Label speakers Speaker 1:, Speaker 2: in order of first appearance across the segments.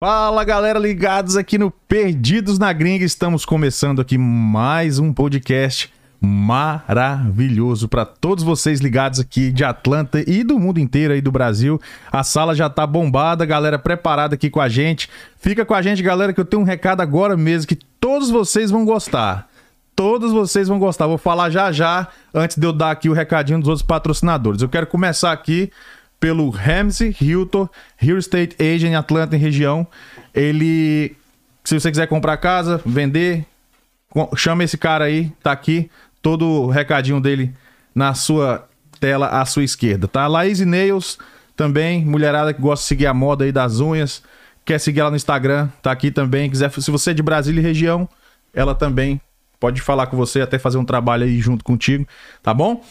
Speaker 1: Fala galera, ligados aqui no Perdidos na Gringa. Estamos começando aqui mais um podcast maravilhoso para todos vocês ligados aqui de Atlanta e do mundo inteiro aí do Brasil. A sala já tá bombada, galera preparada aqui com a gente. Fica com a gente, galera, que eu tenho um recado agora mesmo que todos vocês vão gostar. Todos vocês vão gostar. Vou falar já já antes de eu dar aqui o recadinho dos outros patrocinadores. Eu quero começar aqui pelo Ramsey Hilton, Real Estate Agent em Atlanta, em região. Ele, se você quiser comprar casa, vender, co- chama esse cara aí, tá aqui, todo o recadinho dele na sua tela à sua esquerda, tá? Laís e Nails também, mulherada que gosta de seguir a moda aí das unhas, quer seguir ela no Instagram, tá aqui também. Quiser, se você é de Brasília e região, ela também pode falar com você, até fazer um trabalho aí junto contigo, tá bom?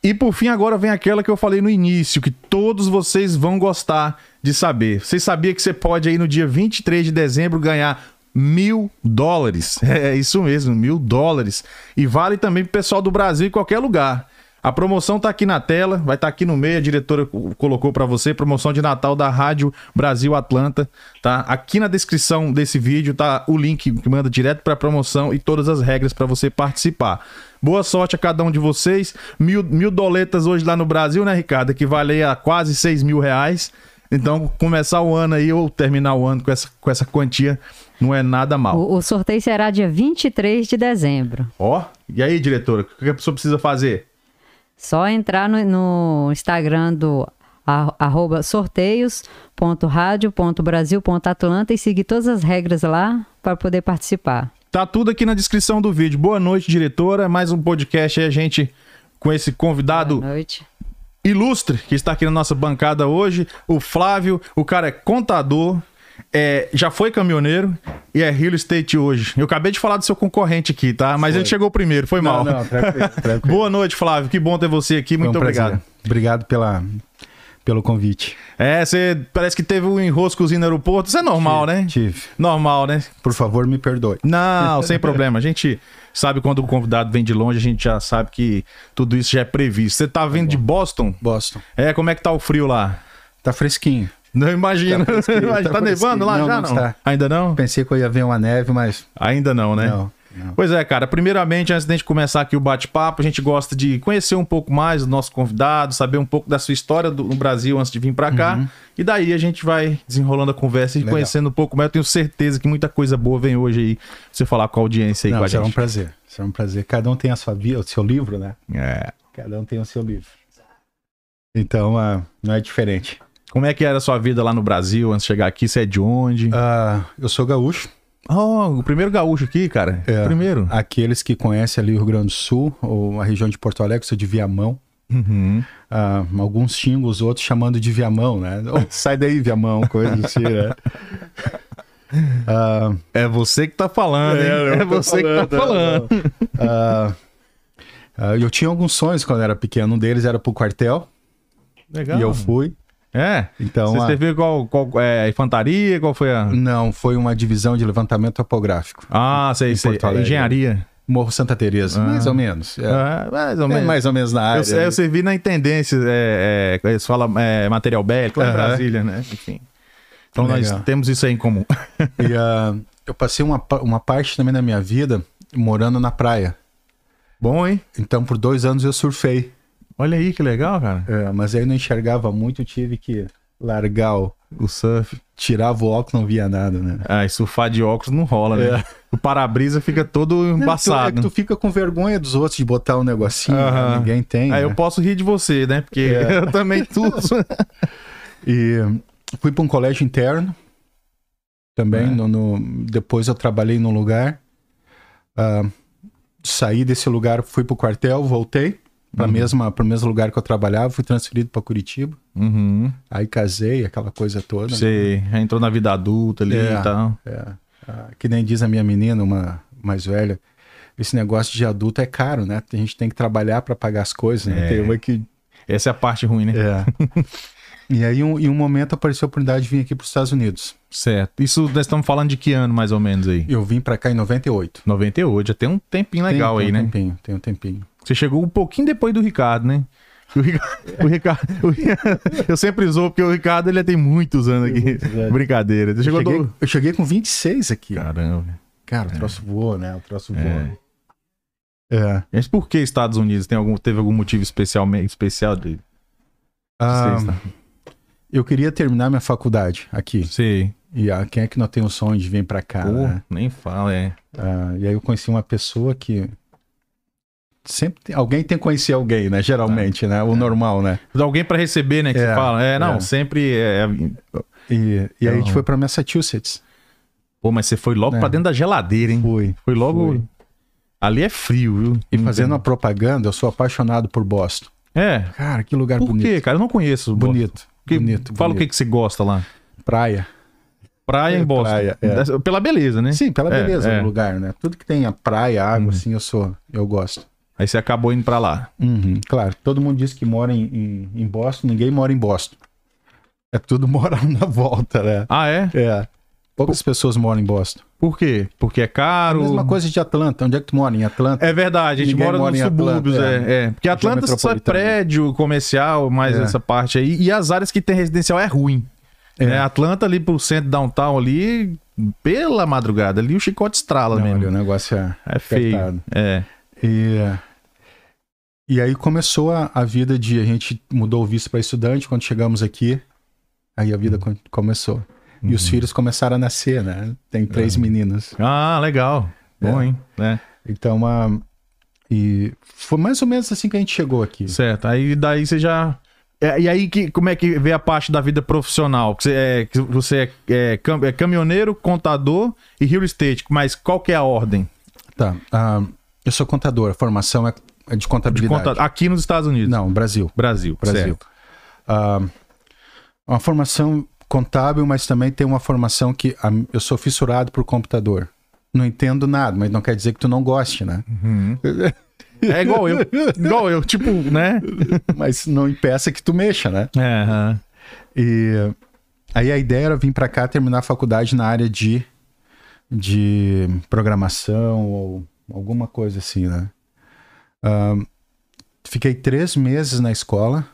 Speaker 1: E por fim, agora vem aquela que eu falei no início, que todos vocês vão gostar de saber. Vocês sabiam que você pode aí no dia 23 de dezembro ganhar mil dólares? É isso mesmo, mil dólares. E vale também pro pessoal do Brasil e qualquer lugar. A promoção tá aqui na tela, vai estar aqui no meio, a diretora co- colocou para você, promoção de Natal da Rádio Brasil Atlanta, tá? Aqui na descrição desse vídeo tá o link que manda direto para promoção e todas as regras para você participar. Boa sorte a cada um de vocês. Mil, mil doletas hoje lá no Brasil, né, Ricardo? Que vale a quase 6 mil reais. Então, começar o ano aí ou terminar o ano com essa, com essa quantia não é nada mal.
Speaker 2: O, o sorteio será dia 23 de dezembro.
Speaker 1: Ó, e aí, diretora, o que a pessoa precisa fazer?
Speaker 2: Só entrar no, no Instagram do a- arroba sorteios.radio.brasil.atlanta e seguir todas as regras lá para poder participar.
Speaker 1: Tá tudo aqui na descrição do vídeo. Boa noite, diretora. Mais um podcast aí, a gente com esse convidado
Speaker 2: Boa noite.
Speaker 1: ilustre que está aqui na nossa bancada hoje, o Flávio. O cara é contador, é, já foi caminhoneiro e é real estate hoje. Eu acabei de falar do seu concorrente aqui, tá? Mas ele chegou primeiro, foi mal.
Speaker 3: não, tranquilo, tranquilo.
Speaker 1: Boa noite, Flávio. Que bom ter você aqui.
Speaker 3: Foi um
Speaker 1: Muito
Speaker 3: prazer.
Speaker 1: obrigado.
Speaker 3: Obrigado pela, pelo convite.
Speaker 1: É, você parece que teve um enroscozinho no aeroporto. Isso é normal, né?
Speaker 3: Tive.
Speaker 1: Normal, né?
Speaker 3: Por favor, me perdoe.
Speaker 1: Não, sem problema. A gente sabe quando o convidado vem de longe, a gente já sabe que tudo isso já é previsto. Você tá vindo de Boston?
Speaker 3: Boston.
Speaker 1: É, como é que tá o frio lá?
Speaker 3: Tá fresquinho.
Speaker 1: Não imagino.
Speaker 3: Tá fresquinho,
Speaker 1: Imagina, tá,
Speaker 3: tá
Speaker 1: nevando lá
Speaker 3: fresquinho.
Speaker 1: já
Speaker 3: Não,
Speaker 1: não?
Speaker 3: não tá. está.
Speaker 1: Ainda não?
Speaker 3: Pensei que eu ia ver uma neve, mas
Speaker 1: Ainda não, né?
Speaker 3: Não, não.
Speaker 1: Pois é, cara. Primeiramente, antes da gente começar aqui o bate-papo, a gente gosta de conhecer um pouco mais do nosso convidado, saber um pouco da sua história do, no Brasil antes de vir pra cá. E daí a gente vai desenrolando a conversa e
Speaker 3: Uhum. Legal.
Speaker 1: conhecendo um pouco mais. Eu tenho certeza que muita coisa boa vem hoje aí pra você falar com a audiência aí com
Speaker 3: não,
Speaker 1: a
Speaker 3: será um
Speaker 1: gente.
Speaker 3: prazer. Será um prazer. Cada um tem a sua via, o seu livro, né?
Speaker 1: É.
Speaker 3: Cada um tem o seu livro. Então, ah, não é diferente.
Speaker 1: Como é que era a sua vida lá no Brasil antes de chegar aqui? Você é de onde?
Speaker 3: Ah, eu sou gaúcho.
Speaker 1: Oh, o primeiro gaúcho aqui, cara.
Speaker 3: É.
Speaker 1: Primeiro.
Speaker 3: Aqueles que conhecem ali o Rio Grande do Sul ou a região de Porto Alegre, sou de Viamão.
Speaker 1: Uhum.
Speaker 3: Ah, alguns xingam os outros chamando de Viamão, né? Ô, sai daí, Viamão, coisa assim, né? Ah,
Speaker 1: É você que tá falando,
Speaker 3: eu
Speaker 1: hein? É
Speaker 3: tô
Speaker 1: você que tá falando.
Speaker 3: ah, ah, eu tinha alguns sonhos quando era pequeno. Um deles era pro quartel
Speaker 1: Legal.
Speaker 3: e eu fui.
Speaker 1: É. Hum.
Speaker 3: Então,
Speaker 1: Ah. Você
Speaker 3: ah,
Speaker 1: serviu qual, qual é, a infantaria? Qual foi a.
Speaker 3: não, foi uma divisão de levantamento topográfico.
Speaker 1: Ah, sei, sei.
Speaker 3: Porto Alegre.
Speaker 1: Engenharia.
Speaker 3: Morro Santa Teresa, mais ou menos. É,
Speaker 1: Ah, mais né? ou
Speaker 3: É
Speaker 1: menos.
Speaker 3: mais ou menos na
Speaker 1: eu,
Speaker 3: área.
Speaker 1: eu servi na intendência, é, é, eles falam é, material bélico, lá em
Speaker 3: Aham.
Speaker 1: Brasília, né? Enfim. Então nós
Speaker 3: Legal.
Speaker 1: temos isso aí em comum.
Speaker 3: E ah, eu passei uma, pa- uma parte também da minha vida morando na praia.
Speaker 1: Bom, hein?
Speaker 3: Então, por dois anos eu surfei.
Speaker 1: Olha aí que legal, cara.
Speaker 3: É, mas aí eu não enxergava muito, eu tive que largar o.
Speaker 1: O surf.
Speaker 3: Tirava o óculos, não via nada, né?
Speaker 1: Ah, e surfar de óculos não rola, né? O para-brisa fica todo
Speaker 3: Não,
Speaker 1: embaçado.
Speaker 3: tu- é que tu fica com vergonha dos outros de botar um negocinho, né?
Speaker 1: Aham.
Speaker 3: ninguém tem.
Speaker 1: Aí
Speaker 3: né?
Speaker 1: eu posso rir de você, né? Porque
Speaker 3: É.
Speaker 1: eu também tudo.
Speaker 3: E fui para um colégio interno também.
Speaker 1: É.
Speaker 3: no- no- depois eu trabalhei num lugar. Ah, saí desse lugar, fui pro quartel, voltei para
Speaker 1: Uhum.
Speaker 3: mesma para o mesmo lugar que eu trabalhava, fui transferido para Curitiba.
Speaker 1: uhum.
Speaker 3: Aí casei, aquela coisa toda. né?
Speaker 1: Você já entrou na vida adulta ali
Speaker 3: É.
Speaker 1: e tal.
Speaker 3: É. Ah, que nem diz a minha menina, uma mais velha, esse negócio de adulto é caro, né? A gente tem que trabalhar para pagar as coisas, né?
Speaker 1: É.
Speaker 3: Tem uma que
Speaker 1: Essa é a parte ruim, né?
Speaker 3: É.
Speaker 1: É.
Speaker 3: e aí, um, em um momento, apareceu a oportunidade de vir aqui para os Estados Unidos.
Speaker 1: Certo. Isso nós estamos falando de que ano mais ou menos aí?
Speaker 3: Eu vim para cá em 98.
Speaker 1: 98, já tem um tempinho legal
Speaker 3: tem,
Speaker 1: aí,
Speaker 3: tem
Speaker 1: né?
Speaker 3: um Tempinho, tem um tempinho.
Speaker 1: Você chegou um pouquinho depois do Ricardo, né? O Ricardo,
Speaker 3: É.
Speaker 1: o Ricardo- o Ri- eu sempre zoo, porque o Ricardo ele tem muitos anos aqui.
Speaker 3: anos.
Speaker 1: Brincadeira. Você
Speaker 3: Eu
Speaker 1: chegou
Speaker 3: cheguei,
Speaker 1: do... né?
Speaker 3: eu cheguei com 26 aqui. Cara,
Speaker 1: Caramba.
Speaker 3: o troço voa, né? O troço
Speaker 1: É.
Speaker 3: voa. É.
Speaker 1: Mas por que Estados Unidos? Tem algum, teve algum motivo especial, especial de de
Speaker 3: Ah,
Speaker 1: vocês, tá?
Speaker 3: eu queria terminar minha faculdade aqui.
Speaker 1: Sei.
Speaker 3: E ah, quem é que não tem o sonho de vir pra cá,
Speaker 1: Pô,
Speaker 3: né?
Speaker 1: nem fala, é.
Speaker 3: Ah, e aí eu conheci uma pessoa que sempre tem- alguém tem que conhecer alguém, né? Geralmente,
Speaker 1: É,
Speaker 3: né? O normal, né?
Speaker 1: Alguém pra receber, né? Que
Speaker 3: É,
Speaker 1: você fala. É, não,
Speaker 3: é.
Speaker 1: sempre é.
Speaker 3: E, e aí a gente
Speaker 1: Não.
Speaker 3: foi pra Massachusetts.
Speaker 1: Pô, mas você foi logo
Speaker 3: É.
Speaker 1: pra dentro da geladeira, hein?
Speaker 3: Fui.
Speaker 1: Foi logo.
Speaker 3: Fui.
Speaker 1: Ali é frio, viu?
Speaker 3: E
Speaker 1: Não
Speaker 3: fazendo uma
Speaker 1: tem-
Speaker 3: propaganda, eu sou apaixonado por Boston.
Speaker 1: É.
Speaker 3: Cara, que lugar
Speaker 1: Por
Speaker 3: bonito.
Speaker 1: quê, cara? Eu não conheço. Boston.
Speaker 3: Bonito.
Speaker 1: Que-
Speaker 3: bonito.
Speaker 1: Fala o
Speaker 3: bonito.
Speaker 1: que, que você gosta lá.
Speaker 3: Praia.
Speaker 1: Praia
Speaker 3: É,
Speaker 1: em Boston.
Speaker 3: praia, é.
Speaker 1: Dessa- Pela beleza, né?
Speaker 3: Sim, pela
Speaker 1: É,
Speaker 3: beleza
Speaker 1: é. Uhum.
Speaker 3: do lugar, né? Tudo que tem a praia, água, assim, eu sou, eu gosto.
Speaker 1: Aí você acabou indo pra lá.
Speaker 3: Claro, todo mundo diz que mora em, em, em Boston, ninguém mora em Boston. É tudo morar na volta, né?
Speaker 1: Ah, é?
Speaker 3: É. Poucas pessoas moram em Boston.
Speaker 1: Por quê? Porque é caro.
Speaker 3: Mesma coisa de Atlanta. Onde é que tu mora? Em Atlanta?
Speaker 1: É verdade, a gente
Speaker 3: Ninguém
Speaker 1: mora,
Speaker 3: mora
Speaker 1: nos
Speaker 3: em Atlanta, né?
Speaker 1: subúrbios, é. é. Porque Atlanta só é
Speaker 3: metropolitana.
Speaker 1: prédio comercial, mais
Speaker 3: É.
Speaker 1: essa parte aí. E as áreas que tem residencial é ruim.
Speaker 3: É.
Speaker 1: né? Atlanta ali pro centro downtown ali, pela madrugada, ali o chicote estrala
Speaker 3: Não,
Speaker 1: mesmo.
Speaker 3: olha, o negócio é,
Speaker 1: É feio.
Speaker 3: apertado.
Speaker 1: É.
Speaker 3: E, e aí começou a, a vida de. A gente mudou o visto para estudante quando chegamos aqui. Aí a
Speaker 1: Hum.
Speaker 3: vida co- começou. E
Speaker 1: Uhum.
Speaker 3: os filhos começaram a nascer, né? Tem três
Speaker 1: É.
Speaker 3: meninas.
Speaker 1: Ah, legal. Bom, hein? É.
Speaker 3: Então, a, e foi mais ou menos assim que a gente chegou aqui.
Speaker 1: Certo. Aí daí você já. É, e aí, que, como é que vê a parte da vida profissional? Que Você é, que você é, é cam- é caminhoneiro, contador e real estate, mas qual que é a ordem?
Speaker 3: Tá. ah, eu sou contador, a formação é, é de
Speaker 1: De
Speaker 3: contabilidade.
Speaker 1: conta... Ah, Aqui nos Estados Unidos.
Speaker 3: Não, Brasil.
Speaker 1: Brasil.
Speaker 3: Brasil.
Speaker 1: certo.
Speaker 3: Ah, uma formação contábil, mas também tem uma formação que ah, eu sou fissurado por computador. Não entendo nada, mas não quer dizer que tu não goste, né?
Speaker 1: É igual eu. igual eu, tipo, né?
Speaker 3: mas não impeça que tu mexa, né?
Speaker 1: É, aham.
Speaker 3: E aí a ideia era vir pra cá terminar a faculdade na área de, de programação ou alguma coisa assim, né? Ahn, fiquei três meses na escola,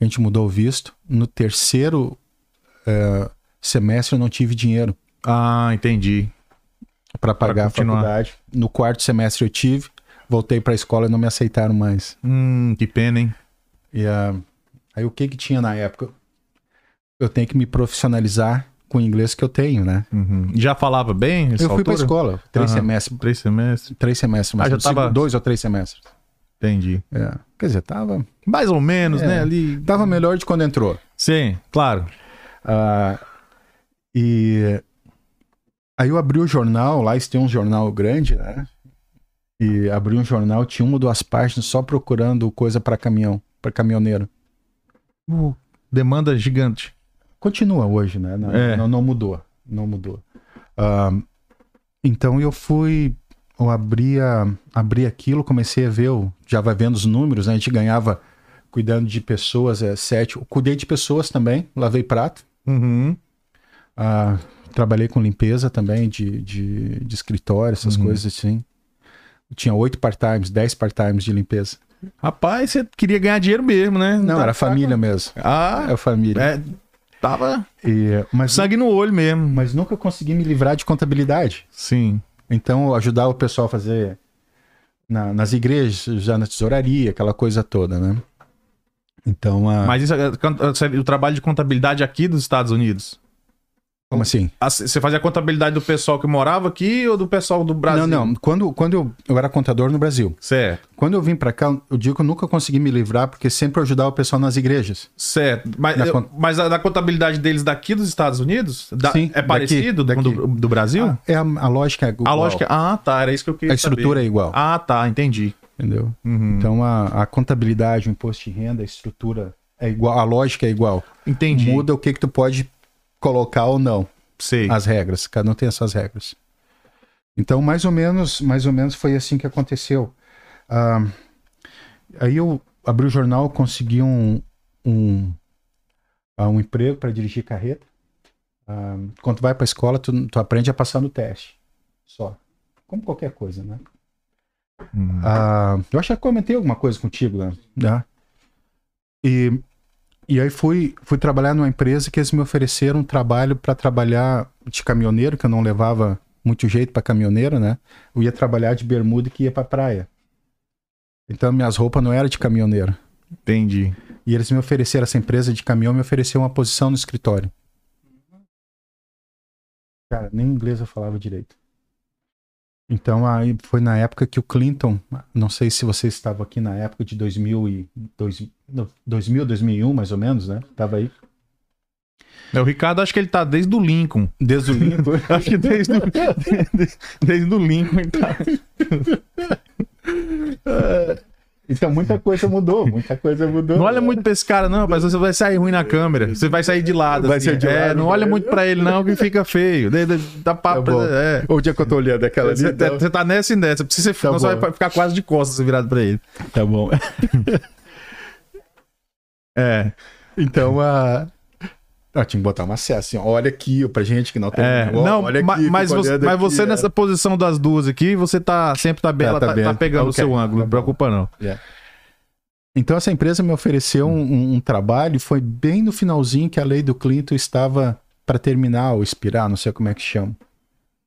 Speaker 3: a gente mudou o visto. No terceiro eh, semestre eu não tive dinheiro
Speaker 1: Ah, entendi.
Speaker 3: pra pagar a
Speaker 1: continuar.
Speaker 3: faculdade. No quarto semestre eu tive, voltei pra escola e não me aceitaram mais.
Speaker 1: Hum, que pena, hein?
Speaker 3: E ah, aí o que que tinha na época? Eu tenho que me profissionalizar com o inglês que eu tenho, né?
Speaker 1: Uhum. Já falava bem?
Speaker 3: Eu fui pra escola, três
Speaker 1: Aham.
Speaker 3: semestres.
Speaker 1: Três semestres.
Speaker 3: Três semestres, mas
Speaker 1: Ah, já
Speaker 3: eu sigo
Speaker 1: tava-
Speaker 3: dois ou três semestres.
Speaker 1: Entendi.
Speaker 3: É. Quer dizer, tava,
Speaker 1: Mais ou menos,
Speaker 3: É.
Speaker 1: né? Ali.
Speaker 3: tava melhor de quando entrou.
Speaker 1: Sim, claro.
Speaker 3: Ah, e aí eu abri o jornal, lá isso tem um jornal grande, né? E abri um jornal, tinha uma ou duas páginas só procurando coisa pra caminhão, para caminhoneiro.
Speaker 1: Uh, Demanda gigante.
Speaker 3: Continua hoje, né? Não,
Speaker 1: É.
Speaker 3: não, não mudou. Não mudou. Ah, então eu fui. Eu abri, a- abri aquilo, comecei a ver, eu já vai vendo os números, né? A gente ganhava cuidando de pessoas, é, sete. Eu cuidei de pessoas também, lavei prato.
Speaker 1: Uhum.
Speaker 3: Ah, trabalhei com limpeza também de, de, de escritório, essas coisas assim. Tinha oito part-times, dez part-times de limpeza.
Speaker 1: Rapaz, você queria ganhar dinheiro mesmo, né?
Speaker 3: Não,
Speaker 1: tá-
Speaker 3: era família mesmo. É.
Speaker 1: Ah,
Speaker 3: Era família.
Speaker 1: é, tava
Speaker 3: E- mas,
Speaker 1: sangue no olho mesmo.
Speaker 3: mas nunca consegui me livrar de contabilidade.
Speaker 1: Sim.
Speaker 3: Então, eu ajudava o pessoal a fazer na- nas igrejas, já na tesouraria, aquela coisa toda, né? Então, a...
Speaker 1: Mas isso, é- é- o trabalho de contabilidade aqui dos Estados Unidos?
Speaker 3: como assim?
Speaker 1: Ah, c- Você fazia a contabilidade do pessoal que morava aqui ou do pessoal do Brasil? é.
Speaker 3: Não, não. Quando, quando eu, eu era contador no Brasil,
Speaker 1: Certo,
Speaker 3: quando eu vim pra cá, eu digo que eu nunca consegui me livrar, porque sempre eu ajudava o pessoal nas igrejas.
Speaker 1: certo. Mas,
Speaker 3: Na
Speaker 1: eu-
Speaker 3: cont-
Speaker 1: mas a da contabilidade deles daqui dos Estados Unidos? Da-
Speaker 3: Sim,
Speaker 1: É
Speaker 3: daqui,
Speaker 1: parecido
Speaker 3: daqui.
Speaker 1: com o do, do Brasil?
Speaker 3: Ah, é a, a lógica é
Speaker 1: a
Speaker 3: igual.
Speaker 1: lógica. Ah, tá. Era isso que eu queria
Speaker 3: A estrutura é igual,
Speaker 1: saber. Ah, Uhum. tá. Entendi.
Speaker 3: entendeu? Então, a, a contabilidade, o imposto de renda, a estrutura é igual, a lógica é igual.
Speaker 1: Entendi.
Speaker 3: Muda o que que tu pode colocar ou não.
Speaker 1: Sei.
Speaker 3: as regras, cada um tem as suas regras. Então, mais ou menos, mais ou menos foi assim que aconteceu. Ah, aí eu abri o jornal, consegui um um, ah, um emprego para dirigir carreta. Ah, quando tu vai para a escola, tu, tu aprende a passar no teste, só. Como qualquer coisa, né?
Speaker 1: Hum.
Speaker 3: Ah, eu acho que eu comentei alguma coisa contigo, né? né? E, e aí fui, fui trabalhar numa empresa que eles me ofereceram um trabalho para trabalhar de caminhoneiro, que eu não levava muito jeito para caminhoneiro, né? Eu ia trabalhar de bermuda que ia pra praia. Então minhas roupas não eram de caminhoneiro.
Speaker 1: Entendi.
Speaker 3: E eles me ofereceram, essa empresa de caminhão me ofereceu uma posição no escritório. Cara, nem inglês eu falava direito. Então aí foi na época que o Clinton, não sei se você estava aqui na época de 2000, e, dois, não, 2000 2001 mais ou menos, né? Tava aí.
Speaker 1: É, o Ricardo acho que ele tá desde o Lincoln.
Speaker 3: Desde o Lincoln.
Speaker 1: Acho que desde o, desde, desde o Lincoln ele tá.
Speaker 3: Então muita coisa mudou, muita coisa mudou.
Speaker 1: Não olha muito pra esse cara, não, mas você vai sair ruim na câmera. Você vai sair de lado.
Speaker 3: Vai
Speaker 1: assim.
Speaker 3: sair de
Speaker 1: É,
Speaker 3: lado,
Speaker 1: não olha
Speaker 3: né?
Speaker 1: muito pra ele, não, que fica feio. Dê- dê- Dá papo.
Speaker 3: bom.
Speaker 1: é.
Speaker 3: Onde é que eu tô olhando aquela ali?
Speaker 1: Você
Speaker 3: Então?
Speaker 1: você tá nessa e nessa. Precisa,
Speaker 3: Tá
Speaker 1: senão você
Speaker 3: bom.
Speaker 1: vai ficar quase de costas virado pra ele.
Speaker 3: Tá bom.
Speaker 1: É.
Speaker 3: Então, a. Ah, tinha que botar uma cesta assim, ó, olha aqui, ó, pra gente que não tem.
Speaker 1: É,
Speaker 3: Ó,
Speaker 1: não, ma-
Speaker 3: fica
Speaker 1: mas você,
Speaker 3: olhando
Speaker 1: mas
Speaker 3: aqui,
Speaker 1: você
Speaker 3: é.
Speaker 1: nessa posição das duas aqui, você tá sempre tá bem,
Speaker 3: Tá,
Speaker 1: ela
Speaker 3: tá
Speaker 1: tá,
Speaker 3: bem.
Speaker 1: tá pegando o
Speaker 3: Ok,
Speaker 1: seu ângulo,
Speaker 3: tá bom.
Speaker 1: não preocupa não.
Speaker 3: Então, essa empresa me ofereceu um, um- um trabalho, foi bem no finalzinho que a lei do Clinton estava pra terminar ou expirar, não sei como é que chama.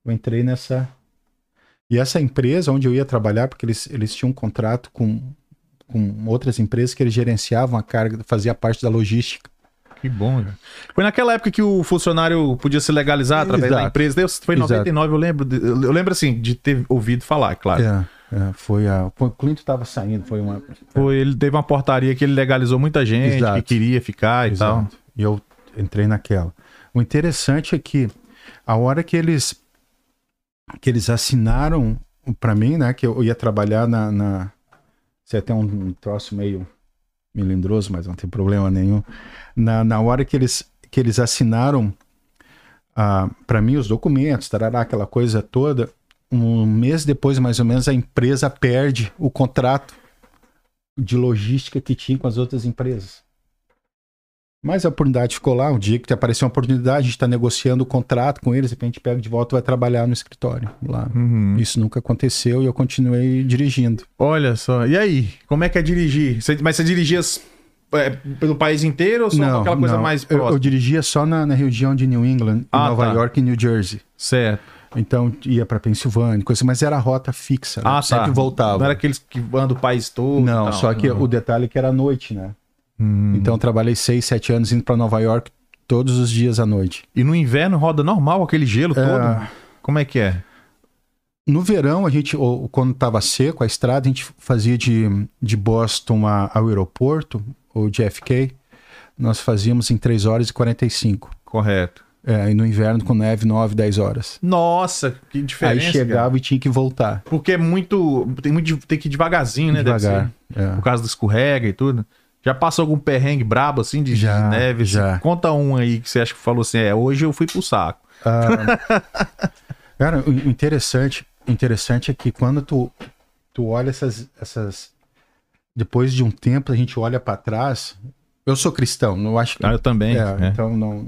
Speaker 3: Eu entrei nessa. E essa empresa onde eu ia trabalhar, porque eles, eles tinham um contrato com, com outras empresas que eles gerenciavam a carga, fazia parte da logística.
Speaker 1: Que bom, cara. Foi naquela época que o funcionário podia se legalizar através da
Speaker 3: Exato.
Speaker 1: empresa. Deus, Foi em
Speaker 3: Exato.
Speaker 1: 99, eu lembro. de- Eu lembro assim, de ter ouvido falar, claro.
Speaker 3: É, é, foi a. O Clinton estava saindo, foi uma.
Speaker 1: Foi, ele teve uma portaria que ele legalizou muita gente
Speaker 3: Exato.
Speaker 1: que queria ficar e tal.
Speaker 3: Exato. E eu entrei naquela. O interessante é que a hora que eles que eles assinaram pra mim, né, que eu ia trabalhar na, na isso é até um troço meio melindroso, mas não tem problema nenhum. Na, na hora que eles que eles assinaram ah, para mim os documentos, tarará, aquela coisa toda, um mês depois mais ou menos a empresa perde o contrato de logística que tinha com as outras empresas. Mas a oportunidade ficou lá, um dia que apareceu uma oportunidade, a gente está negociando o contrato com eles, de repente pega de volta e vai trabalhar no escritório lá.
Speaker 1: Uhum.
Speaker 3: Isso nunca aconteceu e eu continuei dirigindo.
Speaker 1: Olha só. E aí, como é que é dirigir? Você- mas você dirigia as- é, pelo país inteiro ou só aquela coisa mais
Speaker 3: eu-
Speaker 1: próxima?
Speaker 3: Eu, dirigia só na, na região de New England, em
Speaker 1: Ah,
Speaker 3: Nova
Speaker 1: tá.
Speaker 3: York e New Jersey.
Speaker 1: Certo.
Speaker 3: Então ia para Pensilvânia, coisa, mas era a rota fixa. né?
Speaker 1: Ah,
Speaker 3: Sempre
Speaker 1: tá.
Speaker 3: voltava.
Speaker 1: Não era aqueles que andam o país todo? e
Speaker 3: Não,
Speaker 1: tal,
Speaker 3: só que
Speaker 1: não.
Speaker 3: o detalhe é que era à noite, né?
Speaker 1: Hum.
Speaker 3: Então eu trabalhei seis, sete anos indo para Nova York todos os dias à noite.
Speaker 1: E no inverno roda normal aquele gelo
Speaker 3: É,
Speaker 1: todo? Como é que é?
Speaker 3: No verão, a gente, ou quando estava seco a estrada, a gente fazia de, de Boston a- ao aeroporto, ou de FK, nós fazíamos em 3 horas e 45.
Speaker 1: Correto.
Speaker 3: É, e no inverno, com neve, 9, 10 horas.
Speaker 1: Nossa, que diferença.
Speaker 3: Aí
Speaker 1: cara.
Speaker 3: chegava e tinha que voltar.
Speaker 1: Porque é muito. Tem, muito, de- tem que ir devagarzinho, né? deve
Speaker 3: devagar.
Speaker 1: ser.
Speaker 3: É.
Speaker 1: Por causa do escorrega e tudo. Já passou algum perrengue brabo assim de, de
Speaker 3: Já,
Speaker 1: neve? assim?
Speaker 3: já.
Speaker 1: Conta um aí que você acha que falou assim: é, hoje eu fui pro saco.
Speaker 3: Ah, cara, o o interessante, o interessante é que quando tu, tu olha essas, essas. Depois de um tempo, a gente olha pra trás. Eu sou cristão, não acho que
Speaker 1: Ah, eu também.
Speaker 3: É,
Speaker 1: é.
Speaker 3: então não.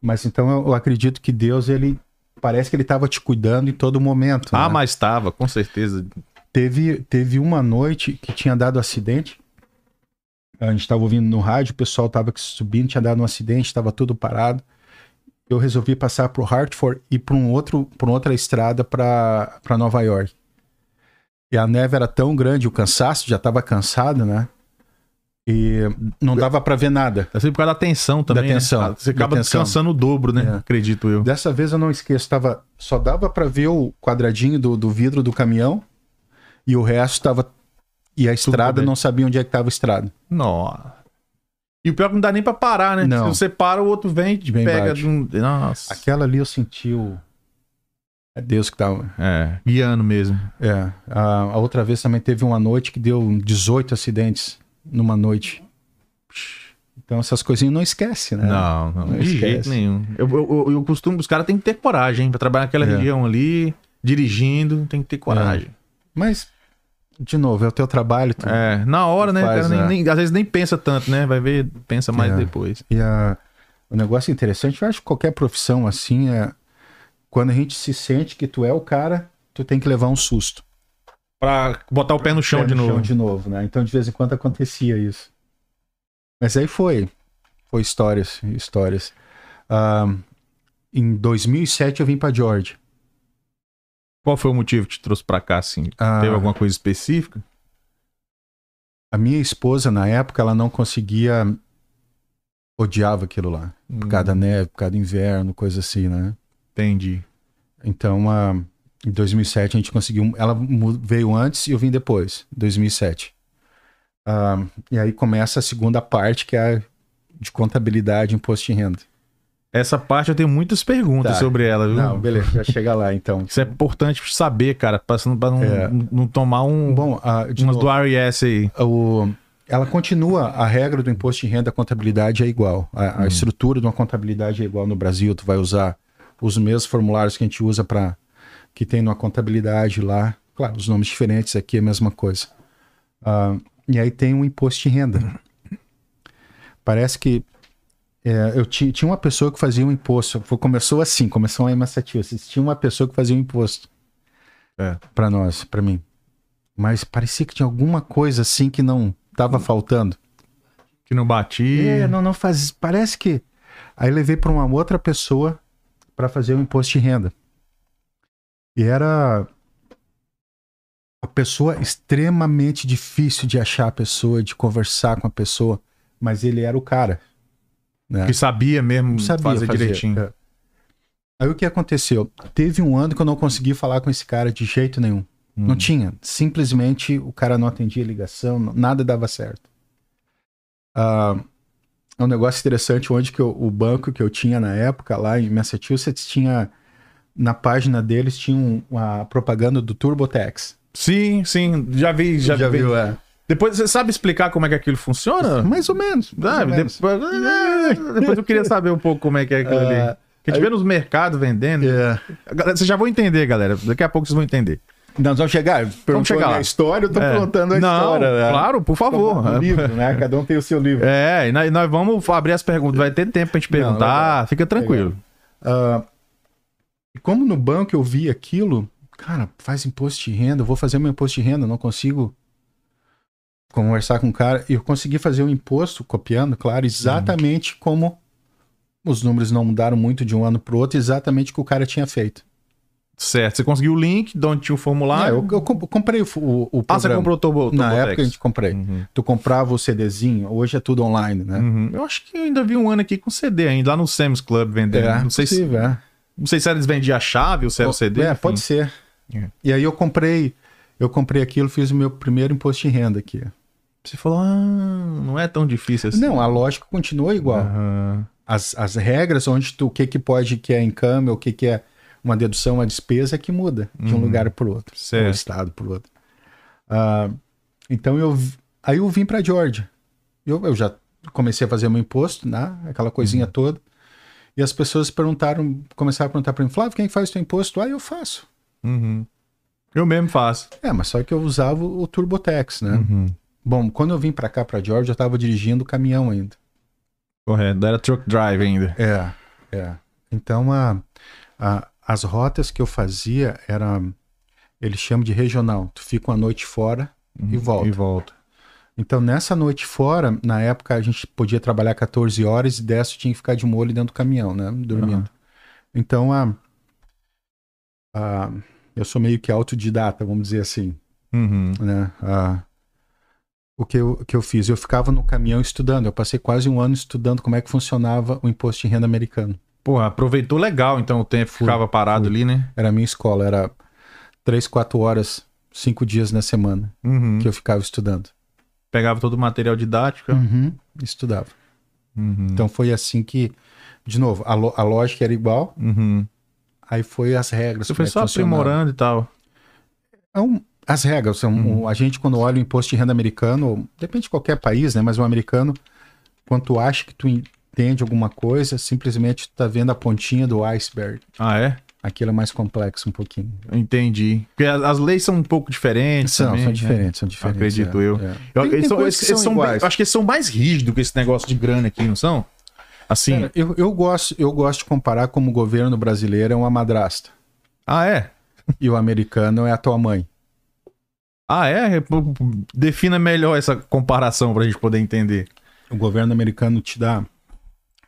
Speaker 3: Mas então eu, eu acredito que Deus, ele. Parece que ele estava te cuidando em todo momento.
Speaker 1: Ah,
Speaker 3: né?
Speaker 1: mas tava, com certeza.
Speaker 3: Teve, teve uma noite que tinha dado acidente. A gente estava ouvindo no rádio, o pessoal estava subindo, tinha dado um acidente, estava tudo parado. Eu resolvi passar para o Hartford e para um outro, para outra estrada para Nova York. E a neve era tão grande, o cansaço já estava cansado, né? E não dava para ver nada.
Speaker 1: É sempre por causa da tensão também.
Speaker 3: Da
Speaker 1: né?
Speaker 3: tensão,
Speaker 1: Ah, Você
Speaker 3: da
Speaker 1: acaba
Speaker 3: tensão.
Speaker 1: descansando o dobro, né?
Speaker 3: É.
Speaker 1: Acredito eu.
Speaker 3: Dessa vez eu não esqueço, tava, só dava pra ver o quadradinho do, do vidro do caminhão e o resto tava. E a estrada,
Speaker 1: coberto.
Speaker 3: não sabia onde é que tava a estrada.
Speaker 1: Nossa. E o pior é que não dá nem pra parar, né?
Speaker 3: Não.
Speaker 1: Se você para, o outro vem e
Speaker 3: Vem
Speaker 1: pega.
Speaker 3: bate.
Speaker 1: de um- Nossa.
Speaker 3: Aquela ali eu senti o. É Deus que tava.
Speaker 1: É, guiando mesmo.
Speaker 3: É. A, a outra vez também teve uma noite que deu 18 acidentes numa noite. Então essas coisinhas não esquece, né?
Speaker 1: Não, não,
Speaker 3: Não
Speaker 1: de
Speaker 3: esquece.
Speaker 1: jeito nenhum. Eu, eu, eu- eu costumo, os caras têm que ter coragem hein, pra trabalhar naquela
Speaker 3: É.
Speaker 1: região ali, dirigindo, tem que ter coragem.
Speaker 3: Mas, de novo, é o teu trabalho. Tu...
Speaker 1: É, na hora, né?
Speaker 3: Faz,
Speaker 1: cara, nem-
Speaker 3: né?
Speaker 1: nem- às vezes nem pensa tanto, né? Vai ver, pensa mais
Speaker 3: É.
Speaker 1: depois.
Speaker 3: E a, o negócio interessante, eu acho que qualquer profissão assim é quando a gente se sente que tu é o cara, tu tem que levar um susto.
Speaker 1: Pra botar o pé no chão
Speaker 3: Pé
Speaker 1: de
Speaker 3: no
Speaker 1: novo.
Speaker 3: Chão de novo, né? Então de vez em quando acontecia isso. Mas aí foi. Foi histórias, histórias. Ah, em 2007 eu vim pra Georgia.
Speaker 1: Qual foi o motivo que te trouxe pra cá, assim?
Speaker 3: Ah,
Speaker 1: Teve alguma coisa específica?
Speaker 3: A minha esposa, na época, ela não conseguia. Odiava aquilo lá. Por causa da neve, por causa do inverno, coisa assim, né?
Speaker 1: Entendi.
Speaker 3: Então, a- em 2007 a gente conseguiu. um, Ela mu- veio antes e eu vim depois, 2007. Ah, e aí começa a segunda parte, que é a de contabilidade, imposto de renda.
Speaker 1: Essa parte eu tenho muitas perguntas
Speaker 3: Tá.
Speaker 1: sobre ela, viu?
Speaker 3: Não, beleza, já chega lá então.
Speaker 1: Isso é importante saber, cara, pra, você não- pra não,
Speaker 3: É.
Speaker 1: não tomar um,
Speaker 3: Bom, ah, de
Speaker 1: umas
Speaker 3: novo,
Speaker 1: do RS aí.
Speaker 3: o- ela continua, a regra do imposto de renda, a contabilidade é igual. A, a estrutura de uma contabilidade é igual no Brasil, tu vai usar os mesmos formulários que a gente usa para que tem numa contabilidade lá. Claro, os nomes diferentes aqui é a mesma coisa. Ah, e aí tem o imposto de renda. Parece que é, eu ti- tinha uma pessoa que fazia um imposto. Foi- Começou assim, começou lá em Massachusetts. Tinha uma pessoa que fazia um imposto
Speaker 1: É.
Speaker 3: para nós, para mim. Mas parecia que tinha alguma coisa assim que não tava faltando.
Speaker 1: Que não bati.
Speaker 3: É, não, não faz. Parece que. Aí levei para uma outra pessoa para fazer o imposto de renda. E era a pessoa extremamente difícil de achar a pessoa, de conversar com a pessoa, mas ele era o cara. Né?
Speaker 1: Que sabia mesmo
Speaker 3: Não sabia
Speaker 1: fazer, direitinho.
Speaker 3: é. Aí o que aconteceu? Teve um ano que eu não consegui falar com esse cara de jeito nenhum. Não
Speaker 1: Hum.
Speaker 3: tinha. Simplesmente o cara não atendia a ligação, não- nada dava certo. Ah, é um negócio interessante onde que eu- o banco que eu tinha na época lá em Massachusetts tinha na página deles tinha um- uma propaganda do TurboTax.
Speaker 1: Sim, sim. Já vi, já, vi.
Speaker 3: É.
Speaker 1: Depois você sabe explicar como é que aquilo funciona?
Speaker 3: Mais ou menos. Mais
Speaker 1: Ah,
Speaker 3: ou menos.
Speaker 1: depois, ah, depois eu queria saber um pouco como é que é aquilo ali.
Speaker 3: Ah,
Speaker 1: Porque a gente vê nos mercados vendendo.
Speaker 3: É.
Speaker 1: Galera, Vocês já vão entender, galera. Daqui a pouco vocês vão entender.
Speaker 3: Nós vamos chegar. Perguntou
Speaker 1: chegar
Speaker 3: a
Speaker 1: lá.
Speaker 3: minha história, eu tô
Speaker 1: É.
Speaker 3: contando a
Speaker 1: Não,
Speaker 3: história. né?
Speaker 1: claro, por favor.
Speaker 3: Um livro, né? Cada um tem o seu livro.
Speaker 1: É, e nós, nós vamos abrir as perguntas. Vai ter tempo pra gente
Speaker 3: Não,
Speaker 1: perguntar. Fica tranquilo.
Speaker 3: Ah, e como no banco eu vi aquilo, cara, faz imposto de renda, eu vou fazer meu imposto de renda, eu não consigo conversar com o cara. E eu consegui fazer o imposto, copiando, claro,
Speaker 1: Uhum.
Speaker 3: exatamente como os números não mudaram muito de um ano para outro, exatamente o que o cara tinha feito.
Speaker 1: Certo. Você conseguiu o link de onde tinha o
Speaker 3: Ah, eu,
Speaker 1: formulário.
Speaker 3: eu comp- comprei o, o, o
Speaker 1: Ah, você
Speaker 3: programa.
Speaker 1: comprou o Turbo,
Speaker 3: Na
Speaker 1: TurboTax.
Speaker 3: época a gente comprei.
Speaker 1: Uhum.
Speaker 3: Tu comprava o CDzinho, hoje é tudo online, né?
Speaker 1: Uhum. Eu acho que eu ainda vi um ano aqui com CD ainda, lá no Sam's Club vendendo. não, sei se,
Speaker 3: possível, é.
Speaker 1: não sei se eles vendiam a chave ou se era o CD.
Speaker 3: É,
Speaker 1: enfim.
Speaker 3: pode ser.
Speaker 1: É.
Speaker 3: E aí eu comprei, eu comprei aquilo, fiz o meu primeiro imposto de renda aqui.
Speaker 1: Você falou, ah, não é tão difícil assim.
Speaker 3: Não, a lógica continua igual.
Speaker 1: Aham.
Speaker 3: As, as regras onde tu, o que que pode que é encame, o que que é uma dedução, uma despesa, é que muda de um lugar para o outro, de um
Speaker 1: Uhum. Certo.
Speaker 3: estado para o outro. Ah, então eu vi- aí eu vim para Georgia. Eu, eu já comecei a fazer meu imposto, né? aquela coisinha
Speaker 1: Uhum.
Speaker 3: toda. E as pessoas perguntaram, começaram a perguntar para mim, Flávio, quem é faz teu imposto? Ah, eu faço.
Speaker 1: Uhum. Eu mesmo faço.
Speaker 3: É, mas só que eu usava o TurboTax, né?
Speaker 1: Uhum.
Speaker 3: Bom, quando eu vim pra cá, pra Georgia, eu tava dirigindo o caminhão ainda.
Speaker 1: Correto, era truck drive ainda.
Speaker 3: É, é. Então, a, a- as rotas que eu fazia era... Eles chamam de regional. Tu fica uma noite fora Uhum, e volta.
Speaker 1: E volta.
Speaker 3: Então, nessa noite fora, na época, a gente podia trabalhar 14 horas e 10 tinha que ficar de molho dentro do caminhão, né? Dormindo.
Speaker 1: Aham.
Speaker 3: Então, a, a, eu sou meio que autodidata, vamos dizer assim.
Speaker 1: Uhum.
Speaker 3: né? Ah, o que eu, que eu fiz? Eu ficava no caminhão estudando. Eu passei quase um ano estudando como é que funcionava o imposto de renda americano.
Speaker 1: Porra, aproveitou legal então o tempo que
Speaker 3: Fui,
Speaker 1: ficava parado ali, né?
Speaker 3: Era a minha escola, era três, quatro horas, cinco dias na semana
Speaker 1: Uhum.
Speaker 3: que eu ficava estudando.
Speaker 1: Pegava todo o material didático.
Speaker 3: Uhum. Estudava.
Speaker 1: Uhum.
Speaker 3: Então foi assim que, de novo, a, lo- a lógica era igual,
Speaker 1: Uhum.
Speaker 3: aí foi as regras.
Speaker 1: Você
Speaker 3: como
Speaker 1: foi
Speaker 3: é que
Speaker 1: só
Speaker 3: funcionava.
Speaker 1: aprimorando e tal.
Speaker 3: É um- as regras, são-
Speaker 1: Uhum.
Speaker 3: o- a gente quando olha o imposto de renda americano, ou depende de qualquer país, né? Mas o americano, quando tu acha que tu entende alguma coisa, simplesmente tu tá vendo a pontinha do iceberg.
Speaker 1: Ah, é?
Speaker 3: Aquilo é mais complexo um pouquinho.
Speaker 1: Entendi. Porque as, as leis são um pouco diferentes.
Speaker 3: São,
Speaker 1: também,
Speaker 3: são
Speaker 1: né?
Speaker 3: diferentes, são diferentes.
Speaker 1: Acredito
Speaker 3: é,
Speaker 1: eu.
Speaker 3: é.
Speaker 1: Eu, eles
Speaker 3: Tem- tem
Speaker 1: são,
Speaker 3: coisas
Speaker 1: eles,
Speaker 3: que
Speaker 1: eles são bem-
Speaker 3: são
Speaker 1: assim,
Speaker 3: iguais.
Speaker 1: eu acho que eles são mais rígidos que esse negócio de grana aqui, não são? Assim.
Speaker 3: Cara, eu, eu gosto, eu gosto de comparar como o governo brasileiro é uma madrasta
Speaker 1: Ah, é?
Speaker 3: e o americano é a tua mãe.
Speaker 1: É, Ah, é? P- p- Defina melhor essa comparação pra gente poder entender.
Speaker 3: O governo americano te dá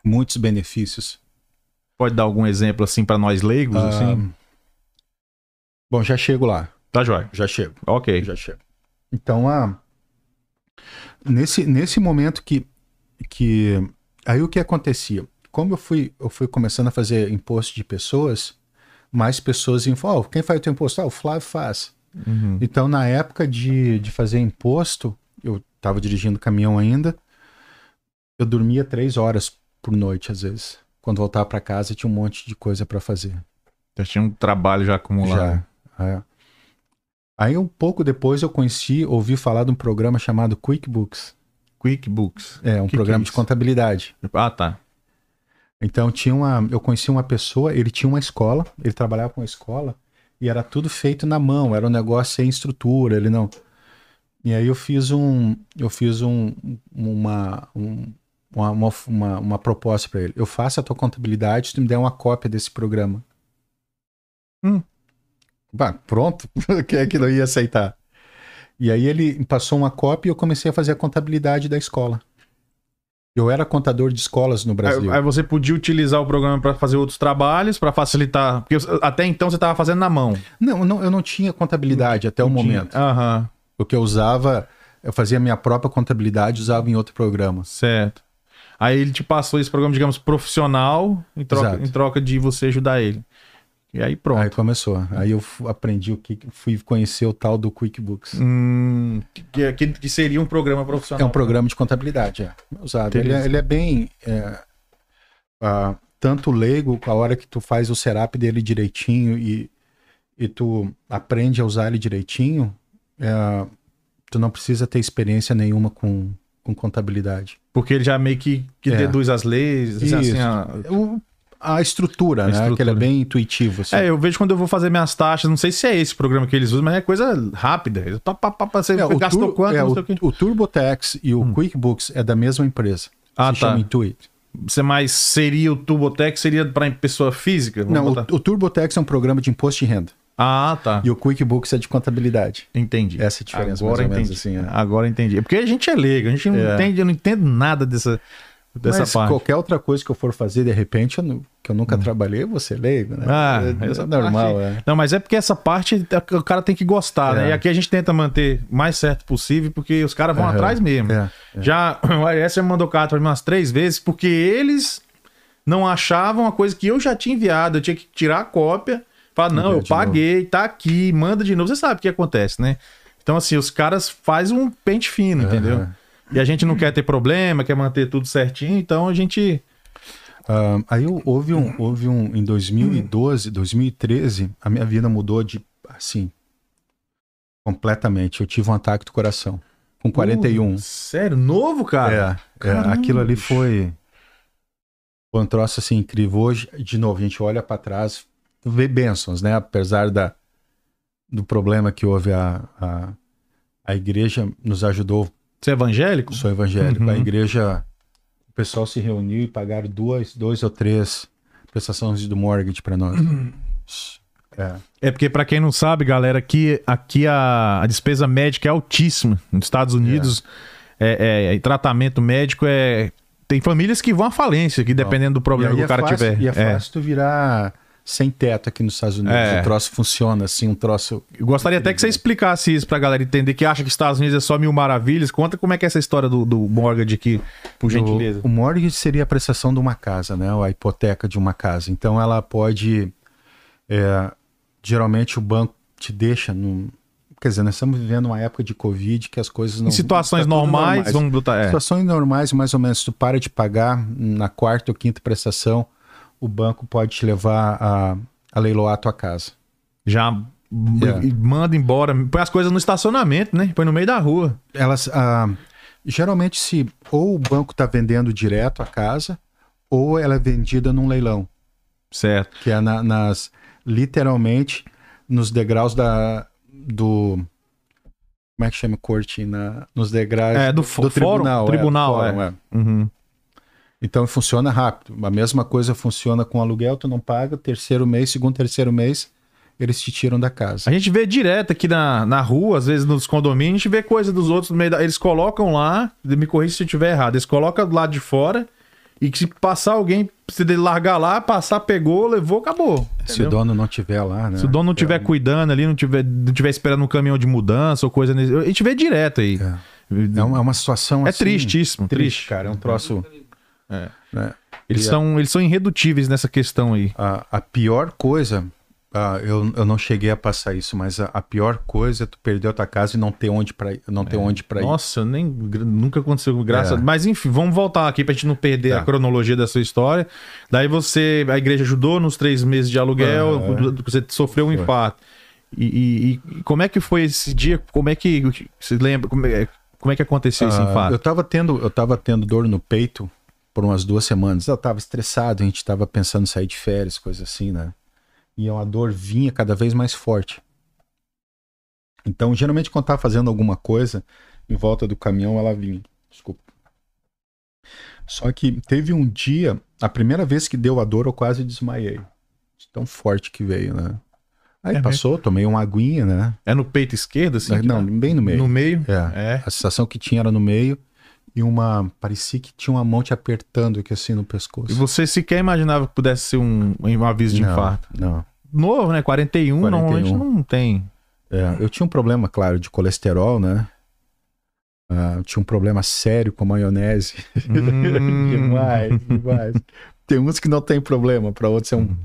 Speaker 3: muitos benefícios.
Speaker 1: Pode dar algum exemplo assim pra nós leigos? assim?
Speaker 3: Ah, Bom, já chego lá.
Speaker 1: Tá joia.
Speaker 3: Já chego.
Speaker 1: Ok.
Speaker 3: Já chego. Então, ah, nesse, nesse momento que, que. Aí o que acontecia? Como eu fui, eu fui começando a fazer imposto de pessoas, mais pessoas iam falar: "Ó, quem faz o teu imposto? Ah, o Flávio faz.
Speaker 1: Uhum.
Speaker 3: Então, na época de, de fazer imposto, eu estava dirigindo caminhão ainda, eu dormia três horas por noite, às vezes. Quando voltava para casa, tinha um monte de coisa para fazer.
Speaker 1: Já tinha um trabalho já acumulado.
Speaker 3: Já. é. Aí, um pouco depois, eu conheci, ouvi falar de um programa chamado QuickBooks.
Speaker 1: QuickBooks.
Speaker 3: É, um
Speaker 1: Que que é
Speaker 3: programa de
Speaker 1: isso?
Speaker 3: contabilidade.
Speaker 1: Ah, tá.
Speaker 3: Então, tinha uma, eu conheci uma pessoa, ele tinha uma escola, ele trabalhava com uma escola, e era tudo feito na mão, era um negócio sem estrutura, ele não... E aí eu fiz um, eu fiz um, uma, um- uma, uma, uma, uma proposta para ele. Eu faço a tua contabilidade, se tu me der uma cópia desse programa.
Speaker 1: Hum.
Speaker 3: Bah, pronto, quem é que não ia aceitar? E aí ele me passou uma cópia e eu comecei a fazer a contabilidade da escola. Eu era contador de escolas no Brasil.
Speaker 1: Aí, aí você podia utilizar o programa pra fazer outros trabalhos, pra facilitar. Porque até então você tava fazendo na mão.
Speaker 3: Não, não, eu não tinha contabilidade até o
Speaker 1: Não tinha- Ah.
Speaker 3: momento.
Speaker 1: Aham,
Speaker 3: O que eu usava, eu fazia minha própria contabilidade, usava em outro programa.
Speaker 1: certo. Aí ele te passou esse programa, digamos, profissional, em troca,
Speaker 3: Exato.
Speaker 1: em troca de você ajudar ele. E aí pronto.
Speaker 3: Aí começou. Aí eu fu- aprendi o que fui conhecer o tal do QuickBooks.
Speaker 1: Hum, que, que- que seria um programa profissional.
Speaker 3: É um programa de contabilidade, é. Usado. Ele, é- ele é bem. é, ah, tanto leigo, a hora que tu faz o setup dele direitinho e, e tu aprende a usar ele direitinho, é, tu não precisa ter experiência nenhuma com, com contabilidade.
Speaker 1: Porque ele já meio que, que
Speaker 3: É.
Speaker 1: deduz as leis.
Speaker 3: Isso.
Speaker 1: Assim, a-
Speaker 3: É O- a estrutura,
Speaker 1: A
Speaker 3: né?
Speaker 1: estrutura.
Speaker 3: Que ele é bem intuitivo. Assim.
Speaker 1: É, eu vejo quando eu vou fazer minhas taxas, não sei se é esse programa que eles usam, mas é coisa rápida. Eles pá, pá, pá, pá, Você
Speaker 3: É, o
Speaker 1: gastou
Speaker 3: Tur-
Speaker 1: quanto,
Speaker 3: é,
Speaker 1: não
Speaker 3: o,
Speaker 1: sei o quê.
Speaker 3: o TurboTax e o QuickBooks é da mesma empresa.
Speaker 1: Hum. Ah,
Speaker 3: se chama
Speaker 1: tá.
Speaker 3: Intuit.
Speaker 1: Você mais seria o Tubotex, seria pra pessoa física? Vamos
Speaker 3: Não, o,
Speaker 1: botar.
Speaker 3: o TurboTax é um programa de imposto de renda.
Speaker 1: Ah, tá.
Speaker 3: E o QuickBooks é de contabilidade.
Speaker 1: Entendi.
Speaker 3: Essa é a diferença,
Speaker 1: Agora
Speaker 3: mais ou menos,
Speaker 1: entendi.
Speaker 3: assim, é.
Speaker 1: Agora entendi. É Porque a gente é leigo, a gente não
Speaker 3: É.
Speaker 1: entende, eu não entendo nada dessa, dessa
Speaker 3: Mas
Speaker 1: parte. Hum.
Speaker 3: qualquer outra coisa que eu for fazer, de repente, eu nu- que eu nunca trabalhei, você leigo, né?
Speaker 1: Ah,
Speaker 3: é,
Speaker 1: essa
Speaker 3: é normal,
Speaker 1: parte-
Speaker 3: é.
Speaker 1: Não, mas é porque essa parte é, o cara tem que gostar, né?
Speaker 3: É.
Speaker 1: E aqui a gente tenta manter o mais certo possível, porque os caras vão
Speaker 3: Aham.
Speaker 1: atrás mesmo.
Speaker 3: É,
Speaker 1: Já o IRS já mandou carta pra mim umas três vezes, porque eles não achavam a coisa que eu já tinha enviado, eu tinha que tirar a cópia, falar, não,
Speaker 3: Enviar
Speaker 1: eu
Speaker 3: de novo.
Speaker 1: paguei, tá aqui, manda de novo. Você sabe o que acontece, né? Então, assim, os caras fazem um pente fino, entendeu?
Speaker 3: Aham.
Speaker 1: E a gente não quer ter problema, quer manter tudo certinho, então a gente.
Speaker 3: Ah, aí eu- houve
Speaker 1: Uhum.
Speaker 3: um, houve um, em 2012, 2013, a minha vida mudou de, assim, completamente. Eu tive um ataque do coração, com 41.
Speaker 1: Uh, sério? Novo, cara?
Speaker 3: É, é,
Speaker 1: Caramba,
Speaker 3: aquilo ali
Speaker 1: bicho.
Speaker 3: foi, foi um troço assim incrível. Hoje, de novo, a gente olha pra trás, vê bênçãos, né? Apesar da, do problema que houve, a, a, a igreja nos ajudou.
Speaker 1: Você é evangélico?
Speaker 3: Sou evangélico.
Speaker 1: Uhum.
Speaker 3: A igreja, o pessoal se reuniu e pagaram duas, dois ou três prestações do mortgage pra nós. É.
Speaker 1: É porque, pra quem não sabe, galera, aqui, aqui a, a despesa médica é altíssima. Nos Estados Unidos, é, é, e tratamento médico é. Tem famílias que vão à falência, que dependendo do problema
Speaker 3: E aí
Speaker 1: que o cara
Speaker 3: é fácil,
Speaker 1: tiver.
Speaker 3: E é,
Speaker 1: É.
Speaker 3: fácil tu virar sem teto aqui nos Estados Unidos.
Speaker 1: É.
Speaker 3: O troço funciona assim, um troço.
Speaker 1: Eu gostaria até que você explicasse isso pra galera entender que acha que Estados Unidos é só mil maravilhas. Conta como é que é essa história do, do mortgage aqui, por gentileza.
Speaker 3: O, o mortgage seria a prestação de uma casa, né? Ou a hipoteca de uma casa. Então ela pode. é, geralmente o banco te deixa num. Quer dizer, nós estamos vivendo uma época de Covid que as coisas não.
Speaker 1: em situações
Speaker 3: tá tudo
Speaker 1: normais,
Speaker 3: normais.
Speaker 1: vamos botar. É.
Speaker 3: Situações normais, mais ou menos, tu para de pagar na quarta ou quinta prestação, o banco pode te levar a, a leiloar a tua casa.
Speaker 1: Já b-
Speaker 3: É.
Speaker 1: e manda embora, põe as coisas no estacionamento, né? Põe no meio da rua.
Speaker 3: Elas ah, geralmente se ou o banco está vendendo direto a casa ou ela é vendida num leilão.
Speaker 1: Certo.
Speaker 3: que é na- nas literalmente nos degraus da do como é que chama cortina nos degraus
Speaker 1: É, do fó- fórum?
Speaker 3: tribunal,
Speaker 1: Tribunal,
Speaker 3: do fórum, é.
Speaker 1: Uhum.
Speaker 3: então funciona rápido a mesma coisa funciona com aluguel tu não paga terceiro mês segundo terceiro mês eles te tiram da casa.
Speaker 1: A gente vê direto aqui na, na rua, às vezes nos condomínios, a gente vê coisa dos outros no meio da... Eles colocam lá, me corrija se eu estiver errado, eles colocam do lado de fora e que se passar alguém, se ele largar lá, passar, pegou, levou, acabou.
Speaker 3: Se o
Speaker 1: entendeu?
Speaker 3: dono não tiver lá, né?
Speaker 1: Se o dono não estiver
Speaker 3: É,
Speaker 1: cuidando ali, não tiver, não tiver esperando um caminhão de mudança ou coisa nesse. A gente vê direto aí.
Speaker 3: É. É uma, é uma situação
Speaker 1: É
Speaker 3: assim,
Speaker 1: tristíssimo, triste.
Speaker 3: Triste, cara. É um troço.
Speaker 1: É.
Speaker 3: né?
Speaker 1: Eles,
Speaker 3: E a-
Speaker 1: são, eles são irredutíveis nessa questão aí.
Speaker 3: A, a pior coisa, ah, eu, eu não cheguei a passar isso, mas a, a pior coisa é tu perder a tua casa e não ter onde para não ter onde para ir.
Speaker 1: Nossa, nem gra- nunca aconteceu graça.
Speaker 3: É.
Speaker 1: Mas enfim, vamos voltar aqui pra gente não perder
Speaker 3: Tá.
Speaker 1: a cronologia da sua história. Daí você, a igreja ajudou nos três meses de aluguel,
Speaker 3: Ah, é.
Speaker 1: você sofreu um infarto. E, e- e como é que foi esse dia? Como é que você lembra? Como é, como é que aconteceu esse
Speaker 3: Ah,
Speaker 1: infarto?
Speaker 3: eu tava tendo, eu tava tendo dor no peito por umas duas semanas. Eu tava estressado, a gente tava pensando em sair de férias, coisa assim, né? E a dor vinha cada vez mais forte. Então, geralmente quando tava fazendo alguma coisa em volta do caminhão, ela vinha. Desculpa. Só que teve um dia, a primeira vez que deu a dor, eu quase desmaiei. De Tão forte que veio, né? Aí
Speaker 1: É
Speaker 3: passou, tomei uma aguinha, né?
Speaker 1: É no peito esquerdo, assim? que
Speaker 3: Não,
Speaker 1: dá?
Speaker 3: bem no meio.
Speaker 1: no meio?
Speaker 3: É.
Speaker 1: É.
Speaker 3: A sensação que tinha era no meio e uma. Parecia que tinha uma mão te apertando aqui assim no pescoço.
Speaker 1: E você sequer imaginava que pudesse ser um, um aviso de
Speaker 3: não, um.
Speaker 1: infarto.
Speaker 3: Não.
Speaker 1: Novo, né? 41,
Speaker 3: 41.
Speaker 1: normalmente não tem.
Speaker 3: É, eu tinha um problema, claro, de colesterol, né? Ah, eu tinha um problema sério com a maionese.
Speaker 1: Hum.
Speaker 3: demais, demais. Tem uns que não tem problema, para outros é um.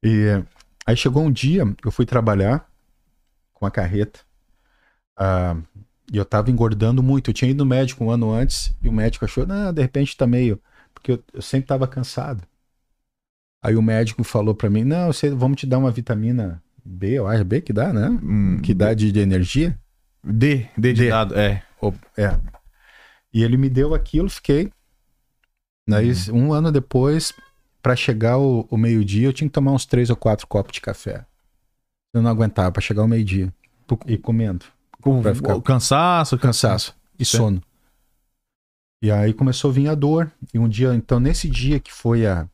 Speaker 3: E é, aí chegou um dia, eu fui trabalhar com a carreta. ah, e eu tava engordando muito. Eu tinha ido no médico um ano antes e o médico achou, não, de repente tá meio. Porque eu, eu sempre tava cansado. Aí o médico falou para mim, não, você, vamos te dar uma vitamina B, eu acho, B que dá, né?
Speaker 1: Hum.
Speaker 3: Que dá de- de energia.
Speaker 1: D, D de
Speaker 3: D.
Speaker 1: dado, é.
Speaker 3: Ou- É. E ele me deu aquilo, fiquei. Daí, um ano depois, pra chegar o, o meio-dia, eu tinha que tomar uns três ou quatro copos de café. Eu não aguentava pra chegar ao meio-dia. E comendo.
Speaker 1: O,
Speaker 3: Vai ficar-
Speaker 1: o cansaço, o
Speaker 3: Cansaço e
Speaker 1: Certo.
Speaker 3: sono. E aí começou a vir a dor. E um dia, então, nesse dia que foi a.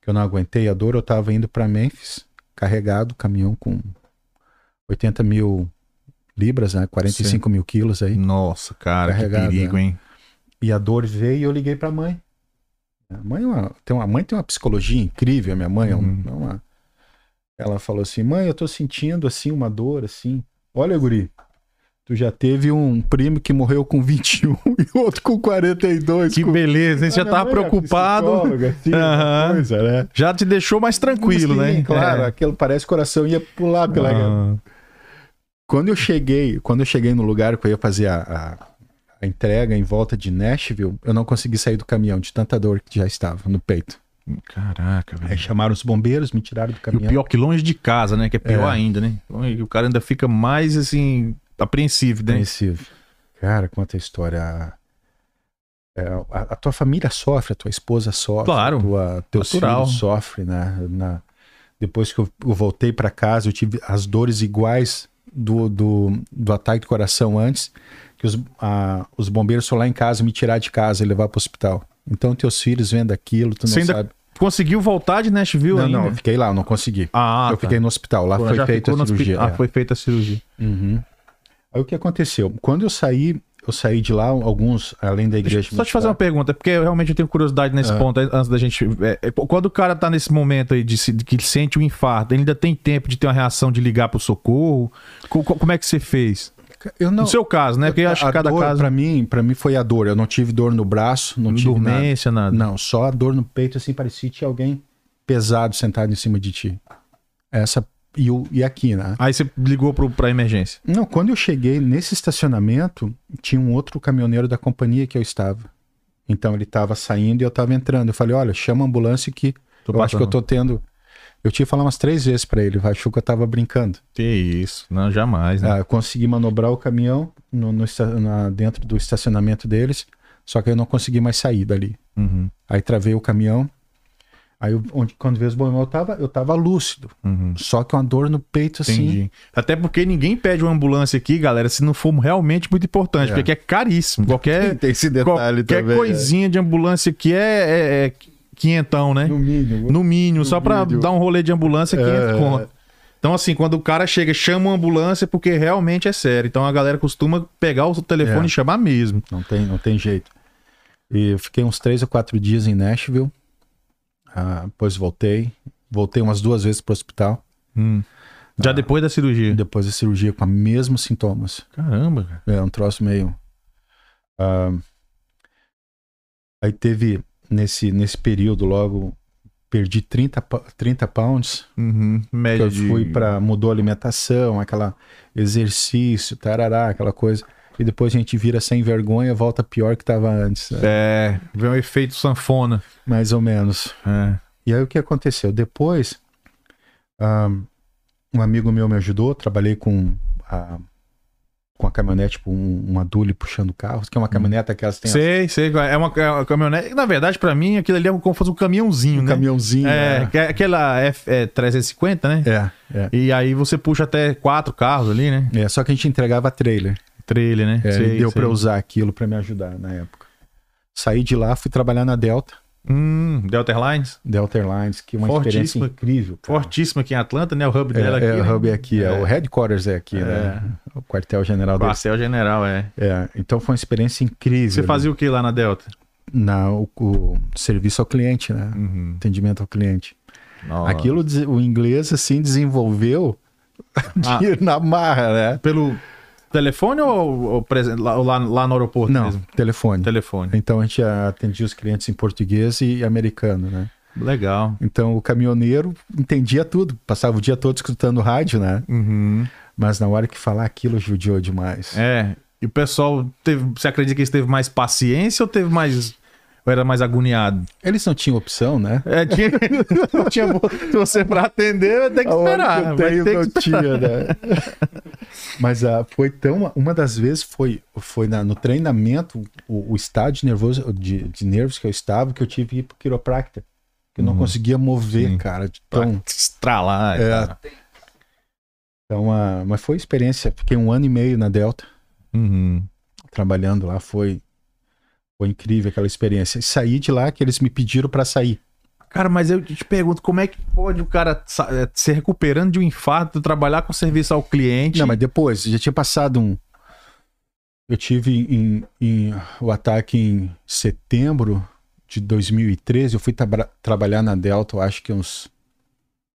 Speaker 3: que eu não aguentei a dor, eu tava indo pra Memphis, carregado, caminhão com 80 mil libras, né? 45 mil quilos aí.
Speaker 1: Nossa, cara,
Speaker 3: Carregado,
Speaker 1: que perigo, hein?
Speaker 3: E a dor veio e eu liguei pra mãe. A mãe, é uma, tem uma, a mãe tem uma psicologia incrível, a minha mãe. é um-
Speaker 1: Uhum.
Speaker 3: é uma- ela falou assim: mãe, eu tô sentindo assim uma dor assim. Olha, Guri, tu já teve um primo que morreu com 21 e outro com 42.
Speaker 1: Que
Speaker 3: com...
Speaker 1: beleza, hein? Você já
Speaker 3: A minha
Speaker 1: tava
Speaker 3: mãe é
Speaker 1: preocupado,
Speaker 3: psicóloga, assim, uma
Speaker 1: Aham.
Speaker 3: coisa, né?
Speaker 1: já te deixou mais tranquilo,
Speaker 3: Sim,
Speaker 1: né?
Speaker 3: Claro,
Speaker 1: É.
Speaker 3: aquilo parece que o coração ia pular pela.
Speaker 1: Ah,
Speaker 3: Quando eu cheguei, quando eu cheguei no lugar que eu ia fazer a, a- a entrega em volta de Nashville, eu não consegui sair do caminhão de tanta dor que já estava no peito.
Speaker 1: Ah, Caraca,
Speaker 3: Aí
Speaker 1: velho.
Speaker 3: chamaram os bombeiros, me tiraram
Speaker 1: E
Speaker 3: do
Speaker 1: o
Speaker 3: caminhão.
Speaker 1: pior que longe de casa, né? Que é pior
Speaker 3: É.
Speaker 1: ainda, né? E O cara ainda fica mais, assim, apreensivo, né?
Speaker 3: Apreensivo. Cara, quanta história. É, a, a tua família sofre, a tua esposa sofre,
Speaker 1: Claro.
Speaker 3: a tua, teus
Speaker 1: Natural.
Speaker 3: filhos sofrem, né? Na- depois que eu, eu voltei para casa, eu tive as dores iguais do, do, do ataque do coração antes, que os, a- os bombeiros foram lá em casa me tirar de casa e levar para o hospital. Então teus filhos vendo aquilo, tu não
Speaker 1: Você ainda
Speaker 3: sabe.
Speaker 1: Conseguiu voltar de Nashville
Speaker 3: Não,
Speaker 1: ainda?
Speaker 3: não, eu fiquei lá, eu não consegui.
Speaker 1: Ah,
Speaker 3: eu
Speaker 1: tá.
Speaker 3: fiquei no hospital, lá
Speaker 1: Pô,
Speaker 3: foi
Speaker 1: já
Speaker 3: feita
Speaker 1: ficou
Speaker 3: a
Speaker 1: no hospi-
Speaker 3: cirurgia.
Speaker 1: Ah,
Speaker 3: é.
Speaker 1: foi feita a cirurgia.
Speaker 3: Uhum. Aí o que aconteceu? Quando eu saí, eu saí de lá, alguns, além da igreja.
Speaker 1: Deixa eu só te fazer uma pergunta, porque eu realmente tenho curiosidade nesse
Speaker 3: Ah.
Speaker 1: ponto, antes da gente. é, é, quando o cara tá nesse momento aí de, se- de que sente o infarto, ele ainda tem tempo de ter uma reação de ligar pro socorro? Co- co- como é que você fez?
Speaker 3: Eu não.
Speaker 1: no seu caso, né? Porque eu acho
Speaker 3: a
Speaker 1: que cada
Speaker 3: dor,
Speaker 1: caso. é
Speaker 3: Pra mim, pra mim foi a dor. Eu não tive dor no braço, não tive nada.
Speaker 1: dormência, nada.
Speaker 3: Não, só a dor no peito, assim, parecia que tinha alguém pesado sentado em cima de ti. Essa. E, o- e aqui, né?
Speaker 1: Aí você ligou pro, pra emergência.
Speaker 3: Não, quando eu cheguei nesse estacionamento, tinha um outro caminhoneiro da companhia que eu estava. Então ele estava saindo e eu estava entrando. Eu falei, olha, chama a ambulância que
Speaker 1: Tô
Speaker 3: eu acho que eu
Speaker 1: passando.
Speaker 3: tô tendo. Eu tive que falar umas três vezes para ele, achou que eu tava brincando.
Speaker 1: Que isso, não, jamais, né?
Speaker 3: Ah, eu consegui manobrar o caminhão no, no esta- na- dentro do estacionamento deles, só que eu não consegui mais sair dali.
Speaker 1: Uhum,
Speaker 3: Aí travei o caminhão. Aí eu- onde, quando veio os bombeiros, eu tava, eu tava lúcido.
Speaker 1: uhum.
Speaker 3: Só que uma dor no peito, assim.
Speaker 1: Entendi. Até porque ninguém pede uma ambulância aqui, galera, se não for realmente muito importante,
Speaker 3: É. Então,
Speaker 1: porque aqui é caríssimo. Qualquer,
Speaker 3: Tem esse detalhe
Speaker 1: qualquer
Speaker 3: também, é.
Speaker 1: coisinha de ambulância aqui é, é, é quinhentão, né?
Speaker 3: é. No mínimo.
Speaker 1: No mínimo,
Speaker 3: No
Speaker 1: só pra
Speaker 3: mínimo.
Speaker 1: dar um rolê de ambulância, 500
Speaker 3: É.
Speaker 1: conto. Então, assim, quando o cara chega, chama uma ambulância porque realmente é sério. Então a galera costuma pegar o telefone
Speaker 3: É.
Speaker 1: e chamar mesmo.
Speaker 3: Não tem, não tem jeito. E eu fiquei uns três ou quatro dias em Nashville. Ah, depois voltei. Voltei umas duas vezes pro hospital.
Speaker 1: Hum. Já
Speaker 3: Ah.
Speaker 1: depois da
Speaker 3: E
Speaker 1: cirurgia.
Speaker 3: depois da cirurgia com os mesmos sintomas.
Speaker 1: Caramba, cara.
Speaker 3: É um troço meio. Ah, aí teve, nesse, nesse período logo, perdi 30, pa- 30 pounds.
Speaker 1: Uhum.
Speaker 3: que
Speaker 1: Média
Speaker 3: eu
Speaker 1: de...
Speaker 3: fui pra. Mudou a alimentação, aquela exercício, tarará, aquela coisa. E depois a gente vira sem vergonha, volta pior que tava antes. né?
Speaker 1: É, vem um efeito sanfona.
Speaker 3: Mais ou menos.
Speaker 1: É.
Speaker 3: E aí o que aconteceu? Depois, ah, um amigo meu me ajudou, trabalhei com a, com a caminhonete, tipo um, um adule puxando carros, que é uma caminhonete que elas têm
Speaker 1: Hum. Sei, sei. É uma, é uma caminhonete. Na verdade, pra mim, aquilo ali é como se fosse um caminhãozinho,
Speaker 3: um
Speaker 1: né?
Speaker 3: caminhãozinho.
Speaker 1: É, que é aquela F, é, 350, né?
Speaker 3: né? é, é.
Speaker 1: E aí você puxa até quatro carros ali, né?
Speaker 3: É, só que a gente entregava trailer.
Speaker 1: Trailer, né?
Speaker 3: É,
Speaker 1: Sei,
Speaker 3: e deu
Speaker 1: sei.
Speaker 3: pra eu usar aquilo pra me ajudar na época. Saí de lá, fui trabalhar na Delta,
Speaker 1: Hum, Delta Airlines.
Speaker 3: Delta Airlines, que é uma
Speaker 1: Fortíssima.
Speaker 3: experiência incrível. cara.
Speaker 1: Fortíssima aqui em Atlanta, né? O hub
Speaker 3: É,
Speaker 1: dela aqui.
Speaker 3: é,
Speaker 1: né?
Speaker 3: o hub é aqui, é, o headquarters é aqui,
Speaker 1: É.
Speaker 3: né? O quartel-general deles.
Speaker 1: Quartel General, é.
Speaker 3: É, então foi uma experiência incrível.
Speaker 1: Você
Speaker 3: né?
Speaker 1: fazia o que lá na Delta?
Speaker 3: na, o, o serviço ao cliente, né?
Speaker 1: Uhum.
Speaker 3: Atendimento ao cliente.
Speaker 1: Nossa.
Speaker 3: Aquilo des- o inglês assim desenvolveu
Speaker 1: Ah.
Speaker 3: de, na marra, né?
Speaker 1: Pelo telefone ou, ou presen- lá, lá, lá no aeroporto
Speaker 3: Não,
Speaker 1: mesmo?
Speaker 3: telefone.
Speaker 1: Telefone.
Speaker 3: Então a gente atendia os clientes em português e americano, né?
Speaker 1: Legal.
Speaker 3: Então o caminhoneiro entendia tudo, passava o dia todo escutando rádio, né?
Speaker 1: Uhum.
Speaker 3: Mas na hora que falar aquilo judiou demais.
Speaker 1: É. E o pessoal teve. Você acredita que eles teve mais paciência ou teve mais. Ou era mais agoniado?
Speaker 3: Eles não tinham opção, né?
Speaker 1: É, tinha, não tinha bo- se você pra atender, vai ter que
Speaker 3: A hora
Speaker 1: esperar. né?
Speaker 3: que eu
Speaker 1: vai
Speaker 3: tenho,
Speaker 1: ter
Speaker 3: não
Speaker 1: que esperar.
Speaker 3: tinha, né? Mas ah, foi tão. Uma das vezes foi, foi na- no treinamento, o, o estado de, nervoso, de, de nervos que eu estava, que eu tive que ir pro quiropracta. Que eu não conseguia mover,
Speaker 1: Uhum. Sim.
Speaker 3: cara. de
Speaker 1: Pra
Speaker 3: tão-
Speaker 1: estralar.
Speaker 3: É.
Speaker 1: cara.
Speaker 3: então, ah, mas foi experiência. Fiquei um ano e meio na Delta,
Speaker 1: Uhum.
Speaker 3: trabalhando lá. Foi, foi incrível aquela experiência. E saí de lá que eles me pediram para sair.
Speaker 1: Cara, mas eu te pergunto, como é que pode o cara sa- eh, se recuperando de um infarto, trabalhar com serviço ao cliente?
Speaker 3: Não, mas depois, já tinha passado um. Eu tive em, em- o ataque em setembro de 2013. Eu fui tabra- trabalhar na Delta, eu acho que uns,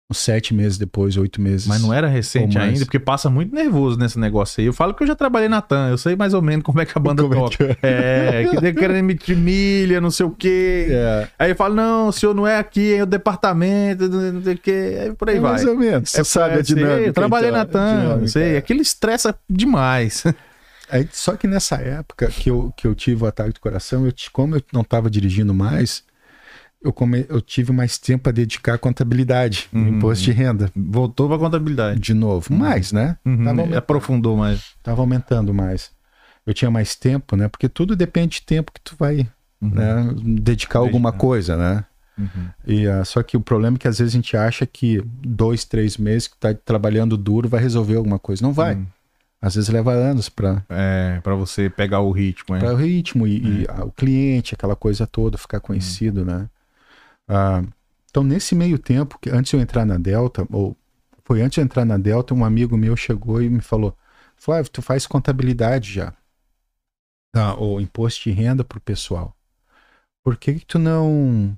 Speaker 3: uns sete meses depois, oito meses.
Speaker 1: Mas não é era recente
Speaker 3: Ou mais.
Speaker 1: ainda, porque passa muito nervoso nesse negócio aí. Eu falo que eu já trabalhei na TAM, eu sei mais ou menos como é que a banda
Speaker 3: Como é
Speaker 1: toca. É, que deu querendo me de milha, não sei o quê.
Speaker 3: É,
Speaker 1: Aí eu falo, não, o senhor não é aqui, é o departamento, não sei o quê. Aí por aí
Speaker 3: é
Speaker 1: vai. é,
Speaker 3: mais ou menos. Você sabe a
Speaker 1: sei,
Speaker 3: dinâmica.
Speaker 1: eu trabalhei
Speaker 3: então,
Speaker 1: na TAM,
Speaker 3: a dinâmica,
Speaker 1: não sei.
Speaker 3: é.
Speaker 1: Aquilo estressa demais.
Speaker 3: Aí, só que nessa época que eu, que eu tive o ataque do coração, eu, ti- como eu não estava dirigindo mais, eu, come- eu tive mais tempo a dedicar à contabilidade, no
Speaker 1: Uhum.
Speaker 3: imposto de renda,
Speaker 1: Voltou pra contabilidade.
Speaker 3: É, de novo. Mais, né?
Speaker 1: Uhum,
Speaker 3: Tava aumentando.
Speaker 1: Aprofundou mais.
Speaker 3: tava aumentando mais. Eu tinha mais tempo, né? Porque tudo depende de tempo que tu vai
Speaker 1: Uhum.
Speaker 3: né, dedicar a alguma coisa, né? E, ah, só que o problema é que às vezes a gente acha que dois, três meses que tá trabalhando duro vai resolver alguma coisa. Não
Speaker 1: Uhum.
Speaker 3: vai. Às vezes leva anos para
Speaker 1: É, pra você pegar o ritmo, né?
Speaker 3: o ritmo e, e, ah, o cliente, aquela coisa toda, ficar conhecido, né? Ah, então, nesse meio tempo, que antes de eu entrar na Delta, ou foi antes de eu entrar na Delta, um amigo meu chegou e me falou: Flávio, tu faz contabilidade já. Ah, ou imposto de renda pro pessoal. Por que, que tu não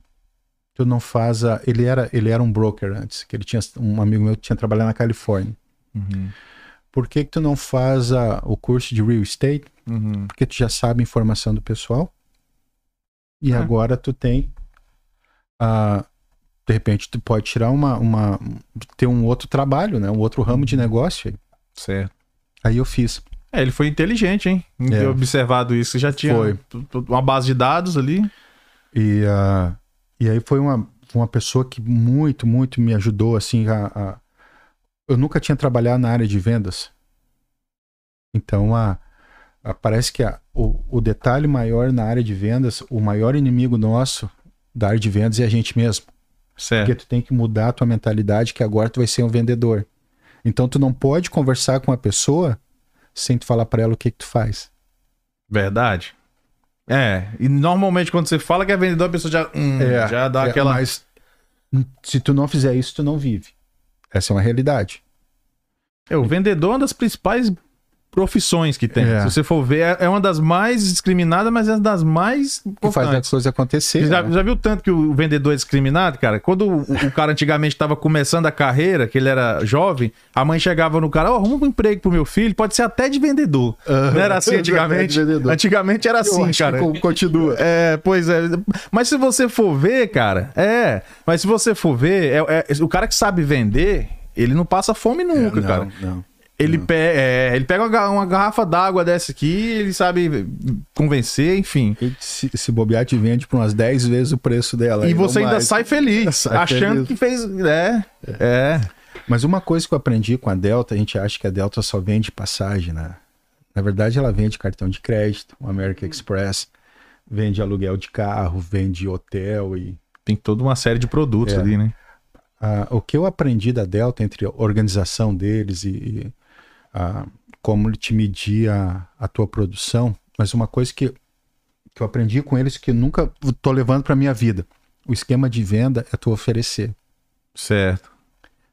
Speaker 3: tu não faz a ele era ele era um broker antes, que ele tinha um amigo meu que tinha trabalhado na Califórnia.
Speaker 1: Uhum.
Speaker 3: Por que que tu não faz a, o curso de real estate?
Speaker 1: Uhum.
Speaker 3: Porque tu já sabe a informação do pessoal. E
Speaker 1: Ah.
Speaker 3: agora tu tem a de repente tu pode tirar uma, uma ter um outro trabalho, né? Um outro ramo de negócio. aí.
Speaker 1: Certo.
Speaker 3: Aí eu fiz.
Speaker 1: É, ele foi inteligente, hein? Em ter
Speaker 3: É.
Speaker 1: observado isso. Já tinha
Speaker 3: Foi.
Speaker 1: t- t- uma base de dados ali.
Speaker 3: E, ah, e aí foi uma, uma pessoa que muito, muito me ajudou, assim, a, a- Eu nunca tinha trabalhado na área de vendas. Então, a, a- parece que a- o, o detalhe maior na área de vendas, o maior inimigo nosso da área de vendas é a gente mesmo.
Speaker 1: Certo.
Speaker 3: Porque tu tem que mudar a tua mentalidade que agora tu vai ser um vendedor. Então, tu não pode conversar com a pessoa sem tu falar para ela o que que tu faz.
Speaker 1: Verdade. É, e normalmente quando você fala que é vendedor, a pessoa já, hum,
Speaker 3: É,
Speaker 1: já dá
Speaker 3: é,
Speaker 1: aquela.
Speaker 3: Mas se tu não fizer isso, tu não vive. Essa é uma realidade.
Speaker 1: É, o vendedor é uma das principais profissões que tem.
Speaker 3: É.
Speaker 1: Se você for ver, é é uma das mais discriminadas, mas é uma das mais
Speaker 3: que faz a
Speaker 1: importantes.
Speaker 3: coisa acontecer.
Speaker 1: Você já,
Speaker 3: né?
Speaker 1: já viu tanto que o vendedor é discriminado, cara? Quando o, o cara antigamente estava começando a carreira, que ele era jovem, a mãe chegava no cara, ó, arruma um emprego pro meu filho, pode ser até de vendedor. Não era assim antigamente?
Speaker 3: De vendedor.
Speaker 1: Antigamente era assim, cara.
Speaker 3: co- continua.
Speaker 1: É, pois é. Mas se você for ver, cara, é. Mas se você for ver, é- é- o cara que sabe vender, ele não passa fome nunca,
Speaker 3: É, não,
Speaker 1: cara.
Speaker 3: não.
Speaker 1: Ele, pe- é, ele pega uma ga- uma garrafa d'água dessa aqui, ele sabe convencer, enfim.
Speaker 3: Ele se, se bobear, te vende por umas 10 vezes o preço dela.
Speaker 1: E
Speaker 3: não
Speaker 1: você ainda
Speaker 3: mais.
Speaker 1: sai feliz,
Speaker 3: Sai
Speaker 1: achando
Speaker 3: feliz.
Speaker 1: que fez.
Speaker 3: né?
Speaker 1: É, é.
Speaker 3: Mas uma coisa que eu aprendi com a Delta, a gente acha que a Delta só vende passagem, né? Na verdade, ela vende cartão de crédito, o American Express, vende aluguel de carro, vende hotel e
Speaker 1: Tem toda uma série de produtos
Speaker 3: É.
Speaker 1: ali, né?
Speaker 3: Ah, o que eu aprendi da Delta entre a organização deles e, e, ah, como te medir a, a tua produção, mas uma coisa que, que eu aprendi com eles que eu nunca tô levando para minha vida. O esquema de venda é tu oferecer.
Speaker 1: Certo.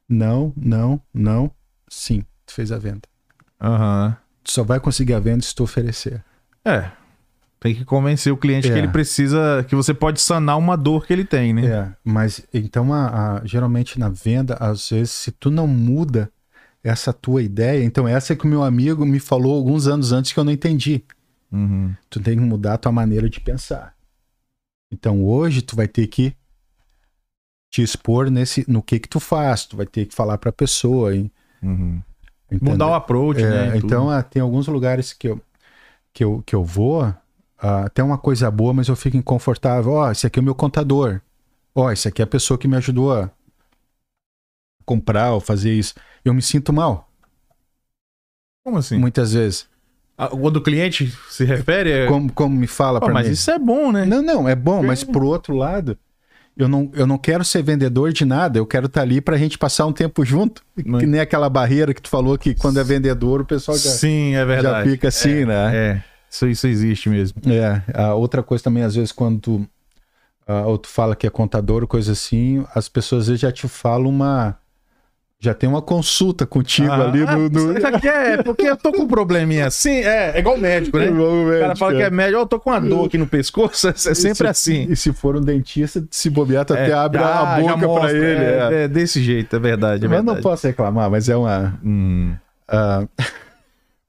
Speaker 3: Não, não, não, sim, tu fez a venda.
Speaker 1: Aham.
Speaker 3: Tu só vai conseguir a venda se tu oferecer.
Speaker 1: É. Tem que convencer o cliente
Speaker 3: É.
Speaker 1: que ele precisa. Que você pode sanar uma dor que ele tem, né?
Speaker 3: É, mas então a- a- geralmente na venda, às vezes, se tu não muda essa tua ideia, então essa é que o meu amigo me falou alguns anos antes que eu não entendi.
Speaker 1: Uhum.
Speaker 3: tu tem que mudar a tua maneira de pensar. Então hoje tu vai ter que te expor nesse no que que tu faz, tu vai ter que falar para a pessoa, hein?
Speaker 1: Uhum.
Speaker 3: Entendeu?
Speaker 1: Mudar o approach,
Speaker 3: É,
Speaker 1: né? e tudo.
Speaker 3: então ah, tem alguns lugares que eu que eu, que eu vou, ah, tem uma coisa boa, mas eu fico inconfortável. Ó, esse aqui é o meu contador. Ó, esse aqui é a pessoa que me ajudou a comprar ou fazer isso. Eu me sinto mal
Speaker 1: Como assim?
Speaker 3: muitas vezes.
Speaker 1: Ah, Quando o cliente se refere, é...
Speaker 3: Como como me fala
Speaker 1: Pô,
Speaker 3: para
Speaker 1: mas
Speaker 3: mim.
Speaker 1: isso é bom, né?
Speaker 3: Não, não, é bom,
Speaker 1: Sim.
Speaker 3: mas por outro lado, eu não, eu não quero ser vendedor de nada, eu quero estar ali pra gente passar um tempo junto.
Speaker 1: Mas-
Speaker 3: Que nem aquela barreira que tu falou que quando é vendedor o pessoal já,
Speaker 1: Sim, é
Speaker 3: já
Speaker 1: verdade.
Speaker 3: fica assim, né?
Speaker 1: É, isso, isso existe mesmo.
Speaker 3: É, a outra coisa também, às vezes, quando tu, ah, ou tu fala que é contador, coisa assim, as pessoas às vezes já te falam uma. Já tem uma consulta contigo
Speaker 1: Ah,
Speaker 3: ali
Speaker 1: ah,
Speaker 3: no. no...
Speaker 1: Isso aqui é, porque eu tô com um probleminha assim, é, é igual médico, né? O cara fala que é médico, ó, eu tô com uma dor aqui no pescoço, é sempre assim.
Speaker 3: E se for um dentista, se bobear, tu
Speaker 1: É,
Speaker 3: até abre
Speaker 1: ah,
Speaker 3: a
Speaker 1: já
Speaker 3: boca pra
Speaker 1: mostra,
Speaker 3: ele. é.
Speaker 1: É, é desse jeito, é verdade. É
Speaker 3: Mas não
Speaker 1: verdade.
Speaker 3: posso reclamar, mas é uma.
Speaker 1: Hum.
Speaker 3: ah,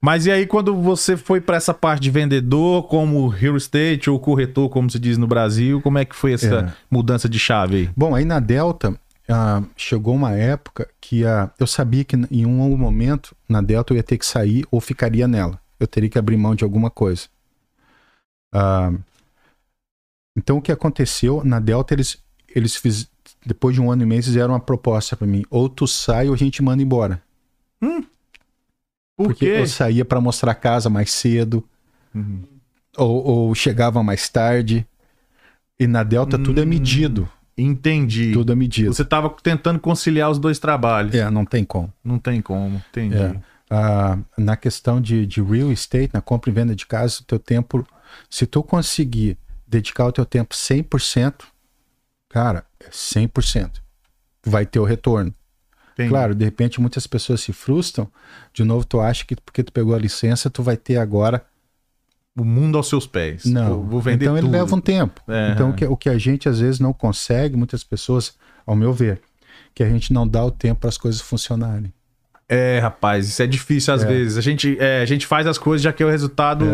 Speaker 1: Mas e aí, quando você foi pra essa parte de vendedor, como real estate ou corretor, como se diz no Brasil, como é que foi essa mudança de chave aí?
Speaker 3: Bom, aí na Delta, ah, chegou uma época que ah, eu sabia que em um algum momento na Delta eu ia ter que sair ou ficaria nela. Eu teria que abrir mão de alguma coisa. Ah, então o que aconteceu na Delta, eles, eles fiz, depois de um ano e meio fizeram uma proposta pra mim: ou tu sai ou a gente manda embora.
Speaker 1: Por
Speaker 3: Porque
Speaker 1: quê?
Speaker 3: eu saía pra mostrar a casa mais cedo
Speaker 1: Uhum.
Speaker 3: ou, ou chegava mais tarde. E na Delta tudo é
Speaker 1: Hum.
Speaker 3: medido,
Speaker 1: Entendi.
Speaker 3: tudo é medido.
Speaker 1: Você tava tentando conciliar os dois trabalhos.
Speaker 3: É, não tem como.
Speaker 1: Não tem como, entendi.
Speaker 3: É. Ah, na questão de, de real estate, na compra e venda de casa, o teu tempo, se tu conseguir dedicar o teu tempo 100%, cara, é 100%. Vai ter o retorno.
Speaker 1: Entendi.
Speaker 3: Claro, de repente muitas pessoas se frustram. De novo, tu acha que porque tu pegou a licença, tu vai ter agora.
Speaker 1: O mundo aos seus pés.
Speaker 3: Não.
Speaker 1: Vou, vou vender
Speaker 3: então
Speaker 1: tudo.
Speaker 3: ele leva um tempo.
Speaker 1: É.
Speaker 3: Então o que, o que a gente às vezes não consegue, muitas pessoas, ao meu ver, que a gente não dá o tempo para as coisas funcionarem.
Speaker 1: É, rapaz, isso é difícil às
Speaker 3: É.
Speaker 1: vezes. A gente, é, a gente faz as coisas já que é o resultado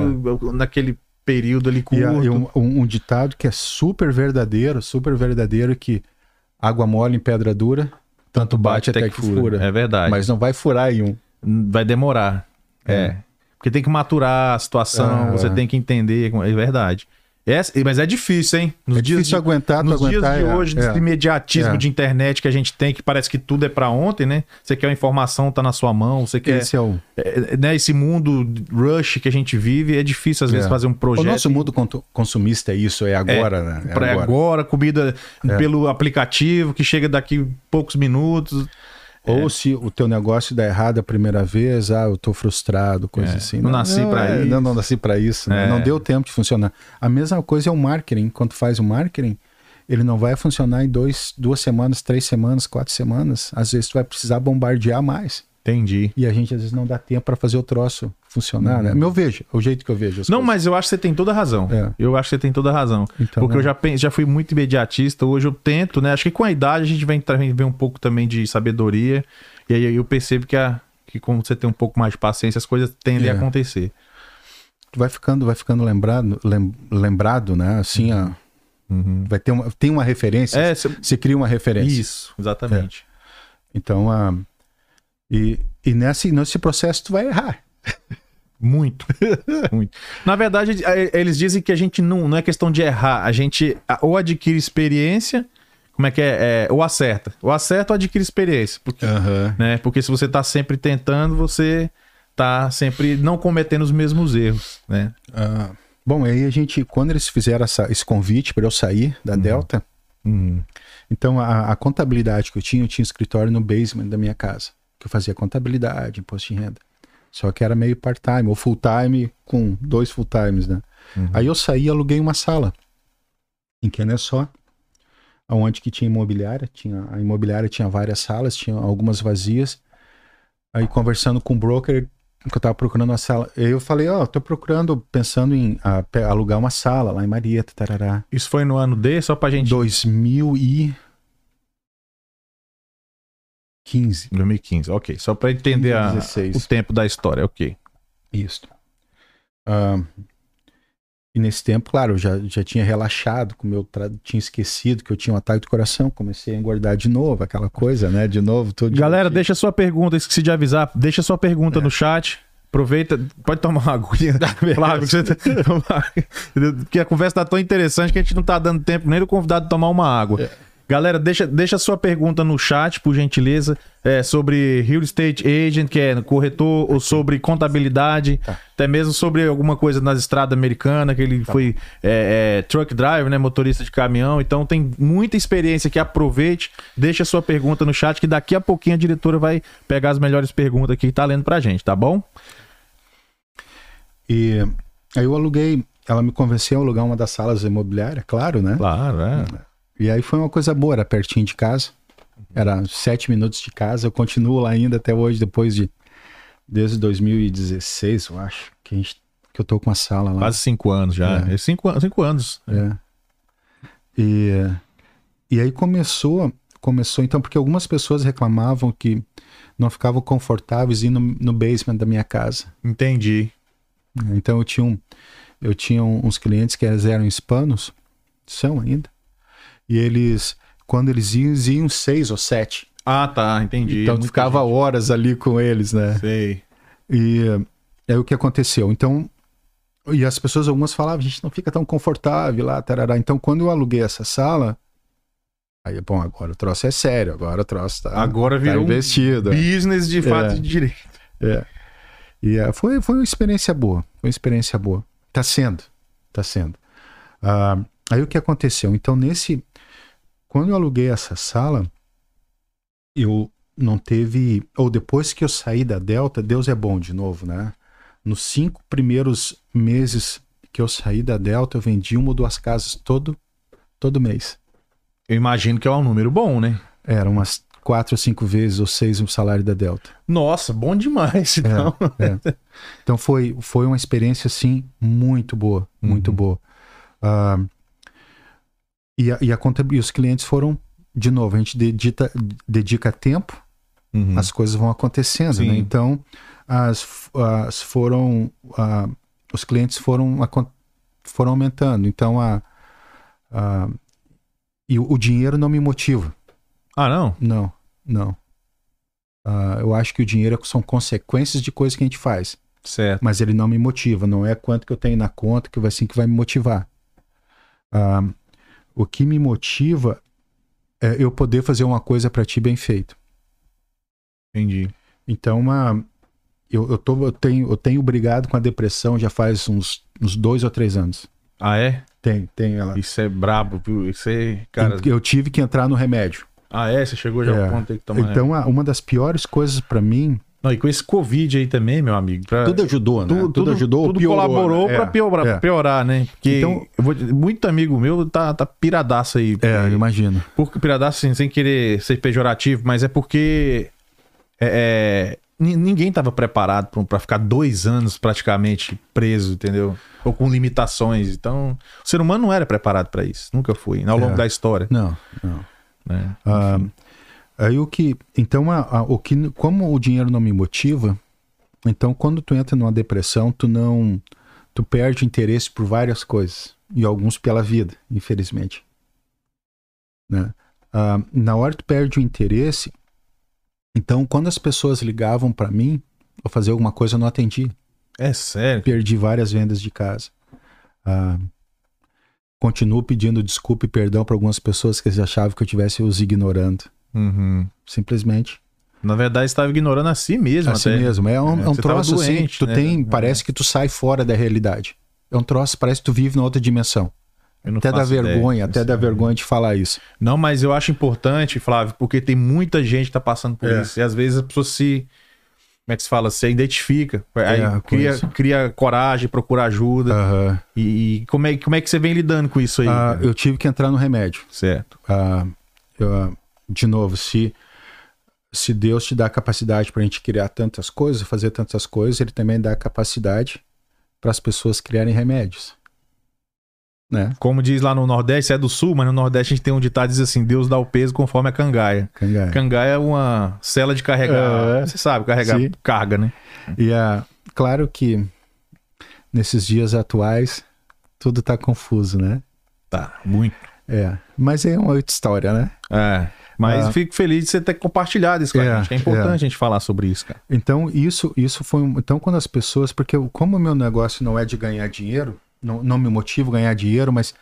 Speaker 1: naquele período ali
Speaker 3: É. E
Speaker 1: curto.
Speaker 3: a- e um, um- um ditado que é super verdadeiro, super verdadeiro, que água mole em pedra dura, tanto bate, até, que fura.
Speaker 1: É verdade.
Speaker 3: Mas não vai furar em um.
Speaker 1: Vai demorar. É. Porque tem que maturar a situação,
Speaker 3: Ah.
Speaker 1: você tem que entender. É verdade. Essa- mas é difícil, hein? Nos
Speaker 3: é
Speaker 1: dias
Speaker 3: difícil
Speaker 1: de-
Speaker 3: aguentar, tu
Speaker 1: Nos dias
Speaker 3: aguentar.
Speaker 1: de
Speaker 3: é,
Speaker 1: hoje,
Speaker 3: é.
Speaker 1: desse imediatismo
Speaker 3: É.
Speaker 1: de internet que a gente tem, que parece que tudo é pra ontem, né? Você quer a informação, tá na sua mão, você quer.
Speaker 3: Esse é o,
Speaker 1: é, né, esse mundo rush que a gente vive, é difícil às vezes
Speaker 3: É.
Speaker 1: fazer um
Speaker 3: o
Speaker 1: projeto.
Speaker 3: nosso mundo contu- consumista é isso, é agora, É. né? É
Speaker 1: Pra agora, comida pelo aplicativo que chega daqui poucos minutos. É.
Speaker 3: Ou se o teu negócio dá errado a primeira vez, ah, eu tô frustrado, coisa
Speaker 1: É,
Speaker 3: assim.
Speaker 1: não nasci pra
Speaker 3: é,
Speaker 1: isso.
Speaker 3: Não, não nasci pra isso, né?
Speaker 1: É.
Speaker 3: Não deu tempo de funcionar. A mesma coisa é o marketing. Quando tu faz o marketing, ele não vai funcionar em dois, duas semanas, três semanas, quatro semanas. Às vezes tu vai precisar bombardear mais.
Speaker 1: Entendi.
Speaker 3: E a gente às vezes não dá tempo para fazer o troço funcionar, né? Meu vejo, é o jeito que eu vejo. as
Speaker 1: Uhum. Não,
Speaker 3: coisas.
Speaker 1: mas eu acho que você tem toda a razão.
Speaker 3: É.
Speaker 1: Eu acho que você tem toda a razão.
Speaker 3: Então,
Speaker 1: Porque
Speaker 3: é.
Speaker 1: eu já, pen- já fui muito imediatista, hoje eu tento, né? Acho que com a idade a gente vem, tra- vem um pouco também de sabedoria. E aí eu percebo que, a, que como você tem um pouco mais de paciência, as coisas tendem
Speaker 3: É.
Speaker 1: a acontecer.
Speaker 3: Tu vai ficando, vai ficando lembrado, lem- lembrado, né? Assim, ó, vai ter uma, tem uma referência.
Speaker 1: Uhum. É, cê-
Speaker 3: Você cria uma referência.
Speaker 1: isso,
Speaker 3: É.
Speaker 1: exatamente.
Speaker 3: Então, a e, e nesse, nesse processo tu vai errar.
Speaker 1: Muito. muito. Na verdade, eh, eles dizem que a gente não, não é questão de errar. A gente ah, ou adquire experiência, como é que é? É, ou acerta. Ou acerta ou adquire experiência. Porque,
Speaker 3: É.
Speaker 1: né? porque se você tá sempre tentando, você tá sempre não cometendo os mesmos erros, né?
Speaker 3: Ah, bom, aí a gente, quando eles fizeram essa- esse convite para eu sair da Delta, então a, a contabilidade que eu tinha, eu tinha escritório no basement da minha casa, que eu fazia contabilidade, imposto de renda. Só que era meio part-time, ou full-time com dois full-times, né? Aí eu saí e aluguei uma sala em Kennesaw, onde que tinha imobiliária, tinha, a imobiliária tinha várias salas, tinha algumas vazias. Aí conversando com o broker, que eu tava procurando uma sala, eu falei, ó, tô procurando, pensando em ah, pe- alugar uma sala lá em Marieta, tarará.
Speaker 1: Isso foi no ano D, só pra gente.
Speaker 3: 2015.
Speaker 1: 2015, ok. Só pra entender a-
Speaker 3: 2016.
Speaker 1: o tempo da história, ok.
Speaker 3: Isso. Ah, e nesse tempo, claro, eu já, já tinha relaxado, com o meu tra- tinha esquecido que eu tinha um ataque do coração, comecei a engordar de novo, aquela coisa, né? De novo, tudo.
Speaker 1: Galera, deixa sua pergunta, esqueci de avisar. Deixa sua pergunta no chat. Aproveita, pode tomar uma aguinha, Flávio, que você tá- tomar- porque a conversa tá tão interessante que a gente não tá dando tempo nem do convidado tomar uma água. Galera, deixa, deixa sua pergunta no chat, por gentileza, é, sobre real estate agent, que é corretor, ou sobre contabilidade,
Speaker 3: Tá.
Speaker 1: até mesmo sobre alguma coisa nas estradas americanas, que ele foi é, é, truck driver, né, motorista de caminhão. Então tem muita experiência aqui, aproveite, deixa sua pergunta no chat, que daqui a pouquinho a diretora vai pegar as melhores perguntas aqui e tá lendo pra gente, tá bom?
Speaker 3: Hum. E aí eu aluguei, ela me convenceu a alugar uma das salas imobiliárias, claro, né?
Speaker 1: Claro, é.
Speaker 3: E aí foi uma coisa boa, era pertinho de casa. Era sete minutos de casa. Eu continuo lá ainda até hoje, depois de. Desde 2016, eu acho, que, a gente, que eu tô com a sala lá.
Speaker 1: Quase cinco anos já. É. Cinco, an- cinco anos.
Speaker 3: É. E, e aí começou, começou então, porque algumas pessoas reclamavam que não ficavam confortáveis indo no basement da minha casa.
Speaker 1: Entendi.
Speaker 3: Então eu tinha, um, eu tinha um- uns clientes que eles eram hispanos, são ainda, e eles, quando eles iam, eles iam seis ou sete.
Speaker 1: Ah, tá, entendi.
Speaker 3: então tu
Speaker 1: Muita
Speaker 3: ficava horas ali com eles, né?
Speaker 1: gente. Sei.
Speaker 3: E é o que aconteceu. Então, e as pessoas, algumas falavam, a gente não fica tão confortável lá, tarará. Então quando eu aluguei essa sala, aí, bom, agora o troço é sério, agora o troço tá,
Speaker 1: Agora
Speaker 3: tá
Speaker 1: virou um
Speaker 3: investido.
Speaker 1: business de fato
Speaker 3: É.
Speaker 1: de direito.
Speaker 3: É. E é, foi, foi uma experiência boa. Foi uma experiência boa. Tá sendo. Tá sendo. Ah, aí o que aconteceu? Então, nesse. Quando eu aluguei essa sala, eu não teve. Ou depois que eu saí da Delta, Deus é bom de novo, né? Nos cinco primeiros meses que eu saí da Delta, eu vendi uma ou duas casas todo, todo mês.
Speaker 1: Eu imagino que é um número bom, né?
Speaker 3: Era umas quatro ou cinco vezes ou seis o salário da Delta.
Speaker 1: Nossa, bom demais. Então.
Speaker 3: É. Então foi, foi uma experiência, assim, muito boa,
Speaker 1: Uhum.
Speaker 3: muito boa. Ah, e, a, e, a conta- e os clientes foram, de novo, a gente dedita, dedica tempo,
Speaker 1: Uhum.
Speaker 3: as coisas vão acontecendo,
Speaker 1: Sim.
Speaker 3: né? Então, as, f- as foram, ah, os clientes foram, acon- foram aumentando. Então, a, a- e o, o dinheiro não me motiva,
Speaker 1: Ah, não?
Speaker 3: não, não. Ah, eu acho que o dinheiro são consequências de coisas que a gente faz
Speaker 1: Certo.
Speaker 3: mas ele não me motiva. Não é quanto que eu tenho na conta que vai assim que vai me motivar. Ah, o que me motiva é eu poder fazer uma coisa pra ti bem feito.
Speaker 1: Entendi.
Speaker 3: Então, uma, eu, eu, tô, eu, tenho, eu tenho brigado com a depressão já faz uns, uns dois ou três anos.
Speaker 1: Ah, é?
Speaker 3: Tem, tem ela.
Speaker 1: Isso é brabo, viu? Isso é. Cara.
Speaker 3: Eu, eu tive que entrar no remédio.
Speaker 1: Ah, é? Você chegou já
Speaker 3: É.
Speaker 1: ao ponto de ter que né? tomar.
Speaker 3: então, a- uma das piores coisas pra mim.
Speaker 1: Não, e com esse Covid aí também, meu amigo. pra-
Speaker 3: Tudo ajudou, né?
Speaker 1: Tu- tudo, tudo colaborou
Speaker 3: né?
Speaker 1: pra
Speaker 3: É,
Speaker 1: piorar,
Speaker 3: é.
Speaker 1: piorar, né? Porque
Speaker 3: Então-
Speaker 1: eu vou dizer, muito amigo meu tá, tá piradaço aí.
Speaker 3: É, eu imagino.
Speaker 1: Porque piradaço, assim, sem querer ser pejorativo, mas é porque é, é, ni- ninguém estava preparado pra- pra ficar dois anos praticamente preso, entendeu? Ou com limitações. Então, o ser humano não era preparado pra isso. Nunca foi, ao longo
Speaker 3: É.
Speaker 1: da história.
Speaker 3: Não, não.
Speaker 1: Né?
Speaker 3: Ah, aí o que. Então, a- a- o que, como o dinheiro não me motiva, então quando tu entra numa depressão, tu não. Tu perde interesse por várias coisas. E alguns pela vida, infelizmente. Né? Ah, na hora que tu perde o interesse, então quando as pessoas ligavam pra mim pra fazer alguma coisa, eu não atendia.
Speaker 1: É sério.
Speaker 3: Perdi várias vendas de casa. Ah, continuo pedindo desculpa e perdão pra algumas pessoas que achavam que eu estivesse os ignorando
Speaker 1: Uhum.
Speaker 3: simplesmente
Speaker 1: Na verdade, estava ignorando a si mesmo.
Speaker 3: assim
Speaker 1: até.
Speaker 3: mesmo. É um,
Speaker 1: É,
Speaker 3: é um
Speaker 1: você tava
Speaker 3: troço
Speaker 1: doente,
Speaker 3: assim, tu
Speaker 1: né?
Speaker 3: tem,
Speaker 1: É.
Speaker 3: parece que tu sai fora da realidade. É um troço, parece que tu vive na outra dimensão.
Speaker 1: Eu não
Speaker 3: Até dá
Speaker 1: faço ideia, assim, né.
Speaker 3: vergonha,
Speaker 1: não
Speaker 3: até
Speaker 1: sei.
Speaker 3: dá vergonha de falar isso.
Speaker 1: Não, mas eu acho importante, Flávio, porque tem muita gente que tá passando por
Speaker 3: É.
Speaker 1: isso. E às vezes a pessoa se. Como é que se fala? Se identifica. Aí
Speaker 3: É, com
Speaker 1: cria,
Speaker 3: isso. É.
Speaker 1: cria coragem, procura ajuda.
Speaker 3: Aham.
Speaker 1: E, e como, é, como é que você vem lidando com isso Uhum. aí? né.
Speaker 3: Ah,
Speaker 1: cara?
Speaker 3: eu tive que entrar no remédio.
Speaker 1: Certo.
Speaker 3: Ah, eu, ah, de novo, se se Deus te dá a capacidade para a gente criar tantas coisas, fazer tantas coisas, ele também dá a capacidade para as pessoas criarem remédios. Né?
Speaker 1: Como diz lá no Nordeste, você é do Sul, mas no Nordeste a gente tem um ditado que diz assim: Deus dá o peso conforme a cangaia.
Speaker 3: Cangaia.
Speaker 1: Cangaia é uma cela de carregar.
Speaker 3: É.
Speaker 1: Você sabe, carregar
Speaker 3: Sim.
Speaker 1: carga, né?
Speaker 3: E ah, claro que nesses dias atuais tudo tá confuso, né?
Speaker 1: Tá, muito.
Speaker 3: É. Mas é uma outra história, né?
Speaker 1: É. Mas
Speaker 3: Ah.
Speaker 1: eu fico feliz de você ter compartilhado isso com
Speaker 3: É,
Speaker 1: a gente. É importante
Speaker 3: é.
Speaker 1: a gente falar sobre isso, cara.
Speaker 3: Então, isso, isso foi. um- Então, quando as pessoas. Porque eu- como o meu negócio não é de ganhar dinheiro, não, não me motivo a ganhar dinheiro, mas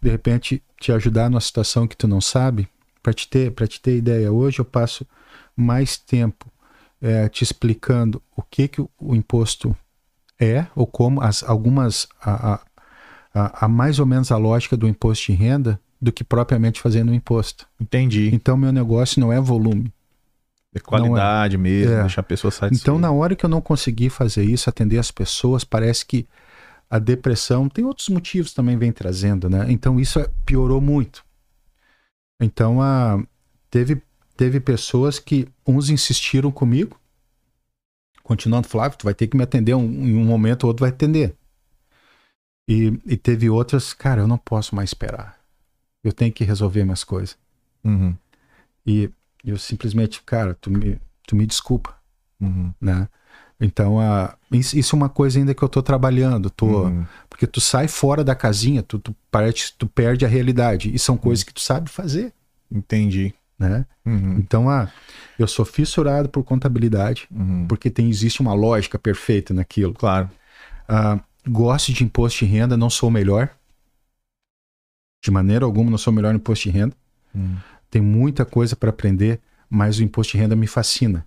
Speaker 3: de repente te ajudar numa situação que tu não sabe, para te ter, para te ter ideia, hoje eu passo mais tempo eh, te explicando o que, que o, o imposto é, ou como as, algumas. A, a, a, a mais ou menos a lógica do imposto de renda do que propriamente fazendo o imposto.
Speaker 1: Entendi.
Speaker 3: Então, meu negócio não é volume.
Speaker 1: É qualidade mesmo,
Speaker 3: É.
Speaker 1: deixar a pessoa satisfeita.
Speaker 3: Então, na hora que eu não consegui fazer isso, atender as pessoas, parece que a depressão tem outros motivos também vem trazendo, né? Então, isso é- piorou muito. Então, a, teve, teve pessoas que uns insistiram comigo, continuando, Flávio, tu vai ter que me atender um- em um momento, o outro vai atender. E, e teve outras, cara, eu não posso mais esperar. Eu tenho que resolver minhas coisas.
Speaker 1: Uhum,
Speaker 3: E eu simplesmente, cara, tu me, tu me desculpa
Speaker 1: uhum,
Speaker 3: né? Então, a, isso, isso é uma coisa ainda que eu tô trabalhando, tô,
Speaker 1: uhum.
Speaker 3: porque tu sai fora da casinha, tu, tu, parece, tu perde a realidade, e são
Speaker 1: Uhum.
Speaker 3: coisas que tu sabe fazer,
Speaker 1: Entendi.
Speaker 3: né?
Speaker 1: Uhum,
Speaker 3: Então, a, eu sou fissurado por contabilidade,
Speaker 1: uhum.
Speaker 3: porque tem, existe uma lógica perfeita naquilo.
Speaker 1: Claro.
Speaker 3: Ah, gosto de imposto de renda, não sou o melhor, de maneira alguma não sou o melhor em imposto de renda,
Speaker 1: Uhum.
Speaker 3: tem muita coisa para aprender, mas o imposto de renda me fascina.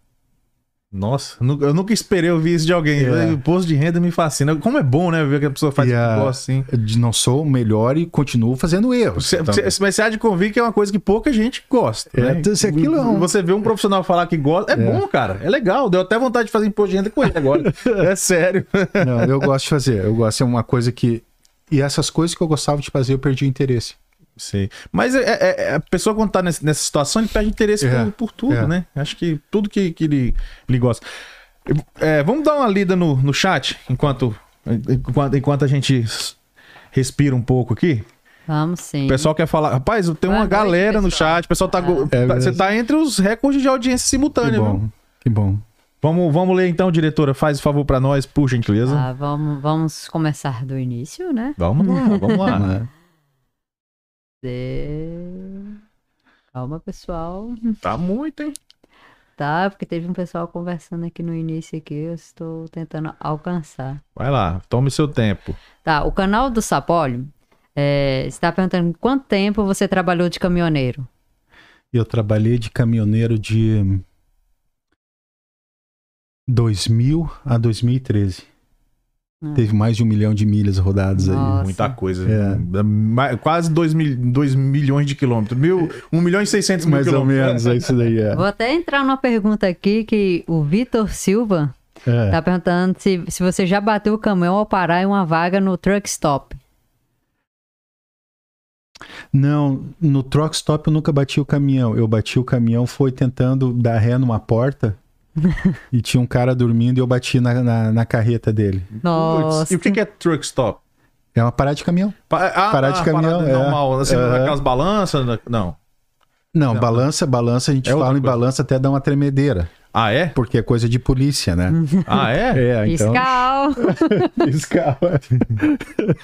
Speaker 1: Nossa, nu- eu nunca esperei ouvir isso de alguém.
Speaker 3: É.
Speaker 1: O imposto de renda me fascina. Como é bom, né? Ver que a pessoa faz
Speaker 3: E a-
Speaker 1: um negócio assim.
Speaker 3: Eu de- Não sou o melhor e continuo fazendo erros.
Speaker 1: Cê-
Speaker 3: Então-
Speaker 1: cê- mas você há de convir que é uma coisa que pouca gente gosta.
Speaker 3: É,
Speaker 1: né?
Speaker 3: então, se aquilo é um-
Speaker 1: Você vê um profissional falar que gosta. É, bom, cara. É legal. Deu até vontade de fazer imposto de renda com ele agora. é sério.
Speaker 3: Não, eu gosto de fazer. Eu gosto. É uma coisa que. E essas coisas que eu gostava de fazer, eu perdi o interesse.
Speaker 1: Sim. Mas é- é- é- a pessoa, quando tá nesse- nessa situação, ele perde interesse
Speaker 3: É,
Speaker 1: por, por tudo,
Speaker 3: é.
Speaker 1: né? Acho que tudo que, que ele, ele gosta. É, vamos dar uma lida no, no chat enquanto, enquanto, enquanto a gente respira um pouco aqui.
Speaker 2: Vamos sim.
Speaker 1: O pessoal quer falar. Rapaz, tem
Speaker 2: Boa
Speaker 1: uma
Speaker 2: noite,
Speaker 1: galera no
Speaker 2: pessoal.
Speaker 1: chat. O pessoal tá. go-
Speaker 3: É
Speaker 1: tá- você
Speaker 3: verdade.
Speaker 1: tá entre os recordes de audiência
Speaker 3: Que
Speaker 1: simultânea, viu?
Speaker 3: bom. Que bom.
Speaker 1: Vamos, vamos ler então, diretora. Faz o favor pra nós, por gentileza.
Speaker 2: Ah, vamos, vamos começar do início, né?
Speaker 1: Vamos lá, vamos lá.
Speaker 3: Né?
Speaker 2: De- Calma, pessoal.
Speaker 1: tá muito, hein?
Speaker 2: Tá, porque teve um pessoal conversando aqui no início aqui, eu estou tentando alcançar.
Speaker 1: Vai lá, tome seu tempo.
Speaker 2: Tá, o canal do Sapólio é, está perguntando quanto tempo você trabalhou de caminhoneiro?
Speaker 3: Eu trabalhei de caminhoneiro de 2000 a 2013.
Speaker 2: Ah.
Speaker 3: Teve mais de um milhão de milhas rodadas aí.
Speaker 2: Nossa.
Speaker 1: Muita coisa.
Speaker 3: É.
Speaker 1: Ma- Quase 2 milhões de quilômetros. Mil, 1 milhão e 600 mil
Speaker 3: Mais ou
Speaker 1: quilômetros.
Speaker 3: menos, é isso daí. É.
Speaker 2: Vou até entrar numa pergunta aqui que o Vitor Silva
Speaker 3: É.
Speaker 2: tá perguntando se, se você já bateu o caminhão ao parar em uma vaga no truck stop.
Speaker 3: Não, no truck stop eu nunca bati o caminhão. Eu bati o caminhão, foi tentando dar ré numa porta e tinha um cara dormindo e eu bati na, na, na carreta dele.
Speaker 1: Putz,
Speaker 2: Nossa.
Speaker 1: E o que que é truck stop?
Speaker 3: É uma parada de caminhão.
Speaker 1: Pa ah,
Speaker 3: Parar de
Speaker 1: ah,
Speaker 3: caminhão,
Speaker 1: parada
Speaker 3: é.
Speaker 1: normal. Assim,
Speaker 3: Aham.
Speaker 1: Aquelas balanças. na- Não.
Speaker 3: Não, balança, balança, a gente
Speaker 1: É outra
Speaker 3: fala em
Speaker 1: coisa.
Speaker 3: balança até dá uma tremedeira,
Speaker 1: Ah, é?
Speaker 3: porque é coisa de polícia, né?
Speaker 1: Ah, é?
Speaker 3: É, então.
Speaker 2: Fiscal.
Speaker 3: Fiscal.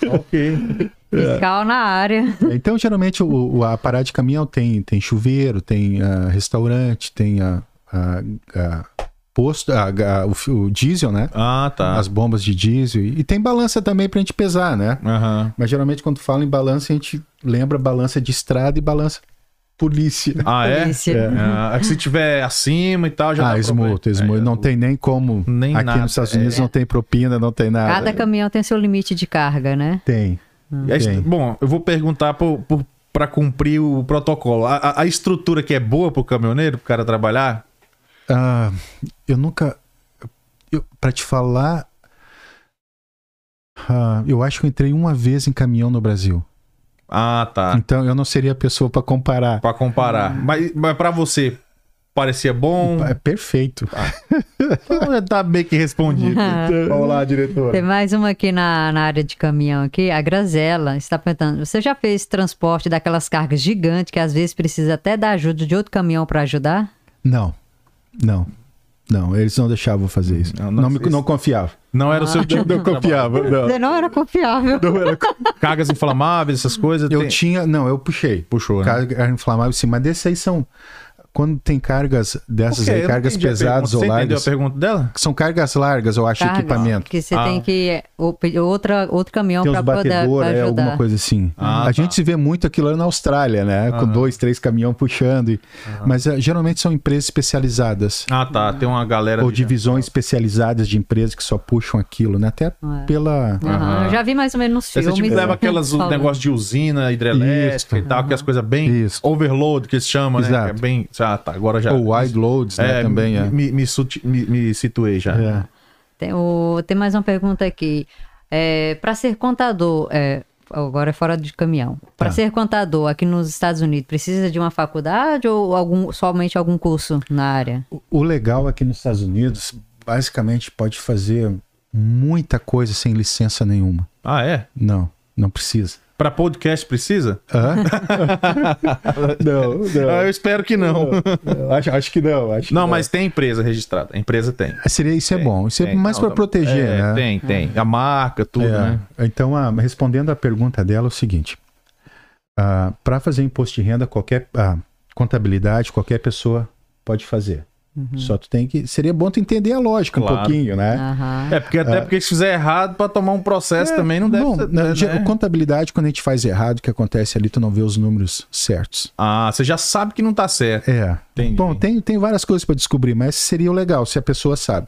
Speaker 3: É.
Speaker 1: ok.
Speaker 2: Fiscal na área.
Speaker 3: Então, geralmente, o, o- a parada de caminhão tem, tem chuveiro, tem ah, restaurante, tem a, a- a- posto, a- a- o, fi- o diesel, né?
Speaker 1: Ah, tá.
Speaker 3: As bombas de diesel. E, e tem balança também pra gente pesar, né?
Speaker 1: Aham.
Speaker 3: Mas geralmente, quando fala em balança, a gente lembra balança de estrada e balança polícia.
Speaker 1: Ah, é?
Speaker 2: Polícia.
Speaker 1: Ah, se tiver acima e tal, já
Speaker 3: Ah,
Speaker 1: dá
Speaker 3: esmoto,
Speaker 1: problema.
Speaker 3: esmoto.
Speaker 1: É,
Speaker 3: não tem nem como.
Speaker 1: Nem
Speaker 3: aqui
Speaker 1: nada,
Speaker 3: nos Estados Unidos
Speaker 1: é.
Speaker 3: não tem propina, não tem nada.
Speaker 2: Cada caminhão tem seu limite de carga, né?
Speaker 3: Tem.
Speaker 1: E a est-
Speaker 3: Tem.
Speaker 1: É, bom, eu vou perguntar pro- pro- pra cumprir o protocolo. A, a- a estrutura que é boa pro caminhoneiro, pro cara trabalhar?
Speaker 3: Ah, eu nunca. Eu, pra te falar. ah, eu acho que eu entrei uma vez em caminhão no Brasil.
Speaker 1: Ah, tá.
Speaker 3: Então eu não seria a pessoa pra comparar.
Speaker 1: Pra comparar. Mas, mas pra você, parecia bom?
Speaker 3: É perfeito.
Speaker 1: Ah,
Speaker 3: é
Speaker 1: Então, tá bem que respondido.
Speaker 3: Olá,
Speaker 2: Tem
Speaker 3: diretora.
Speaker 2: mais uma aqui na, na área de caminhão aqui. A Grazela está perguntando: você já fez transporte daquelas cargas gigantes que às vezes precisa até da ajuda de outro caminhão para ajudar?
Speaker 3: Não, não, não. Eles não deixavam fazer isso.
Speaker 1: Não,
Speaker 3: Não,
Speaker 1: não
Speaker 3: me-
Speaker 1: fez.
Speaker 3: não confiava.
Speaker 1: Não era o
Speaker 3: Ah.
Speaker 1: seu tipo.
Speaker 3: Não confiava. Não.
Speaker 2: Você não era confiável.
Speaker 3: Não era-
Speaker 1: Cargas inflamáveis, essas coisas.
Speaker 3: Eu
Speaker 1: tem-
Speaker 3: tinha, não, eu puxei.
Speaker 1: Puxou, né?
Speaker 3: Carga inflamável, sim, mas desses aí são. Quando tem cargas dessas
Speaker 1: Por quê?
Speaker 3: aí,
Speaker 1: Eu não
Speaker 3: cargas
Speaker 1: entendi a
Speaker 3: pesadas
Speaker 1: pergunta.
Speaker 3: ou
Speaker 1: Você entendeu a
Speaker 3: largas.
Speaker 1: pergunta dela?
Speaker 3: que São cargas largas, eu acho,
Speaker 2: Cargas
Speaker 3: equipamento.
Speaker 2: Que você
Speaker 1: Ah.
Speaker 2: tem que o- pe- outra, outro caminhão
Speaker 3: Tem
Speaker 2: para
Speaker 3: uns
Speaker 2: poder pra
Speaker 3: batedores, é, alguma
Speaker 2: ajudar.
Speaker 3: coisa assim.
Speaker 1: Ah,
Speaker 3: a
Speaker 1: tá.
Speaker 3: gente se vê muito aquilo lá na Austrália, né? Com dois, três caminhões puxando. e- Mas eh, geralmente são empresas especializadas.
Speaker 1: Ah, tá. Tem uma galera.
Speaker 3: Ou
Speaker 1: de-
Speaker 3: divisões especializadas de empresas que só puxam aquilo, né? Até pela.
Speaker 2: Aham,
Speaker 1: Aham.
Speaker 2: Eu já vi mais ou menos nos
Speaker 1: Você
Speaker 2: filmes.
Speaker 1: tipo, leva aquelas
Speaker 2: Falando.
Speaker 1: negócio de usina hidrelétrica
Speaker 3: Isso.
Speaker 1: e tal, que as coisas bem
Speaker 3: Isso.
Speaker 1: overload que se chama, né?
Speaker 3: Exato.
Speaker 1: Que é bem. Ah, tá. Agora já.
Speaker 3: Ou wide loads, né?
Speaker 1: É,
Speaker 3: Também é.
Speaker 1: Me, me suti- me- me situei já.
Speaker 3: É.
Speaker 2: Tem, o- tem mais uma pergunta aqui. para ser contador, é, agora é fora de caminhão. Para
Speaker 3: Tá.
Speaker 2: ser contador aqui nos Estados Unidos, precisa de uma faculdade ou algum- somente algum curso na área?
Speaker 3: O- O legal aqui nos Estados Unidos, basicamente, pode fazer muita coisa sem licença nenhuma.
Speaker 1: Ah, é?
Speaker 3: Não, não precisa.
Speaker 1: Pra podcast precisa?
Speaker 3: Hã? não, não.
Speaker 1: Ah, eu espero que não.
Speaker 3: Eu Acho, acho que não. Acho que
Speaker 1: Não, mas tem empresa registrada. A empresa tem.
Speaker 3: Seria, isso é
Speaker 1: Tem,
Speaker 3: bom. Isso é
Speaker 1: tem.
Speaker 3: mais
Speaker 1: Não,
Speaker 3: para
Speaker 1: tá-
Speaker 3: proteger,
Speaker 1: é,
Speaker 3: né?
Speaker 1: Tem, tem. A marca, tudo,
Speaker 3: É.
Speaker 1: né?
Speaker 3: Então, ah, respondendo à pergunta dela, é o seguinte: para fazer imposto de renda, qualquer ah, contabilidade, qualquer pessoa pode fazer. Só tu tem que. Seria bom tu entender a lógica
Speaker 1: Uhum. Claro.
Speaker 3: um pouquinho, né?
Speaker 2: Aham.
Speaker 1: É, porque até porque se fizer errado, pra tomar um processo também não deve
Speaker 3: É, Bom,
Speaker 1: ser,
Speaker 3: na-
Speaker 1: né?
Speaker 3: ge- Contabilidade, quando a gente faz errado, o que acontece ali, tu não vê os números certos.
Speaker 1: Ah, você já sabe que não tá certo.
Speaker 3: É.
Speaker 1: Entendi.
Speaker 3: Bom, tem, tem várias coisas para descobrir, mas seria o legal se a pessoa sabe.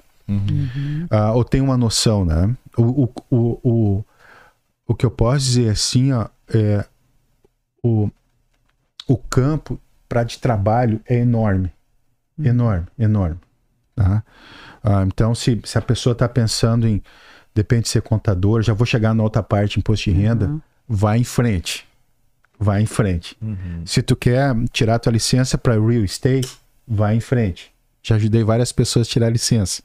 Speaker 3: Ah, ou tem uma noção, né? O, o, o, o, o que eu posso dizer assim, ó, é o, o campo para de trabalho é enorme. Enorme, enorme. tá? Ah, então, se, se a pessoa está pensando em, depende de ser contador, já vou chegar na outra parte, imposto de renda, vai em frente. Vai em frente. Se tu quer tirar tua licença para real estate, vai em frente. Já ajudei várias pessoas a tirar licença.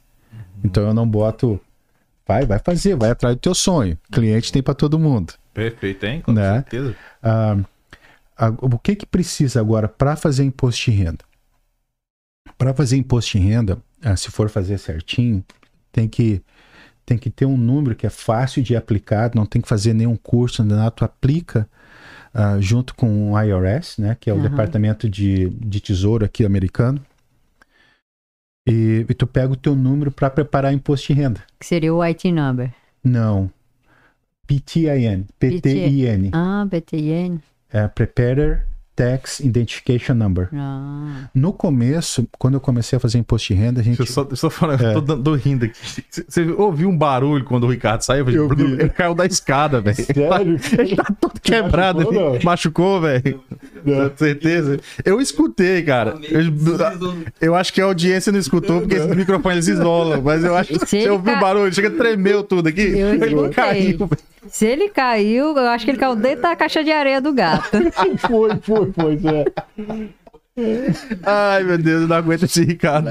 Speaker 3: Então eu não boto. Vai, vai fazer, vai atrás do teu sonho. Cliente tem para todo mundo.
Speaker 1: Perfeito, hein? Com
Speaker 3: Né?
Speaker 1: certeza.
Speaker 3: Ah, a- o que que precisa agora para fazer imposto de renda? Para fazer imposto de renda, ah, se for fazer certinho, tem que tem que ter um número que é fácil de aplicar, não tem que fazer nenhum curso, nada, tu aplica ah, junto com o IRS, né, que é o Departamento de, de Tesouro aqui americano, e, e tu pega o teu número para preparar imposto de renda.
Speaker 2: Que seria o IT number.
Speaker 3: Não, PTIN, PTIN.
Speaker 2: Ah, BTN.
Speaker 3: É Preparer Tax Identification Number.
Speaker 2: Ah.
Speaker 3: No começo, quando eu comecei a fazer imposto de renda, a gente.
Speaker 1: Deixa eu só, deixa eu só falar,
Speaker 3: É.
Speaker 1: eu tô, dando- tô rindo aqui. Você- Você ouviu um barulho quando o Ricardo saiu?
Speaker 3: Eu vi.
Speaker 1: Ele caiu da escada, velho.
Speaker 3: Sério?
Speaker 1: Ele tá todo quebrado.
Speaker 3: Machucou,
Speaker 1: ele
Speaker 3: não?
Speaker 1: Machucou, velho. Com certeza. Eu escutei, cara. Eu, eu acho que a audiência não escutou, porque esses microfones eles isolam. Mas eu acho que
Speaker 2: Se ele
Speaker 1: você ouviu o
Speaker 2: ca-
Speaker 1: barulho, chega, tremeu tudo aqui.
Speaker 2: Eu
Speaker 1: ele
Speaker 2: escutei.
Speaker 1: caiu, velho.
Speaker 2: Se ele caiu, eu acho que ele caiu dentro da caixa de areia do gato.
Speaker 3: foi, foi, foi.
Speaker 1: Ai, meu Deus, eu não aguento esse Ricardo.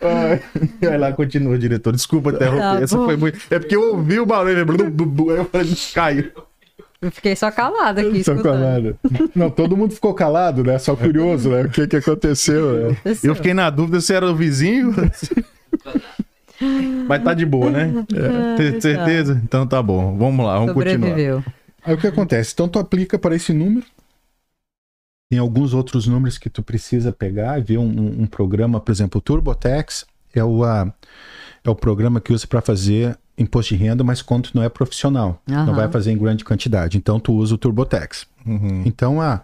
Speaker 1: Ai, Vai lá, continua, diretor. Desculpa interromper.
Speaker 2: Tá
Speaker 1: Essa
Speaker 2: bom.
Speaker 1: foi muito. É porque eu ouvi o barulho. blum, blum, blum, Aí eu falei, caiu.
Speaker 2: Eu fiquei só calada aqui,
Speaker 4: Só
Speaker 2: escutando.
Speaker 4: calado. Não, todo mundo ficou calado, né? Só curioso, né? O que que aconteceu? né?
Speaker 1: Eu fiquei na dúvida se era o vizinho. Mas tá de boa, né? Tem certeza? Então tá bom. Vamos lá, vamos continuar.
Speaker 2: Sobreviveu.
Speaker 4: Aí o que acontece? Então tu aplica para esse número.
Speaker 3: Tem alguns outros números que tu precisa pegar e ver um, um- um programa, por exemplo, o TurboTax é o, ah, é o programa que usa para fazer imposto de renda, mas quando tu não é profissional,
Speaker 2: Aham.
Speaker 3: não vai fazer em grande quantidade. Então tu usa o TurboTax.
Speaker 1: Uhum.
Speaker 3: Então a,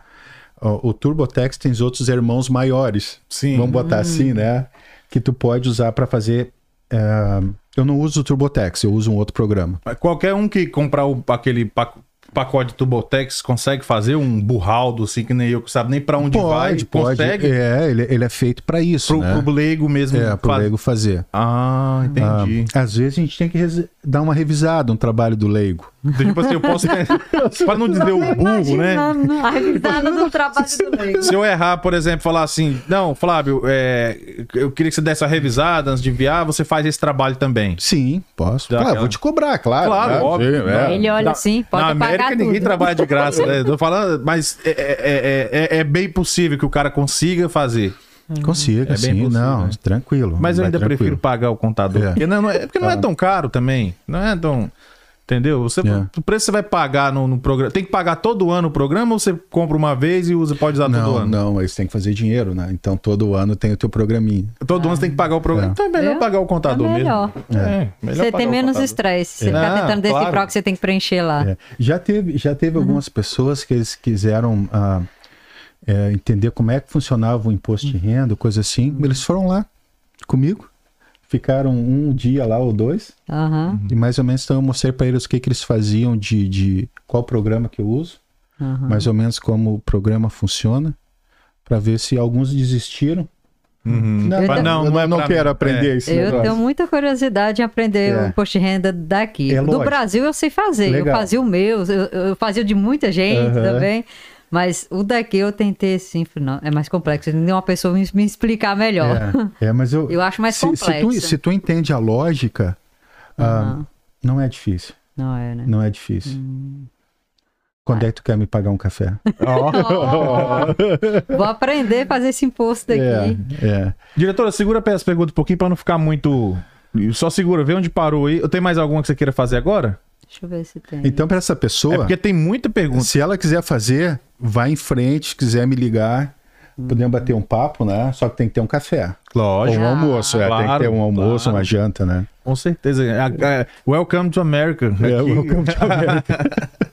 Speaker 3: o, o TurboTax tem os outros irmãos maiores,
Speaker 1: Sim.
Speaker 3: vamos botar assim, né? Que tu pode usar para fazer. ah, eu não uso o TurboTax, eu uso um outro programa.
Speaker 1: Mas Qualquer um que comprar o- aquele pa- pacote Tubotex consegue fazer um burraldo, assim, que nem eu, que sabe nem pra onde vai. Consegue?
Speaker 3: É, ele, ele é feito para isso.
Speaker 1: Pro,
Speaker 3: né?
Speaker 1: pro leigo mesmo.
Speaker 3: É, pro
Speaker 1: fa-
Speaker 3: leigo fazer.
Speaker 1: Ah, entendi.
Speaker 3: Ah, às vezes a gente tem que resi- dar uma revisada, um trabalho do leigo.
Speaker 1: Então, tipo assim, eu posso. pra não dizer o burro, né?
Speaker 2: Imaginando A risada do trabalho do Leigo.
Speaker 1: Se eu errar, por exemplo, falar assim, não, Flávio, é, eu queria que você desse a revisada antes de enviar, você faz esse trabalho também.
Speaker 3: Sim, posso.
Speaker 1: Dá
Speaker 3: claro,
Speaker 1: aquela-
Speaker 3: vou te cobrar, claro.
Speaker 1: Claro,
Speaker 3: né?
Speaker 1: óbvio.
Speaker 3: Sim, é.
Speaker 2: Ele olha
Speaker 1: Na-
Speaker 2: assim, pode
Speaker 1: Na América
Speaker 2: pagar tudo.
Speaker 1: ninguém trabalha de graça, né? Eu Tô falando, mas é, é- é- é- é bem possível que o cara consiga fazer.
Speaker 3: Consiga,
Speaker 1: É bem
Speaker 3: sim,
Speaker 1: possível,
Speaker 3: não,
Speaker 1: né?
Speaker 3: tranquilo.
Speaker 1: Mas eu
Speaker 3: vai
Speaker 1: ainda prefiro
Speaker 3: tranquilo.
Speaker 1: pagar o contador.
Speaker 3: É.
Speaker 1: Porque não, não é, porque não é tão caro também. Não é tão. Entendeu? Você,
Speaker 3: É.
Speaker 1: O preço você vai pagar no, no programa. Tem que pagar todo ano o programa ou você compra uma vez e usa, pode usar todo
Speaker 3: Não,
Speaker 1: ano?
Speaker 3: não, eles têm que fazer dinheiro, né? Então todo ano tem o teu programinha.
Speaker 1: Todo ano você tem que pagar o programa.
Speaker 3: É.
Speaker 1: Então é melhor
Speaker 2: Viu?
Speaker 1: pagar o contador
Speaker 2: É melhor.
Speaker 1: mesmo. É, melhor
Speaker 2: Você
Speaker 1: pagar
Speaker 2: tem
Speaker 1: o
Speaker 2: menos
Speaker 1: contador.
Speaker 2: estresse. Você
Speaker 1: É.
Speaker 2: fica
Speaker 1: Ah,
Speaker 2: tentando
Speaker 1: claro.
Speaker 2: decifrar o que você tem que preencher lá.
Speaker 3: É. Já teve, já teve
Speaker 2: Uhum.
Speaker 3: algumas pessoas que eles quiseram ah, é, entender como é que funcionava o imposto
Speaker 2: Uhum.
Speaker 3: de renda, coisa assim. Eles foram lá comigo, ficaram um dia lá ou dois,
Speaker 2: Aham,
Speaker 3: e mais ou menos então eu mostrei para eles o que, que eles faziam, de, de qual programa que eu uso,
Speaker 2: aham.
Speaker 3: mais ou menos como o programa funciona, para ver se alguns desistiram.
Speaker 1: Uhum.
Speaker 3: Não,
Speaker 2: Eu
Speaker 3: eu
Speaker 2: ta-
Speaker 1: não,
Speaker 3: não,
Speaker 1: não é pra
Speaker 3: quero
Speaker 1: mim.
Speaker 3: aprender isso.
Speaker 2: Eu tenho muita curiosidade em aprender
Speaker 3: É.
Speaker 2: o imposto de renda daqui.
Speaker 3: É
Speaker 2: Do
Speaker 3: lógico.
Speaker 2: Brasil eu sei fazer. Eu
Speaker 3: Legal.
Speaker 2: fazia o meu, eu, eu fazia o de muita gente
Speaker 3: Aham.
Speaker 2: também. Mas o daqui eu tentei assim, falei, não, é mais complexo. Tem que ter uma pessoa me, me explicar melhor.
Speaker 3: É, é, mas eu,
Speaker 2: Então, Eu acho mais
Speaker 3: se, se, tu,
Speaker 2: complexo.
Speaker 3: se tu entende a lógica, ah,
Speaker 2: Aham. Hum.
Speaker 3: não é difícil.
Speaker 2: Não é, né?
Speaker 3: Não é difícil. Quando é que tu quer me pagar um café?
Speaker 2: Ó, vou aprender a fazer esse imposto daqui. Hum.
Speaker 3: É.
Speaker 1: Diretora, segura as perguntas um pouquinho pra não ficar muito. Só segura, vê onde parou aí. Tem mais alguma que você queira fazer agora?
Speaker 2: Deixa eu ver se tem.
Speaker 3: Então, para essa pessoa,
Speaker 1: É porque tem muita pergunta.
Speaker 3: se ela quiser fazer, vai em frente, quiser me ligar,
Speaker 2: Hum.
Speaker 3: podemos bater um papo, né? Só que tem que ter um café. Ou
Speaker 1: Lógico.
Speaker 3: um almoço, é, tem
Speaker 1: Claro,
Speaker 3: que ter um almoço,
Speaker 1: claro.
Speaker 3: uma janta, né?
Speaker 1: Com certeza. É, é, welcome to America.
Speaker 3: É,
Speaker 1: Aqui-
Speaker 3: welcome to America.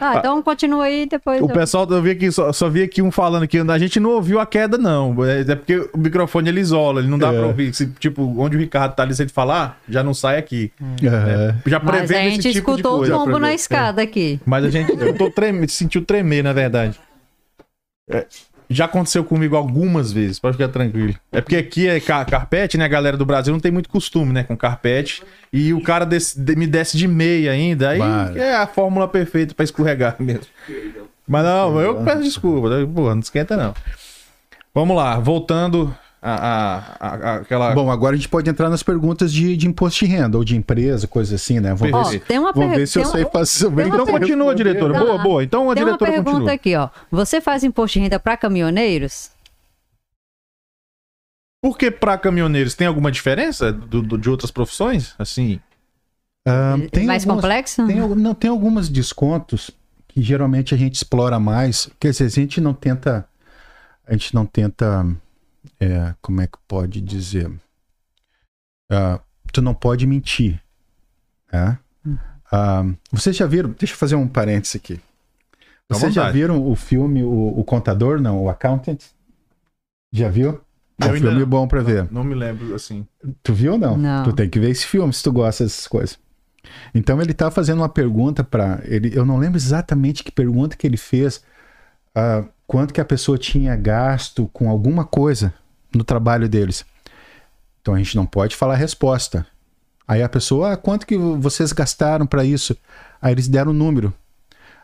Speaker 2: Ah, então continua aí depois.
Speaker 1: O
Speaker 2: eu-
Speaker 1: pessoal, eu vi aqui, só, só vi aqui um falando que a gente não ouviu a queda, não. É é porque o microfone ele isola, ele não dá
Speaker 3: É.
Speaker 1: pra ouvir. Se, tipo, onde o Ricardo tá ali, se ele falar, já não sai aqui.
Speaker 3: Aham.
Speaker 1: Já
Speaker 2: Mas a
Speaker 1: prevendo
Speaker 2: gente
Speaker 1: esse tipo de
Speaker 2: escutou
Speaker 1: coisa.
Speaker 2: o tombo
Speaker 1: Já
Speaker 2: na
Speaker 1: prevê.
Speaker 2: escada aqui.
Speaker 1: Mas a gente eu tô treme, sentiu tremer, na verdade. É, já aconteceu comigo algumas vezes, pode ficar tranquilo. É porque aqui é ca- carpete, né? A galera do Brasil não tem muito costume, né? Com carpete. E o cara desce- de- me desce de meia ainda. Aí
Speaker 3: Claro.
Speaker 1: é a fórmula perfeita pra escorregar mesmo. Mas não, eu peço desculpa. né, Porra, não esquenta não. Vamos lá, voltando a, a- a- a- aquela.
Speaker 3: É. Bom, agora a gente pode entrar nas perguntas de, de imposto de renda ou de empresa, coisa assim, né? Vamos,
Speaker 2: Ó,
Speaker 1: Esse-
Speaker 2: tem uma
Speaker 3: vamos ver se eu
Speaker 2: Ah, tem
Speaker 3: sei
Speaker 2: uma-
Speaker 3: fazer bem.
Speaker 1: então
Speaker 3: pra
Speaker 1: continua,
Speaker 3: responder.
Speaker 1: diretora.
Speaker 2: Tá.
Speaker 1: Boa, boa. Então a
Speaker 2: Tem uma
Speaker 1: diretora
Speaker 2: pergunta
Speaker 1: continua.
Speaker 2: aqui, ó. Você faz imposto de renda para caminhoneiros?
Speaker 1: Por que pra caminhoneiros tem alguma diferença do- do- de outras profissões? Assim.
Speaker 3: Ah,
Speaker 2: É mais
Speaker 3: algumas-
Speaker 2: complexo?
Speaker 3: Tem, al- não, tem alguns descontos que geralmente a gente explora mais. Quer dizer, a gente não tenta. A gente não tenta. é, como é que pode dizer? Ah, tu não pode mentir. né?
Speaker 2: Uhum.
Speaker 3: Ah, vocês já viram. Deixa eu fazer um parênteses aqui.
Speaker 1: À
Speaker 3: Vocês já
Speaker 1: vontade.
Speaker 3: viram o filme o, o Contador, não? O Accountant? Já viu? É
Speaker 1: Eu
Speaker 3: um
Speaker 1: ainda
Speaker 3: filme
Speaker 1: não.
Speaker 3: bom pra ver.
Speaker 1: Não me lembro, assim.
Speaker 3: Tu viu ou não?
Speaker 2: Não.
Speaker 3: Tu tem que ver esse filme se tu gosta dessas coisas. Então ele tá fazendo uma pergunta pra ele, eu não lembro exatamente que pergunta que ele fez, ah, quanto que a pessoa tinha gasto com alguma coisa no trabalho deles. Então a gente não pode falar a resposta. Aí a pessoa, ah, quanto que vocês gastaram pra isso? Aí eles deram o número.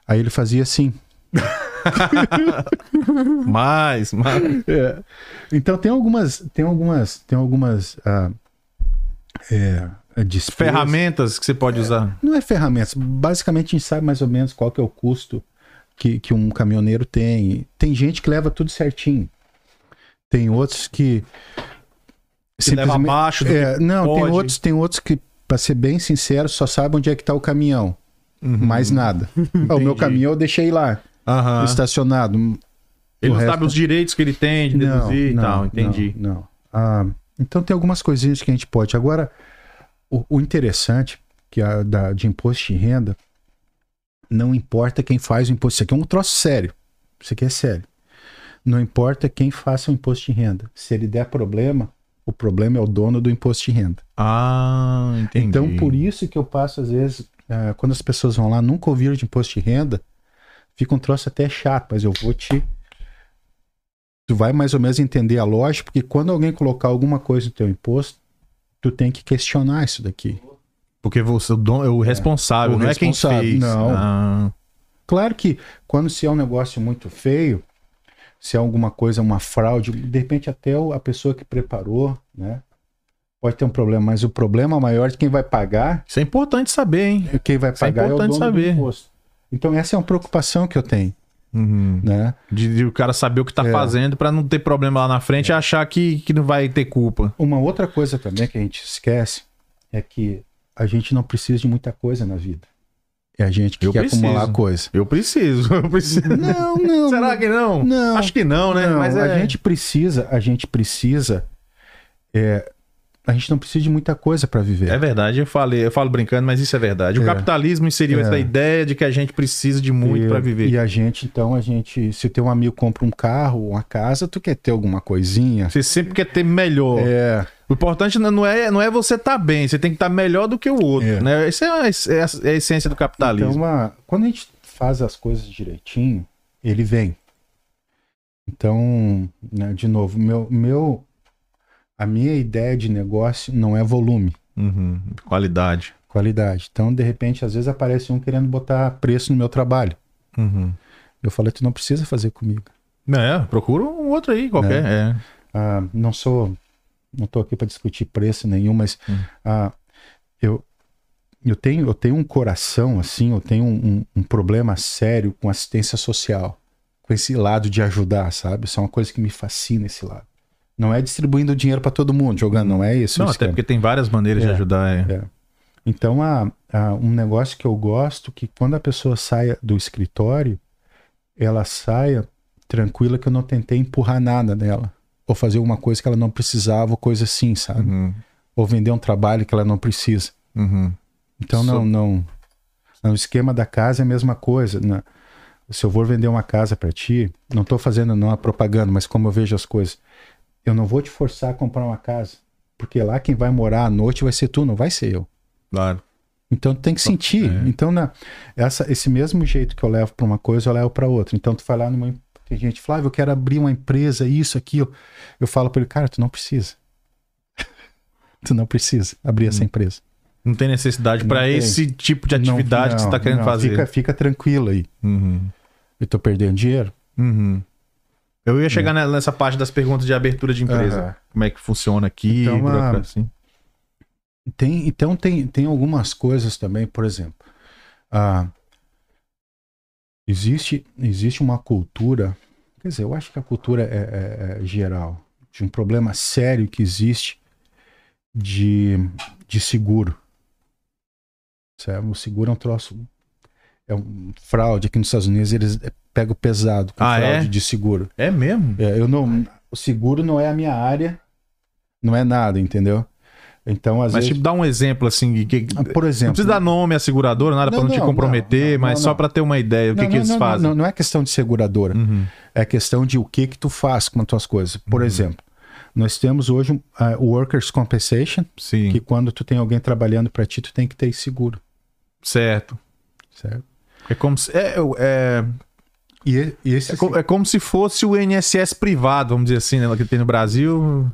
Speaker 3: Aí ele fazia assim.
Speaker 1: mais, mais.
Speaker 3: É. Então tem algumas, tem algumas, tem algumas ah, é, despesas.
Speaker 1: Ferramentas que você pode usar.
Speaker 3: Não é ferramentas. Basicamente a gente sabe mais ou menos qual que é o custo que, que um caminhoneiro tem. Tem gente que leva tudo certinho. Tem outros que
Speaker 1: Se leva
Speaker 3: simplesmente-
Speaker 1: abaixo do
Speaker 3: é, não, tem
Speaker 1: pode.
Speaker 3: outros, tem outros que, pra ser bem sincero, só sabe onde é que tá o caminhão. Mais nada. Ah,
Speaker 1: Uhum.
Speaker 3: o meu
Speaker 1: Entendi. Ah.
Speaker 3: caminhão eu deixei lá,
Speaker 1: Aham.
Speaker 3: estacionado.
Speaker 1: Ele
Speaker 3: o
Speaker 1: não
Speaker 3: resto-
Speaker 1: sabe os direitos que ele tem de deduzir e tal, entendi.
Speaker 3: Não. não. Ah, então tem algumas coisinhas que a gente pode. Agora, o, o interessante que a, da, de imposto de renda, não importa quem faz o imposto. Isso aqui é um troço sério. Isso aqui é sério. Não importa quem faça o imposto de renda. Se ele der problema, o problema é o dono do imposto de renda.
Speaker 1: Ah, entendi.
Speaker 3: Então, por isso que eu passo, às vezes, ah, quando as pessoas vão lá, nunca ouviram de imposto de renda, fica um troço até chato, mas eu vou te. Tu vai mais ou menos entender a lógica, porque quando alguém colocar alguma coisa no teu imposto, tu tem que questionar isso daqui.
Speaker 1: Porque você o dono- é o responsável,
Speaker 3: O
Speaker 1: não é
Speaker 3: responsável,
Speaker 1: quem fez.
Speaker 3: não.
Speaker 1: Ah,
Speaker 3: Claro que quando se é um negócio muito feio, se é alguma coisa, uma fraude, de repente até o- a pessoa que preparou, né? Pode ter um problema, mas o problema maior de quem vai pagar
Speaker 1: isso é importante saber, hein?
Speaker 3: quem vai
Speaker 1: Isso é
Speaker 3: pagar é, o
Speaker 1: importante
Speaker 3: dono
Speaker 1: saber.
Speaker 3: do imposto. Então essa é uma preocupação que eu tenho,
Speaker 1: Uhum.
Speaker 3: né?
Speaker 1: De, de o cara saber o que tá
Speaker 3: É.
Speaker 1: fazendo pra não ter problema lá na frente e achar que, que não vai ter culpa.
Speaker 3: Uma outra coisa também que a gente esquece é que a gente não precisa de muita coisa na vida. É a gente que
Speaker 1: Eu
Speaker 3: quer
Speaker 1: preciso.
Speaker 3: acumular coisa.
Speaker 1: Eu preciso, eu preciso.
Speaker 3: Não, não.
Speaker 1: Será que não?
Speaker 3: Não.
Speaker 1: Acho que não, né?
Speaker 3: não,
Speaker 1: Mas
Speaker 3: a
Speaker 1: é...
Speaker 3: gente precisa, a gente precisa é, a gente não precisa de muita coisa para viver.
Speaker 1: É verdade, eu falei, eu falo brincando, mas isso é verdade. O
Speaker 3: É.
Speaker 1: capitalismo inseriu
Speaker 3: É.
Speaker 1: essa ideia de que a gente precisa de É muito
Speaker 3: E-
Speaker 1: pra viver.
Speaker 3: E a gente, então, a gente, se teu amigo compra um carro, uma casa, tu quer ter alguma coisinha?
Speaker 1: Você sempre quer ter melhor.
Speaker 3: É,
Speaker 1: O importante não é, não é você estar bem, você tem que estar melhor do que o outro,
Speaker 3: É.
Speaker 1: né? Essa é a, es- é a- é a essência do capitalismo.
Speaker 3: Então, a- quando a gente faz as coisas direitinho, ele vem. Então, né, de novo, meu, meu, a minha ideia de negócio não é volume,
Speaker 1: Uhum. Qualidade.
Speaker 3: qualidade. Então, de repente, às vezes aparece um querendo botar preço no meu trabalho.
Speaker 1: Uhum.
Speaker 3: Eu falei, tu não precisa fazer comigo.
Speaker 1: É, procura um outro aí, qualquer. É.
Speaker 3: Ah, não sou, não tô aqui para discutir preço nenhum, mas
Speaker 1: Hum.
Speaker 3: ah, eu, eu tenho, eu tenho um coração assim, eu tenho um, um- um problema sério com assistência social, com esse lado de ajudar, sabe? Isso é uma coisa que me fascina esse lado. Não é distribuindo dinheiro para todo mundo, jogando, não é isso.
Speaker 1: Não,
Speaker 3: o
Speaker 1: até
Speaker 3: esquema.
Speaker 1: porque tem várias maneiras de
Speaker 3: É.
Speaker 1: ajudar. É.
Speaker 3: Então, há, há um negócio que eu gosto que quando a pessoa saia do escritório, ela saia tranquila que eu não tentei empurrar nada nela. Ou fazer alguma coisa que ela não precisava, ou coisa assim, sabe?
Speaker 1: Uhum.
Speaker 3: Ou vender um trabalho que ela não precisa.
Speaker 1: Uhum.
Speaker 3: Então,
Speaker 1: Só-
Speaker 3: não, não. O esquema da casa é a mesma coisa. né? Se eu vou vender uma casa para ti, não tô fazendo não a propaganda, mas como eu vejo as coisas, eu não vou te forçar a comprar uma casa. Porque lá quem vai morar à noite vai ser tu, não vai ser eu.
Speaker 1: Claro.
Speaker 3: Então tu tem que sentir.
Speaker 1: É.
Speaker 3: Então na, essa, esse mesmo jeito que eu levo para uma coisa, eu levo para outra. Então tu vai lá numa em- tem gente, Flávio, eu quero abrir uma empresa, isso aqui. Eu, eu falo para ele, cara, tu não precisa. tu não precisa abrir essa empresa.
Speaker 1: Não tem necessidade
Speaker 3: Não
Speaker 1: para
Speaker 3: tem.
Speaker 1: esse tipo Hum. de
Speaker 3: Não-
Speaker 1: atividade que você está
Speaker 3: não,
Speaker 1: querendo
Speaker 3: não,
Speaker 1: fazer.
Speaker 3: Fica, fica tranquilo aí.
Speaker 1: Uhum.
Speaker 3: Eu tô perdendo dinheiro.
Speaker 1: Uhum. Eu ia chegar ne- nessa parte das perguntas de abertura de empresa.
Speaker 3: É. Aham.
Speaker 1: Como é que funciona aqui,
Speaker 3: Então, uma-
Speaker 1: burocracia.
Speaker 3: Tem, então tem, tem algumas coisas também, por exemplo. ah, existe, existe uma cultura, quer dizer, eu acho que a cultura é, é- é geral, de um problema sério que existe de, de seguro. Certo? O seguro é um troço. É um fraude. Aqui nos Estados Unidos eles pegam pesado com
Speaker 1: Ah, é?
Speaker 3: fraude de seguro.
Speaker 1: É mesmo?
Speaker 3: É, eu não. O seguro não é a minha área, não é nada, entendeu? Então, às
Speaker 1: Mas,
Speaker 3: vezes.
Speaker 1: tipo, dá um exemplo assim. de que-
Speaker 3: Ah, Por
Speaker 1: Não
Speaker 3: exemplo.
Speaker 1: precisa dar nome à seguradora, nada,
Speaker 3: Não,
Speaker 1: pra não, te
Speaker 3: não,
Speaker 1: comprometer,
Speaker 3: não, não,
Speaker 1: mas
Speaker 3: não,
Speaker 1: só
Speaker 3: não.
Speaker 1: pra ter uma ideia do que,
Speaker 3: não,
Speaker 1: que
Speaker 3: não,
Speaker 1: eles
Speaker 3: não,
Speaker 1: fazem.
Speaker 3: Não, não é questão de seguradora,
Speaker 1: Uhum.
Speaker 3: é questão de o que que tu faz com as tuas coisas. Por exemplo, nós temos hoje ah, o workers compensation,
Speaker 1: Sim,
Speaker 3: que quando tu tem alguém trabalhando para ti, tu tem que ter esse seguro,
Speaker 1: certo.
Speaker 3: certo?
Speaker 1: É como, se, é, é-
Speaker 3: E, e- e esse
Speaker 1: é co- é como se fosse o INSS privado, vamos dizer assim, né, que tem no Brasil.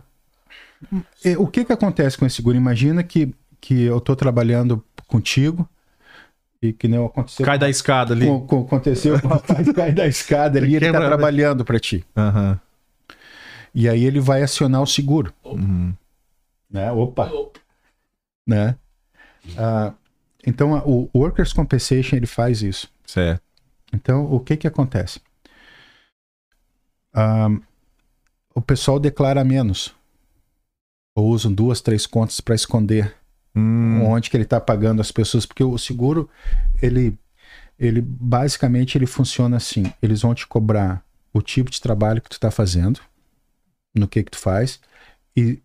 Speaker 3: E o que que acontece com esse seguro? Imagina que que eu tô trabalhando contigo E que nem aconteceu.
Speaker 1: Cai da escada ali.
Speaker 3: com- com- aconteceu com o rapaz cai da escada ali, ele tá
Speaker 1: Quebra, né?
Speaker 3: trabalhando para ti.
Speaker 1: Aham.
Speaker 3: E aí ele vai acionar o seguro. Né? Opa! Né? Ah, então, a- o Workers' Compensation, ele faz isso.
Speaker 1: Certo.
Speaker 3: Então, o que que acontece? Ah, o pessoal declara menos. Ou usam duas, três contas para esconder
Speaker 1: Hum,
Speaker 3: onde que ele está pagando as pessoas. Porque o seguro, ele, ele basicamente ele funciona assim. Eles vão te cobrar o tipo de trabalho que tu está fazendo, no que que tu faz. E,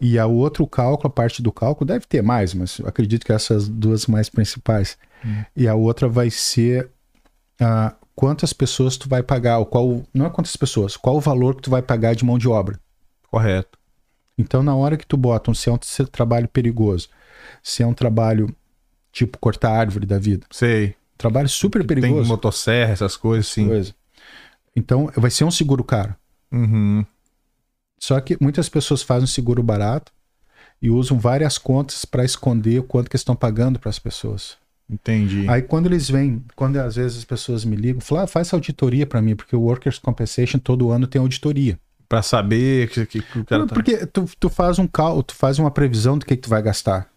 Speaker 3: e a outro cálculo, a parte do cálculo, deve ter mais, mas eu acredito que essas duas mais principais. E a outra vai ser ah, quantas pessoas tu vai pagar, ou qual, não é quantas pessoas, qual o valor que tu vai pagar de mão de obra.
Speaker 1: correto.
Speaker 3: Então, na hora que tu bota um, se é um se é um trabalho perigoso, se é um trabalho tipo cortar árvore da vida,
Speaker 1: Sei.
Speaker 3: trabalho super
Speaker 1: Tem
Speaker 3: perigoso,
Speaker 1: motosserra, essas coisas, sim.
Speaker 3: coisa. Então, vai ser um seguro caro.
Speaker 1: Uhum.
Speaker 3: Só que muitas pessoas fazem um seguro barato e usam várias contas para esconder o quanto que estão pagando para as pessoas.
Speaker 1: Entendi.
Speaker 3: Aí quando eles vêm, quando às vezes as pessoas me ligam, falam, "Ah, faz essa auditoria para mim, porque o Workers' Compensation todo ano tem auditoria.
Speaker 1: Pra saber que, que, que o cara tá.
Speaker 3: Porque tu, tu faz um cálculo, tu faz uma previsão do que, que tu vai gastar.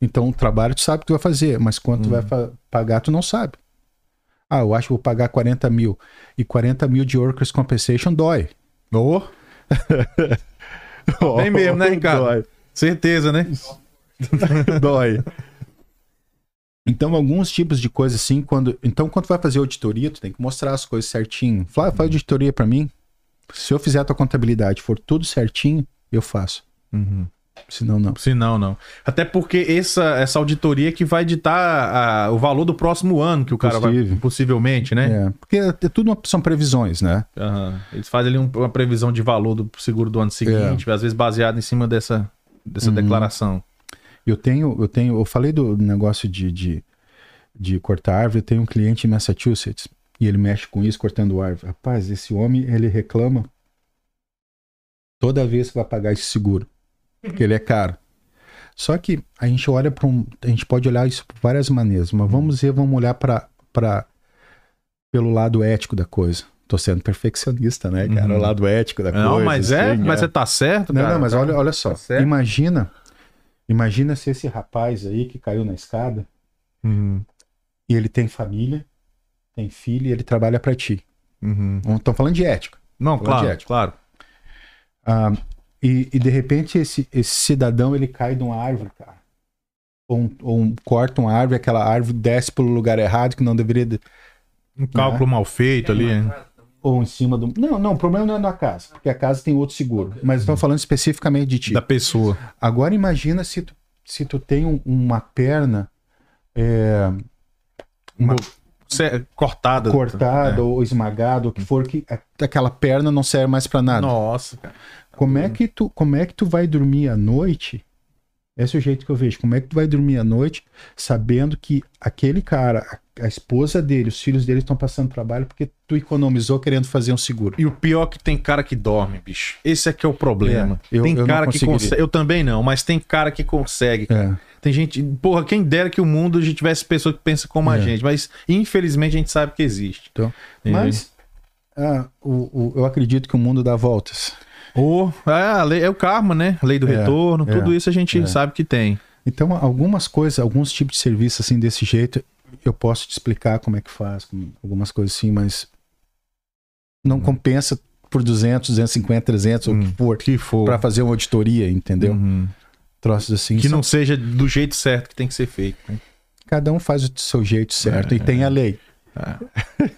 Speaker 3: Então, o trabalho tu sabe que tu vai fazer, mas quanto tu vai fa- pagar, tu não sabe. Ah, eu acho que vou pagar 40 mil. E 40 mil de workers' compensation dói.
Speaker 1: Ô, Bem mesmo, né, Ricardo? certeza, né?
Speaker 3: Dói. dói. Então, alguns tipos de coisa assim, quando. Então, quando tu vai fazer auditoria, tu tem que mostrar as coisas certinho. Flávio, faz auditoria pra mim. Se eu fizer a tua contabilidade, for tudo certinho, eu faço. Senão, não.
Speaker 1: Uhum. Se não, não. Até porque essa, essa auditoria que vai ditar a- o valor do próximo ano que o cara vai.
Speaker 3: Possível.
Speaker 1: Possivelmente, né?
Speaker 3: É, porque é tudo uma- são previsões, né?
Speaker 1: Aham. Eles fazem ali um- uma previsão de valor do seguro
Speaker 3: É.
Speaker 1: do ano seguinte, às vezes baseado em cima dessa,
Speaker 3: Uhum.
Speaker 1: dessa declaração.
Speaker 3: Eu tenho, eu tenho, eu falei do negócio de, de, de cortar árvore, eu tenho um cliente em Massachusetts e ele mexe com isso, cortando árvore. Rapaz, esse homem, ele reclama toda vez que vai pagar esse seguro, porque ele é caro. Só que a gente olha para um, a gente pode olhar isso por várias maneiras, mas vamos ver, vamos olhar para para pelo lado ético da coisa. Tô sendo perfeccionista, né, cara?
Speaker 1: Uhum.
Speaker 3: O lado ético da coisa.
Speaker 1: Não, mas é,
Speaker 3: assim,
Speaker 1: mas você tá certo,
Speaker 3: não,
Speaker 1: cara.
Speaker 3: não, mas olha, olha só.
Speaker 1: tá certo.
Speaker 3: imagina, imagina se esse rapaz aí que caiu na escada
Speaker 1: Uhum,
Speaker 3: e ele tem família, tem filho e ele trabalha pra ti.
Speaker 1: uhum.
Speaker 3: Estão falando de ética.
Speaker 1: Não,
Speaker 3: Falando de
Speaker 1: claro,
Speaker 3: ética.
Speaker 1: claro.
Speaker 3: Ah, e, e de repente esse, esse cidadão ele cai de uma árvore, cara. Ou, um, ou um- corta uma árvore, aquela árvore desce pelo lugar errado que não deveria. de-
Speaker 1: Um cálculo mal feito ali. né?
Speaker 3: Ou em cima do. Não, não, o problema não é na casa, porque a casa tem outro seguro. Mas estão falando especificamente de ti.
Speaker 1: Da pessoa.
Speaker 3: Agora imagina se tu, se tu tem um- uma perna é, Uma-
Speaker 1: Cê- Cortada.
Speaker 3: cortada ou esmagada, ou o que for, que a- aquela perna não serve mais pra
Speaker 1: É.
Speaker 3: nada.
Speaker 1: Nossa, cara.
Speaker 3: Como é, que tu, como é que tu vai dormir à noite? Esse é o jeito que eu vejo. Como é que tu vai dormir à noite sabendo que aquele cara, a, a esposa dele, os filhos dele estão passando trabalho porque tu economizou querendo fazer um seguro?
Speaker 1: E o pior é que tem cara que dorme, bicho. Esse é que é o problema.
Speaker 3: É, eu-
Speaker 1: tem
Speaker 3: eu não
Speaker 1: cara que
Speaker 3: conseguiria.
Speaker 1: consegue. Eu também não, mas tem cara que consegue.
Speaker 3: É.
Speaker 1: Tem gente. Porra, quem dera que o mundo a gente tivesse pessoa que pensa como a
Speaker 3: É.
Speaker 1: gente. Mas infelizmente a gente sabe que existe.
Speaker 3: Então,
Speaker 1: É.
Speaker 3: Mas ah, o- o- eu acredito que o mundo dá voltas.
Speaker 1: Ou. É, a lei- é o karma, né? Lei do
Speaker 3: É,
Speaker 1: retorno,
Speaker 3: é,
Speaker 1: tudo isso a gente sabe que tem.
Speaker 3: Então, algumas coisas, alguns tipos de serviço assim desse jeito, eu posso te explicar como é que faz, como- algumas coisas assim, mas não compensa por 200, 250, 300, ou o
Speaker 1: Hum,
Speaker 3: que for,
Speaker 1: Que for.
Speaker 3: para fazer uma auditoria, entendeu?
Speaker 1: Uhum.
Speaker 3: Troços assim.
Speaker 1: Que
Speaker 3: são-
Speaker 1: não seja do jeito certo que tem que ser feito. né?
Speaker 3: Cada um faz o seu jeito certo
Speaker 1: É.
Speaker 3: e tem a lei.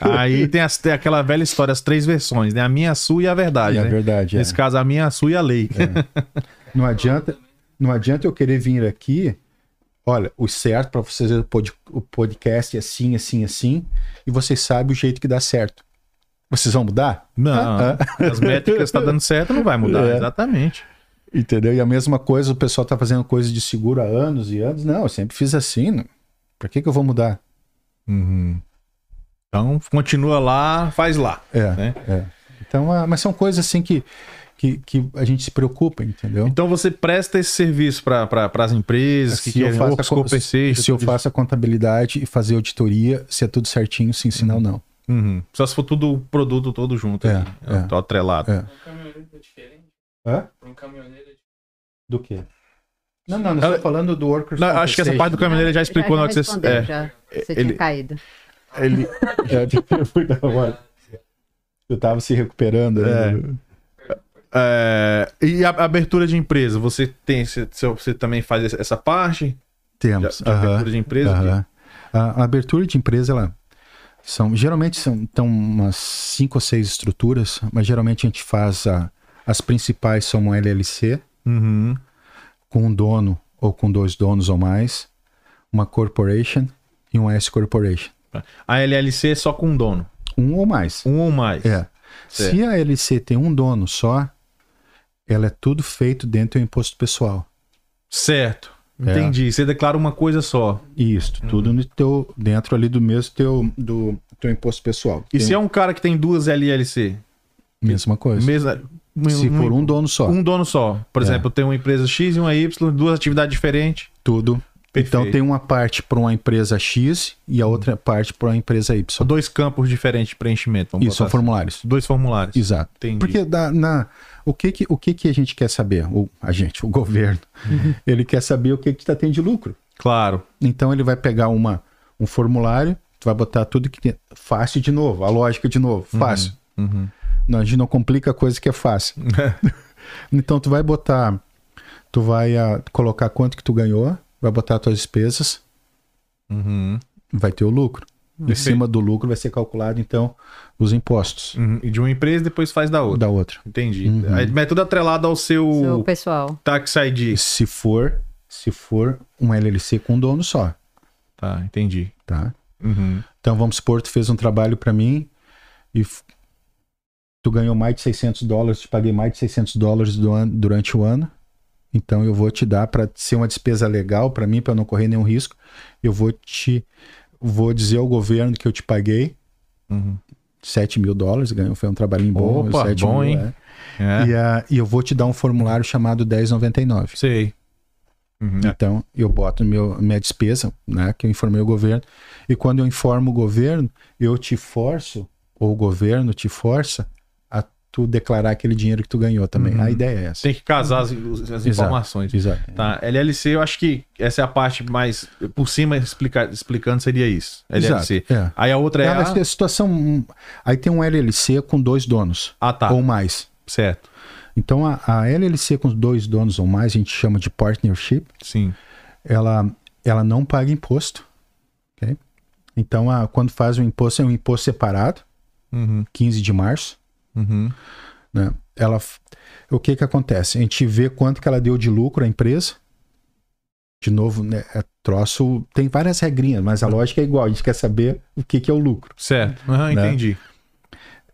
Speaker 1: Aí tem, as- tem aquela velha história, as três versões, né? A minha, a sua e a verdade,
Speaker 3: é
Speaker 1: né?
Speaker 3: verdade. é.
Speaker 1: Nesse caso, a minha, a sua e a lei.
Speaker 3: Não adianta, não adianta eu querer vir aqui. Olha, o certo para vocês é o pod- o podcast é assim, assim, assim, e vocês sabem o jeito que dá certo. Vocês vão mudar? Ah,
Speaker 1: Não, as métricas tá dando certo, não vai mudar.
Speaker 3: É.
Speaker 1: Exatamente.
Speaker 3: Entendeu? E a mesma coisa, o pessoal tá fazendo coisa de seguro há anos e anos. Não, eu sempre fiz assim. Não. Pra que que eu vou mudar?
Speaker 1: Então, continua lá, faz lá.
Speaker 3: É.
Speaker 1: Né?
Speaker 3: é. Então, ah, mas são é, coisas assim que, que, que a gente se preocupa, entendeu?
Speaker 1: Então você presta esse serviço para pra, as empresas que
Speaker 3: se eu,
Speaker 1: querem
Speaker 3: faço a,
Speaker 1: workscope,
Speaker 3: con- se,
Speaker 1: Perceito,
Speaker 3: se eu
Speaker 1: tudo
Speaker 3: faço a contabilidade e fazer auditoria, se é tudo certinho, sim, sinal não.
Speaker 1: isso. Uhum. Só se for tudo o produto todo junto.
Speaker 3: É,
Speaker 1: aqui.
Speaker 3: é.
Speaker 1: Tô atrelado.
Speaker 3: É.
Speaker 5: Um caminhoneiro é diferente.
Speaker 3: Hã?
Speaker 5: Um caminhoneiro é diferente.
Speaker 3: Do quê? Não, não, nós estamos falando do workers.
Speaker 1: Não, acho que essa parte do caminhoneiro ele já explicou na hora que você.
Speaker 2: Ah, respondeu,
Speaker 1: É.
Speaker 2: já. Você
Speaker 1: ele-
Speaker 2: tinha caído.
Speaker 3: Ele... é, foi da hora. Eu tava se recuperando. né?
Speaker 1: É, E a a abertura de empresa, você tem. Você, você também faz essa- essa parte? De,
Speaker 3: Temos.
Speaker 1: de
Speaker 3: aham.
Speaker 1: abertura de empresa?
Speaker 3: Aham. A, a abertura de empresa, ela são geralmente são então umas cinco ou seis estruturas, mas geralmente a gente faz a, as principais são um uma LLC
Speaker 1: Uhum.
Speaker 3: com um dono ou com dois donos ou mais, uma corporation e uma S corporation,
Speaker 1: A LLC é só com um dono.
Speaker 3: um ou mais.
Speaker 1: Um ou mais.
Speaker 3: É. Se a LLC tem um dono só, ela é tudo feito dentro do imposto pessoal.
Speaker 1: Certo.
Speaker 3: É.
Speaker 1: Entendi. Você declara uma coisa só.
Speaker 3: Isso, tudo
Speaker 1: Uhum.
Speaker 3: no teu, dentro ali do mesmo teu, do teu imposto pessoal.
Speaker 1: E se é um cara que tem duas LLC?
Speaker 3: Mesma coisa.
Speaker 1: Mesma,
Speaker 3: Se for um dono só.
Speaker 1: Um dono só. Por
Speaker 3: É.
Speaker 1: exemplo, eu tenho uma empresa X e uma Y, duas atividades diferentes.
Speaker 3: Tudo. Então
Speaker 1: Perfeito.
Speaker 3: tem uma parte para uma empresa X e a outra parte para uma empresa Y.
Speaker 1: Dois campos diferentes de preenchimento. vamos
Speaker 3: Isso, são
Speaker 1: botar assim.
Speaker 3: formulários.
Speaker 1: Dois formulários.
Speaker 3: Exato.
Speaker 1: Entendi.
Speaker 3: Porque da- na, o, que, que, o que, que a gente quer saber? O, a gente, o governo,
Speaker 1: Uhum.
Speaker 3: ele quer saber o que que tá tendo de lucro.
Speaker 1: Claro.
Speaker 3: Então ele vai pegar uma, um formulário, tu vai botar tudo que tem. Fácil de novo, a lógica de novo,
Speaker 1: Uhum,
Speaker 3: fácil. Não, a gente não complica coisa que é fácil. então tu vai botar, tu vai ah, colocar quanto que tu ganhou, vai botar as tuas despesas,
Speaker 1: Uhum.
Speaker 3: vai ter o lucro. Em cima do lucro vai ser calculado, então, os impostos
Speaker 1: Uhum. E de uma empresa depois faz da outra.
Speaker 3: da Uhum. outra.
Speaker 1: Entendi. Aí, mas é tudo atrelado ao seu,
Speaker 2: Seu pessoal.
Speaker 1: tax
Speaker 3: E
Speaker 1: ID.
Speaker 3: se for, se for um LLC com um dono só,
Speaker 1: Tá, entendi.
Speaker 3: tá?
Speaker 1: Uhum.
Speaker 3: Então vamos supor, tu fez um trabalho pra mim e f- tu ganhou mais de 600 dólares, te paguei mais de 600 dólares do an- durante o ano. Então eu vou te dar pra ser uma despesa legal pra mim, pra não correr nenhum risco. Eu vou te vou dizer ao governo que eu te paguei
Speaker 1: Uhum.
Speaker 3: 7 mil dólares, ganhou, foi um trabalhinho bom.
Speaker 1: Opa,
Speaker 3: 7
Speaker 1: bom, hein?
Speaker 3: é.
Speaker 1: É.
Speaker 3: E, é- ah, e eu vou te dar um formulário chamado 1099.
Speaker 1: Sei. Uhum.
Speaker 3: Então, eu boto meu, minha despesa, né, que eu informei o governo, e quando eu informo o governo, eu te forço, ou o governo te força, a tu declarar aquele dinheiro que tu ganhou também.
Speaker 1: Uhum.
Speaker 3: A ideia é essa.
Speaker 1: Tem que casar as, as
Speaker 3: Exato.
Speaker 1: informações.
Speaker 3: Exato.
Speaker 1: Tá, LLC, eu acho que essa é a parte mais. Por cima, explica- explicando seria isso. LLC.
Speaker 3: Exato, é.
Speaker 1: Aí a outra é.
Speaker 3: Ah, mas tem
Speaker 1: a...
Speaker 3: a situação. hum, Aí tem um LLC com dois donos,
Speaker 1: Ah, tá.
Speaker 3: ou mais.
Speaker 1: Certo.
Speaker 3: Então, a, a LLC com dois donos ou mais, a gente chama de partnership,
Speaker 1: Sim.
Speaker 3: ela, ela não paga imposto. ok? Então, a- quando faz o imposto, é um imposto separado,
Speaker 1: Uhum,
Speaker 3: 15 de março.
Speaker 1: uhum.
Speaker 3: né? Ela, f- o que que acontece? A gente vê quanto que ela deu de lucro à empresa. De novo, né, é troço, tem várias regrinhas, mas a lógica é igual. A gente quer saber o que que é o lucro.
Speaker 1: Certo. Aham,
Speaker 3: Né?
Speaker 1: entendi.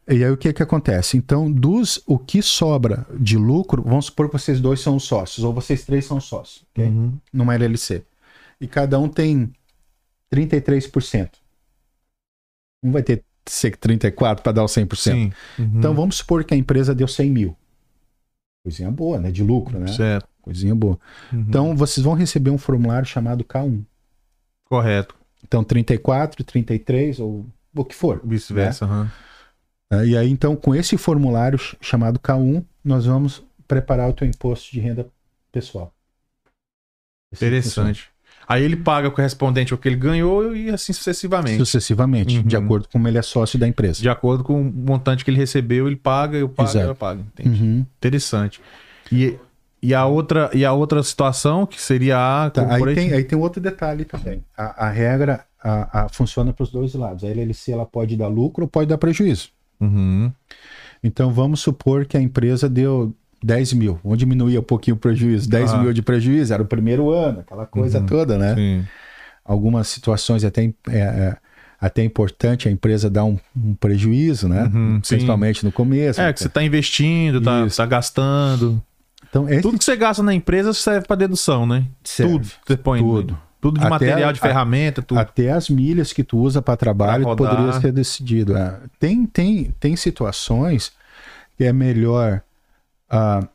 Speaker 3: E aí o que que acontece? Então, dos o que sobra de lucro, vamos supor que vocês dois são sócios ou vocês três são sócios, ok?
Speaker 1: Uhum.
Speaker 3: numa LLC. E cada um tem 33%. Um vai ter ser 34 para dar o 100%.
Speaker 1: Sim. Uhum.
Speaker 3: Então vamos supor que a empresa deu 100 mil. Coisinha boa, né? De lucro, né?
Speaker 1: Certo.
Speaker 3: Coisinha boa.
Speaker 1: Uhum.
Speaker 3: Então vocês vão receber um formulário chamado K1.
Speaker 1: Correto.
Speaker 3: Então 34, 33 ou o que for.
Speaker 1: Vice-versa. aham.
Speaker 3: né? E aí então com esse formulário ch- chamado K1, nós vamos preparar o teu imposto de renda pessoal. Assim
Speaker 1: Interessante. Aí ele paga o correspondente ao que ele ganhou e assim
Speaker 3: funciona.
Speaker 1: sucessivamente.
Speaker 3: Sucessivamente, de
Speaker 1: Uhum.
Speaker 3: acordo com como ele é sócio da empresa.
Speaker 1: De acordo com o montante que ele recebeu, ele paga, eu pago,
Speaker 3: Exato.
Speaker 1: ela paga. Entendi.
Speaker 3: Uhum.
Speaker 1: Interessante. E, e, a outra, e a outra situação, que seria a
Speaker 3: Tá, aí,
Speaker 1: corporate-
Speaker 3: tem, aí tem outro detalhe também. A, a regra a- a- funciona para os dois lados. A LLC ela pode dar lucro ou pode dar prejuízo.
Speaker 1: Uhum.
Speaker 3: Então vamos supor que a empresa deu 10 mil. Vamos diminuir um pouquinho o prejuízo. 10
Speaker 1: Aham. Uhum.
Speaker 3: mil de prejuízo, era o primeiro ano, aquela coisa toda, né?
Speaker 1: Sim.
Speaker 3: Algumas situações até, im- é, é, até importante a empresa dar um, um prejuízo, né?
Speaker 1: Uhum, sim.
Speaker 3: Principalmente no começo.
Speaker 1: É, que você tá investindo, tá,
Speaker 3: Isso.
Speaker 1: tá gastando.
Speaker 3: Então, esse
Speaker 1: Tudo que você gasta na empresa serve pra dedução, né?
Speaker 3: serve.
Speaker 1: Tudo. que Você põe.
Speaker 3: Tudo.
Speaker 1: né? Tudo de
Speaker 3: Até
Speaker 1: material, de
Speaker 3: a-
Speaker 1: ferramenta, tudo.
Speaker 3: Até as milhas que tu usa para trabalho
Speaker 1: Pra
Speaker 3: tu poderia
Speaker 1: rodar.
Speaker 3: ser decidido. é. Tem, tem, tem situações que é melhor ah,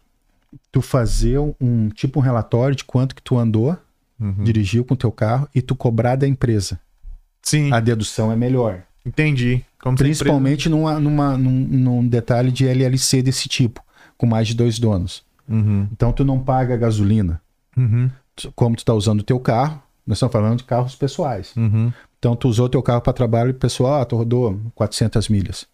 Speaker 3: tu fazer um tipo um relatório de quanto que tu andou,
Speaker 1: Uhum.
Speaker 3: dirigiu com teu carro e tu cobrar da empresa.
Speaker 1: Sim,
Speaker 3: A dedução é melhor.
Speaker 1: entendi. Como se a empresa-
Speaker 3: Principalmente numa, numa, num, num detalhe de LLC desse tipo, com mais de dois donos.
Speaker 1: Uhum.
Speaker 3: Então tu não paga gasolina,
Speaker 1: Uhum.
Speaker 3: tu- como tu está usando o teu carro, nós estamos falando de carros pessoais.
Speaker 1: Uhum.
Speaker 3: Então tu usou teu carro para trabalho e pessoal, ah, tu rodou 400 milhas.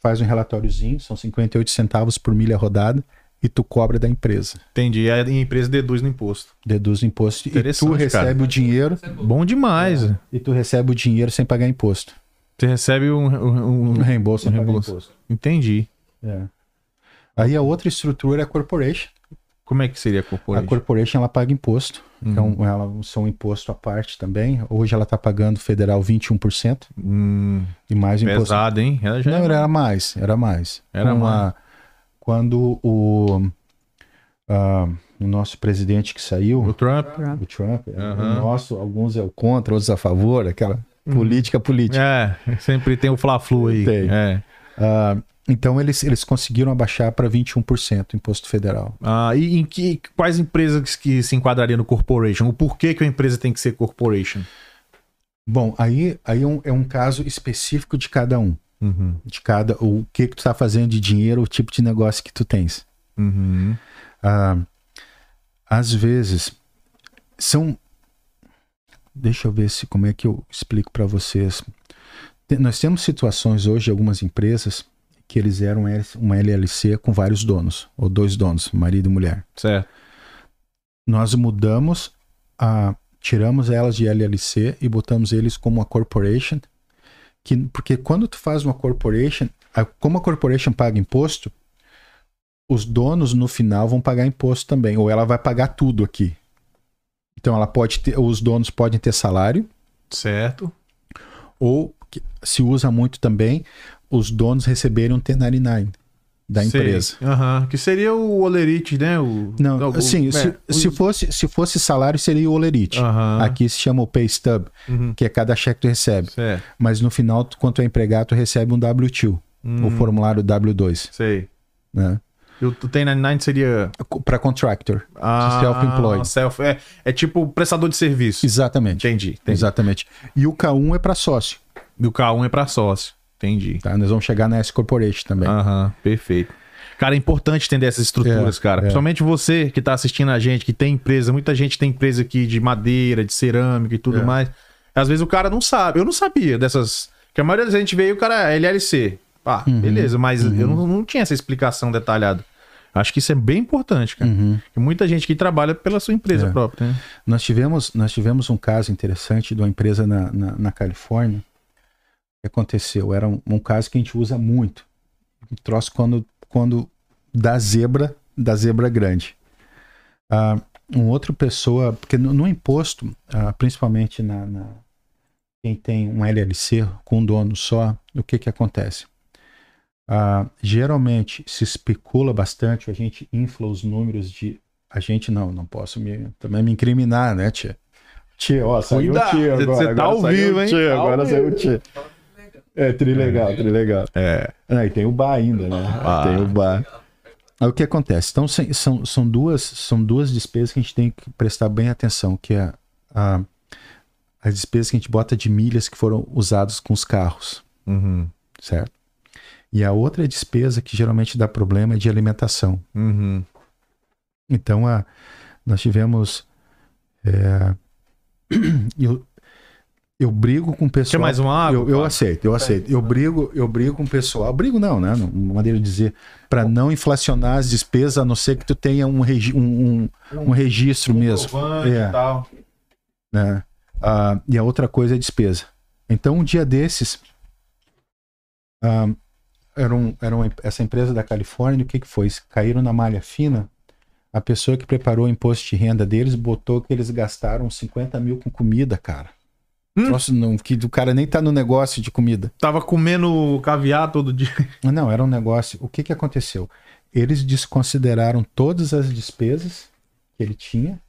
Speaker 3: Faz um relatóriozinho, são 58 centavos por milha rodada e tu cobra da empresa.
Speaker 1: Entendi. E a empresa deduz no imposto.
Speaker 3: Deduz o imposto e tu
Speaker 1: Interessante,
Speaker 3: recebe
Speaker 1: cara.
Speaker 3: o dinheiro
Speaker 1: Bom demais.
Speaker 3: e tu recebe o dinheiro sem pagar imposto.
Speaker 1: Você recebe um, um-
Speaker 3: Um
Speaker 1: um-
Speaker 3: reembolso sem
Speaker 1: Reembolso.
Speaker 3: pagar imposto.
Speaker 1: Entendi.
Speaker 3: É. Aí a outra estrutura é a corporation.
Speaker 1: Como é que seria a
Speaker 3: A
Speaker 1: corporação?
Speaker 3: corporation ela paga imposto,
Speaker 1: Uhum.
Speaker 3: que é um, ela é um imposto à parte também. Hoje ela está pagando federal 21%
Speaker 1: Hum,
Speaker 3: e mais imposto
Speaker 1: pesado, hein? Ela já... é
Speaker 3: Não, era mais, era mais.
Speaker 1: Era
Speaker 3: Com a-
Speaker 1: mais.
Speaker 3: Quando o, ah, o nosso presidente que
Speaker 1: O
Speaker 3: saiu,
Speaker 1: Trump.
Speaker 3: o Trump, é
Speaker 1: Aham. Uhum.
Speaker 3: o nosso, alguns é o contra, outros a favor, aquela política política.
Speaker 1: É, sempre tem o Fla-Flu aí.
Speaker 3: Tem.
Speaker 1: É.
Speaker 3: Ah, então eles, eles conseguiram abaixar para 21% o imposto federal.
Speaker 1: Ah, e em que, quais empresas que se enquadrariam no corporation? O porquê que a empresa tem que ser corporation?
Speaker 3: Bom, aí, aí é, um, é um caso específico de cada um,
Speaker 1: Uhum.
Speaker 3: de cada o que que tu está fazendo de dinheiro, o tipo de negócio que tu tens.
Speaker 1: Uhum.
Speaker 3: Ah, às vezes são deixa eu ver se como é que eu explico para vocês Te- nós temos situações hoje de algumas empresas que eles eram um L- uma LLC com vários donos ou dois donos marido e mulher
Speaker 1: Certo.
Speaker 3: nós mudamos a tiramos elas de LLC e botamos eles como uma corporation que porque quando tu faz uma corporation a- como a corporation paga imposto os donos no final vão pagar imposto também ou ela vai pagar tudo aqui então ela pode ter os donos podem ter salário
Speaker 1: Certo.
Speaker 3: ou que se usa muito também os donos receberem um 1099 da
Speaker 1: Sei.
Speaker 3: empresa
Speaker 1: Aham. Que seria o Olerite, né? O,
Speaker 3: não,
Speaker 1: o-
Speaker 3: assim,
Speaker 1: é,
Speaker 3: se,
Speaker 1: o-
Speaker 3: se fosse se fosse salário seria o olerite
Speaker 1: Aham.
Speaker 3: Aqui se chama o pay stub,
Speaker 1: Uhum.
Speaker 3: que é cada cheque que tu recebe.
Speaker 1: Certo.
Speaker 3: Mas no final, tu, quando tu é empregado, tu recebe um W2, o
Speaker 1: Hum,
Speaker 3: formulário W2,
Speaker 1: Sei.
Speaker 3: né?
Speaker 1: E o 1099 seria.
Speaker 3: Para contractor.
Speaker 1: Ah,
Speaker 3: self-employed.
Speaker 1: self- é, é tipo prestador de serviço.
Speaker 3: Exatamente.
Speaker 1: Entendi. entendi.
Speaker 3: Exatamente. E o K1 é para sócio,
Speaker 1: E o K1 é pra sócio. Entendi.
Speaker 3: tá? Nós vamos chegar na S Corporation também.
Speaker 1: Aham, perfeito. Cara, é importante entender essas estruturas,
Speaker 3: É,
Speaker 1: cara.
Speaker 3: é.
Speaker 1: Principalmente você que tá assistindo a gente, que tem empresa. Muita gente tem empresa aqui de madeira, de cerâmica e tudo
Speaker 3: É.
Speaker 1: mais. Às vezes o cara não sabe. Eu não sabia dessas. Porque a maioria das vezes a gente veio, o cara é LLC. Pá, Ah,
Speaker 3: Uhum.
Speaker 1: beleza, mas eu não, não tinha essa explicação detalhada. Acho que isso é bem importante, cara. Tem muita gente que trabalha pela sua empresa
Speaker 3: Uhum. É.
Speaker 1: própria, né?
Speaker 3: Nós, tivemos, nós tivemos um caso interessante de uma empresa na, na, na Califórnia. O que aconteceu? Era um, um caso que a gente usa muito. Um troço quando, quando da zebra, da zebra grande. Ah, um outro pessoa, porque no, no imposto, ah, principalmente na, na- quem tem um LLC com um dono só, o que que acontece? Ah, geralmente se especula bastante, a gente infla os números de. A gente não, não posso me, também me incriminar, né, tia? Tia, ó, saiu
Speaker 1: Cuidado,
Speaker 3: o tia
Speaker 1: você
Speaker 3: agora.
Speaker 1: tá
Speaker 3: agora
Speaker 1: ao
Speaker 3: saiu o
Speaker 1: vivo, hein?
Speaker 3: tia,
Speaker 1: Ao
Speaker 3: agora
Speaker 1: vivo.
Speaker 3: saiu o tia. É, trilegal, trilegal.
Speaker 1: É.
Speaker 3: Ah, e tem o bar ainda, né?
Speaker 1: Ah.
Speaker 3: Tem o bar. Aí o que acontece? Então se- são, são, duas, são duas despesas que a gente tem que prestar bem atenção, que é a, as despesas que a gente bota de milhas que foram usadas com os carros,
Speaker 1: Uhum.
Speaker 3: certo? E a outra despesa que geralmente dá problema é de alimentação.
Speaker 1: Uhum.
Speaker 3: Então, a, nós tivemos. é, eu, eu brigo com o
Speaker 1: Quer
Speaker 3: pessoal.
Speaker 1: mais uma água?
Speaker 3: Eu, eu
Speaker 1: Fábio?
Speaker 3: aceito, eu aceito. Eu brigo, eu brigo com o pessoal. Brigo não, né? Não- Uma maneira de dizer. Para não inflacionar as despesas, a não ser que tu tenha um, regi- um, um- um registro mesmo.
Speaker 1: Provante
Speaker 3: É.
Speaker 1: e tal.
Speaker 3: Né? Ah, e a outra coisa é despesa. Então, um dia desses. ah, era um, era uma- essa empresa da Califórnia, o que, que foi? Eles Caíram na malha fina. A pessoa que preparou o imposto de renda deles botou que eles gastaram 50 mil com comida, cara.
Speaker 1: Hum.
Speaker 3: Nossa, não, que o cara nem tá no negócio de comida.
Speaker 1: Tava comendo caviar todo dia.
Speaker 3: Não, era um negócio. O que, que aconteceu? Eles desconsideraram todas as despesas que ele tinha,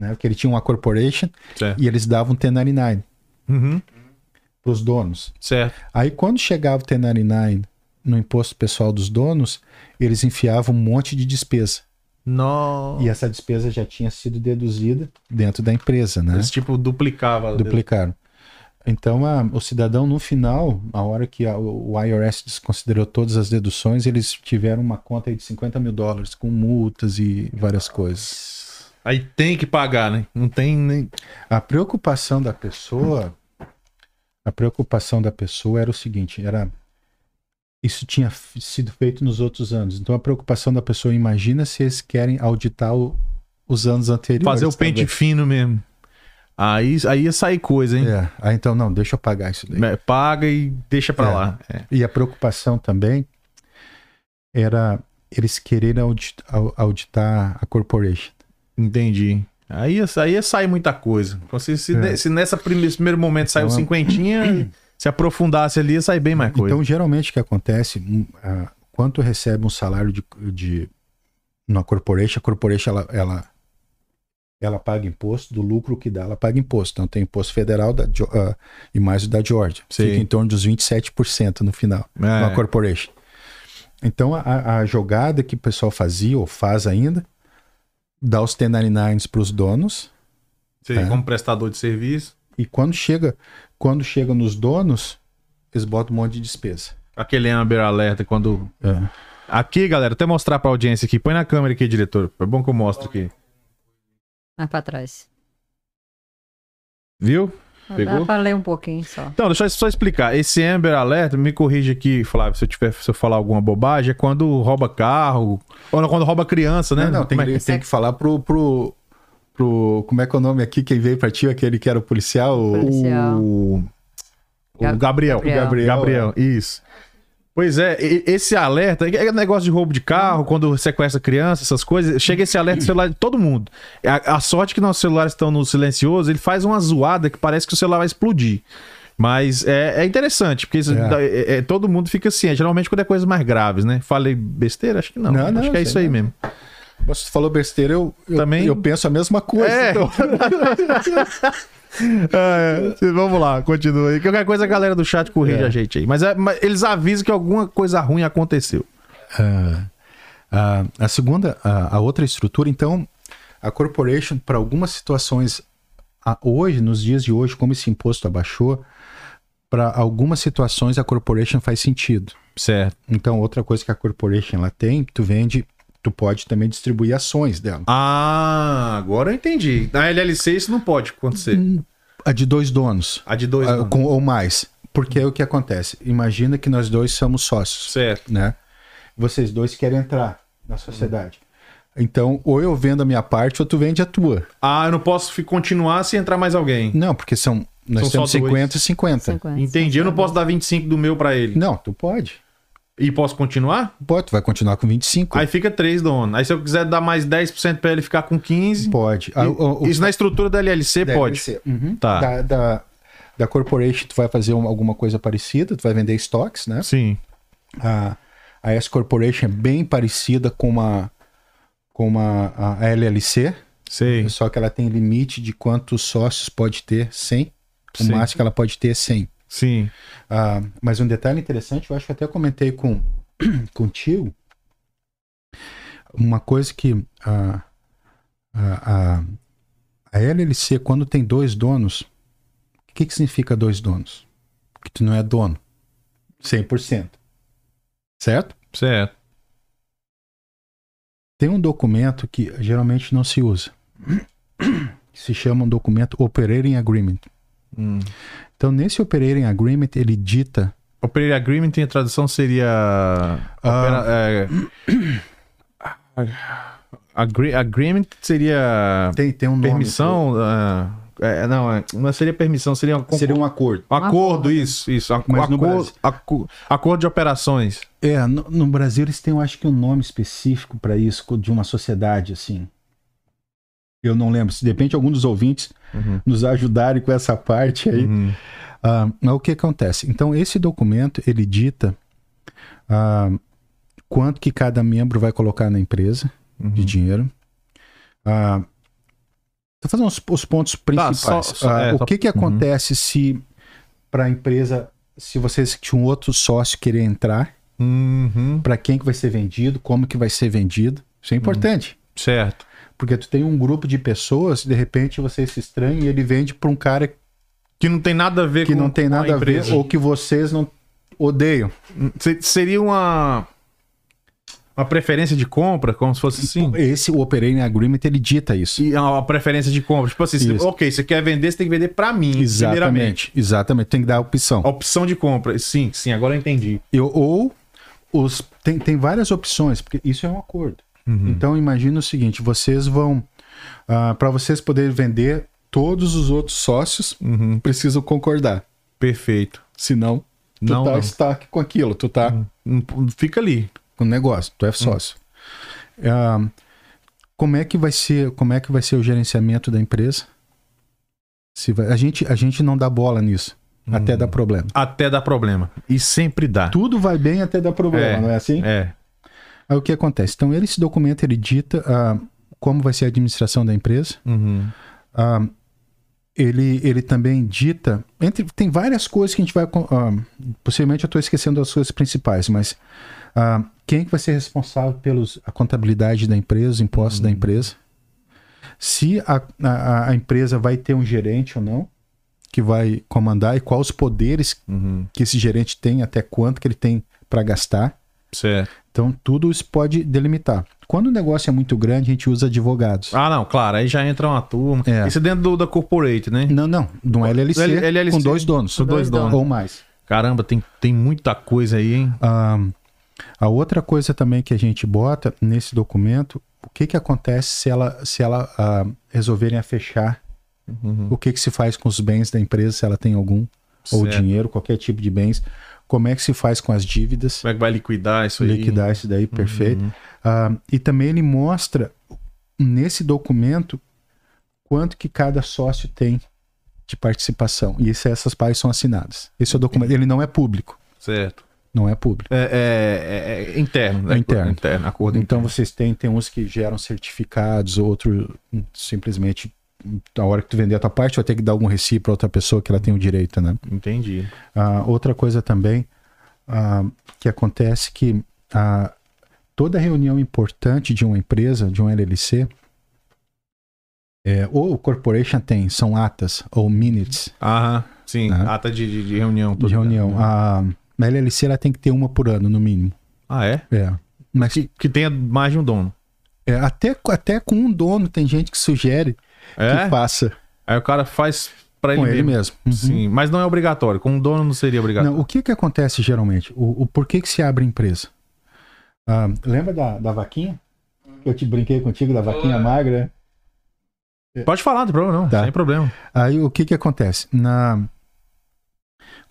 Speaker 3: né? Que ele tinha uma corporation
Speaker 1: Certo.
Speaker 3: e eles davam 1099
Speaker 1: Uhum.
Speaker 3: para os donos.
Speaker 1: Certo.
Speaker 3: Aí quando chegava o 1099 no imposto pessoal dos donos, eles enfiavam um monte de despesa.
Speaker 1: Não.
Speaker 3: E essa despesa já tinha sido deduzida dentro da empresa, né?
Speaker 1: Eles, tipo, duplicava.
Speaker 3: Duplicaram. Então, a- o cidadão, no final, a hora que a- o IRS desconsiderou todas as deduções, eles tiveram uma conta aí de 50 mil dólares com multas e várias coisas.
Speaker 1: Aí tem que pagar, né? Não tem nem.
Speaker 3: A preocupação da pessoa, a preocupação da pessoa era o seguinte, era isso tinha f- sido feito nos outros anos. Então a preocupação da pessoa, imagina se eles querem auditar o- os anos anteriores.
Speaker 1: Fazer o
Speaker 3: talvez.
Speaker 1: pente fino mesmo. Aí, aí ia sair coisa, hein?
Speaker 3: É. Ah, então não, deixa eu pagar isso daí.
Speaker 1: É, Paga e deixa pra
Speaker 3: É.
Speaker 1: lá. É.
Speaker 3: E a preocupação também era eles quererem audi- au- auditar a corporation.
Speaker 1: Entendi. Aí, ia- aí ia sair muita coisa. Então, se, se,
Speaker 3: É.
Speaker 1: ne- se nessa prime- esse primeiro momento saiu
Speaker 3: Então, é-
Speaker 1: cinquentinha, se aprofundasse ali, ia sair bem mais coisa.
Speaker 3: Então, geralmente o que acontece, um, ah, quanto recebe um salário de, de na corporation, a corporation ela, ela, ela paga imposto, do lucro que dá, ela paga imposto. Então tem imposto federal da, Geo- ah, e mais o da Georgia.
Speaker 1: Sim.
Speaker 3: Fica em torno dos 27% no final,
Speaker 1: É.
Speaker 3: na corporation. Então a, a jogada que o pessoal fazia ou faz ainda, dá os 1099s para os donos,
Speaker 1: Você,
Speaker 3: É.
Speaker 1: como prestador de serviço,
Speaker 3: e quando chega, quando chega nos donos, eles botam um monte de despesa.
Speaker 1: aquele Amber Alerta, quando.
Speaker 3: É.
Speaker 1: Aqui, galera, até mostrar pra audiência aqui. Põe na câmera aqui, diretor. É bom que eu mostro aqui.
Speaker 2: Mais pra trás.
Speaker 1: Viu? Pegou?
Speaker 2: Dá pra ler um pouquinho só.
Speaker 1: Então, deixa eu só explicar. Esse Amber Alert, me corrige aqui, Flávio, se eu, tiver, se eu falar alguma bobagem, é quando rouba carro, ou não, quando rouba criança, né?
Speaker 3: Não, não, tem,
Speaker 1: Como é
Speaker 3: que,
Speaker 1: que-
Speaker 3: tem que falar pro, pro, pro. Como é que é o nome aqui? Quem veio pra ti, aquele que era o policial? O,
Speaker 2: Policial.
Speaker 1: O, o
Speaker 2: Gab-
Speaker 1: Gabriel.
Speaker 2: Gabriel.
Speaker 1: Gabriel. Gabriel, isso. Pois é, e- esse alerta, é negócio de roubo de carro, quando sequestra criança, essas coisas, chega esse alerta no celular de todo mundo. A, a sorte é que nossos celulares estão no silencioso, ele faz uma zoada que parece que o celular vai explodir. Mas é, é interessante, porque isso
Speaker 3: É.
Speaker 1: dá- é- é- todo mundo fica ciente, geralmente quando é coisas mais graves, né? Falei besteira? Acho que não.
Speaker 3: Não,
Speaker 1: Acho
Speaker 3: não,
Speaker 1: que é
Speaker 3: sei
Speaker 1: isso aí
Speaker 3: não.
Speaker 1: mesmo.
Speaker 3: Você falou besteira, eu, eu,
Speaker 1: Também-
Speaker 3: eu penso a mesma coisa.
Speaker 1: É.
Speaker 3: então.
Speaker 1: É, é, vamos lá, continua aí. Qualquer coisa a galera do chat corrige
Speaker 3: É.
Speaker 1: a gente aí. Mas, é- mas eles avisam que alguma coisa ruim aconteceu.
Speaker 3: Ah, ah, a segunda, a, a outra estrutura, então, a corporation, para algumas situações, a- hoje, nos dias de hoje, como esse imposto abaixou, para algumas situações a corporation faz sentido.
Speaker 1: Certo.
Speaker 3: Então, outra coisa que a corporation ela tem, tu vende, tu pode também distribuir ações dela.
Speaker 1: Ah, agora eu entendi. Na LLC isso não pode acontecer.
Speaker 3: Hum. A de dois donos,
Speaker 1: A de dois.
Speaker 3: a-
Speaker 1: não.
Speaker 3: com- ou mais. Porque é o que acontece. Imagina que nós dois somos sócios,
Speaker 1: Certo.
Speaker 3: né? Vocês dois querem entrar na sociedade. Então, ou eu vendo a minha parte, ou tu vende a tua.
Speaker 1: Ah, eu não posso fi- continuar se entrar mais alguém.
Speaker 3: Não, porque são nós
Speaker 1: São só
Speaker 3: temos
Speaker 1: dois.
Speaker 3: 50 e 50.
Speaker 2: 50.
Speaker 1: Entendi. Eu não posso dar 25 do meu pra ele.
Speaker 3: Não, tu pode.
Speaker 1: E posso continuar?
Speaker 3: Pode, tu vai continuar com 25.
Speaker 1: Aí fica 3 dono. Aí se eu quiser dar mais 10% pra ele ficar com 15.
Speaker 3: pode. Ah, o- o-
Speaker 1: isso na estrutura da LLC
Speaker 3: Deve
Speaker 1: pode.
Speaker 3: ser. Uhum.
Speaker 1: Tá.
Speaker 3: Da, da, da corporation, tu vai fazer um- alguma coisa parecida, tu vai vender estoques, né?
Speaker 1: Sim.
Speaker 3: A, a S Corporation é bem parecida com uma, com uma a a LLC,
Speaker 1: Sei.
Speaker 3: só que ela tem limite de quantos sócios pode ter, 100. O
Speaker 1: Sim.
Speaker 3: máximo que ela pode ter é 100.
Speaker 1: Sim.
Speaker 3: Ah, mas um detalhe interessante, eu acho que até comentei com contigo, uma coisa que a, a, a, a LLC, quando tem dois donos, o que, que significa dois donos? Que tu não é dono. 100%. Certo?
Speaker 1: Certo.
Speaker 3: Tem um documento que geralmente não se usa, que se chama um documento Operating Agreement.
Speaker 1: Hum.
Speaker 3: Então, nesse Operating Agreement, ele dita
Speaker 1: Operator Agreement em tradução seria.
Speaker 3: Ah.
Speaker 1: Opera- é, Agre- agreement seria.
Speaker 3: Tem, tem um nome.
Speaker 1: Permissão. ah, é, não, é, não seria permissão, seria um,
Speaker 3: Seria um acordo.
Speaker 1: um acordo, isso, isso. ac-
Speaker 3: Mas no
Speaker 1: acordo,
Speaker 3: Brasil.
Speaker 1: acu- acordo de operações.
Speaker 3: É, no, no Brasil eles têm, eu acho que um nome específico para isso, co- de uma sociedade assim. Eu não lembro. Se de repente algum dos ouvintes
Speaker 1: Uhum.
Speaker 3: nos ajudarem com essa parte aí.
Speaker 1: Uhum.
Speaker 3: Ah, mas o que acontece? Então, esse documento ele dita ah, quanto que cada membro vai colocar na empresa
Speaker 1: Uhum.
Speaker 3: de dinheiro. Ah, Estou fazendo os, os pontos principais.
Speaker 1: só- só-
Speaker 3: Ah,
Speaker 1: é,
Speaker 3: o
Speaker 1: só-
Speaker 3: que, que acontece se para a empresa, se vocês tinham outro sócio um querer entrar,
Speaker 1: Uhum.
Speaker 3: para quem que vai ser vendido, como que vai ser vendido. Isso é importante,
Speaker 1: Certo.
Speaker 3: porque tu tem um grupo de pessoas, de repente você se estranha e ele vende para um cara
Speaker 1: Que não tem nada a ver
Speaker 3: que
Speaker 1: com
Speaker 3: não tem
Speaker 1: com
Speaker 3: nada a ver
Speaker 1: empresa.
Speaker 3: ou que vocês não odeiam.
Speaker 1: Se- Seria uma. Uma preferência de compra, como se fosse assim.
Speaker 3: Esse o operating agreement ele dita isso.
Speaker 1: E a preferência de compra. Tipo assim, você-
Speaker 3: Isso.
Speaker 1: ok, você quer vender, você tem que vender pra mim, primeiramente.
Speaker 3: Exatamente, exatamente, tem que dar a opção.
Speaker 1: A opção de compra. Sim, sim, agora eu entendi.
Speaker 3: Eu- ou os tem, tem várias opções, porque isso é um acordo.
Speaker 1: Uhum.
Speaker 3: Então imagina o seguinte, vocês vão para vocês poderem vender, todos os outros sócios
Speaker 1: Uhum,
Speaker 3: precisam concordar.
Speaker 1: perfeito.
Speaker 3: Senão, tu
Speaker 1: Não,
Speaker 3: tá
Speaker 1: não.
Speaker 3: stack com aquilo, tu tá
Speaker 1: Hum, Fica ali.
Speaker 3: com o negócio, tu é sócio.
Speaker 1: Hum.
Speaker 3: Ah, como é que vai ser, como é que vai ser o gerenciamento da empresa? Se vai- a gente a gente não dá bola nisso, até
Speaker 1: Hum.
Speaker 3: dá problema.
Speaker 1: Até dar problema. E sempre dá.
Speaker 3: Tudo vai bem até dar problema,
Speaker 1: É,
Speaker 3: não é assim?
Speaker 1: É.
Speaker 3: Aí o que acontece? Então, ele, esse documento, ele dita ah, como vai ser a administração da empresa.
Speaker 1: Uhum.
Speaker 3: Ah, ele, ele também dita. Entre, tem várias coisas que a gente vai. com- ah, possivelmente eu estou esquecendo as coisas principais, mas ah, quem que vai ser responsável pela contabilidade da empresa, os impostos
Speaker 1: Uhum.
Speaker 3: da empresa? Se a, a, a empresa vai ter um gerente ou não, que vai comandar, e quais os poderes
Speaker 1: Uhum.
Speaker 3: que esse gerente tem, até quanto que ele tem para gastar.
Speaker 1: Certo.
Speaker 3: Então, tudo isso pode delimitar. Quando o negócio é muito grande, a gente usa advogados.
Speaker 1: Ah, não, claro. Aí já entra uma turma.
Speaker 3: É.
Speaker 1: Isso é dentro do- da corporate, né?
Speaker 3: Não, não. De um LLC,
Speaker 1: L- LLC.
Speaker 3: com dois donos.
Speaker 1: Com dois donos.
Speaker 3: Ou mais.
Speaker 1: Caramba, tem, tem muita coisa aí, hein?
Speaker 3: Ah, a outra coisa também que a gente bota nesse documento, o que, que acontece se ela, se ela ah, resolverem a fechar? O que, que se faz com os bens da empresa, se ela tem algum? Ou
Speaker 1: Uhum, Certo. é
Speaker 3: dinheiro, qualquer tipo de bens. Como é que se faz com as dívidas?
Speaker 1: Como é que vai liquidar isso aí? Uhum.
Speaker 3: liquidar isso daí, perfeito. Ah, e também ele mostra nesse documento quanto que cada sócio tem de participação. E esse- essas partes são assinadas. Esse é o documento. Ele não é público.
Speaker 1: Certo.
Speaker 3: Não é público.
Speaker 1: É, é- é- é interno, né?
Speaker 3: Interno.
Speaker 1: interno. Acordo
Speaker 3: Então
Speaker 1: interno.
Speaker 3: vocês têm, tem uns que geram certificados, outros hum, simplesmente hum, na hora que tu vender a tua parte, vai ter que dar algum recibo para outra pessoa que ela tem o direito, né?
Speaker 1: Entendi.
Speaker 3: Ah, outra coisa também ah, que acontece que ah, toda reunião importante de uma empresa, de um LLC, é, ou o corporation tem, são atas ou minutes
Speaker 1: Aham, sim.
Speaker 3: Né?
Speaker 1: Ata de, de- de reunião.
Speaker 3: de
Speaker 1: toda-
Speaker 3: reunião. ah. A, a LLC ela tem que ter uma por ano, no mínimo.
Speaker 1: Ah, é?
Speaker 3: É. Mas
Speaker 1: Que, que tenha mais de um dono.
Speaker 3: é, até, co- até com um dono tem gente que sugere
Speaker 1: É?
Speaker 3: que faça
Speaker 1: Aí o cara faz pra ele,
Speaker 3: com ele
Speaker 1: mesmo.
Speaker 3: mesmo. Uhum.
Speaker 1: Sim, mas não é obrigatório. Com um dono não seria obrigatório.
Speaker 3: Não, o que que acontece geralmente? O, o porquê que se abre empresa? Ah, lembra da, da vaquinha? Eu te brinquei contigo da vaquinha
Speaker 5: Ah.
Speaker 3: magra.
Speaker 1: Pode falar, não tem problema não.
Speaker 3: Tá.
Speaker 1: Sem problema.
Speaker 3: Aí o que que acontece? Na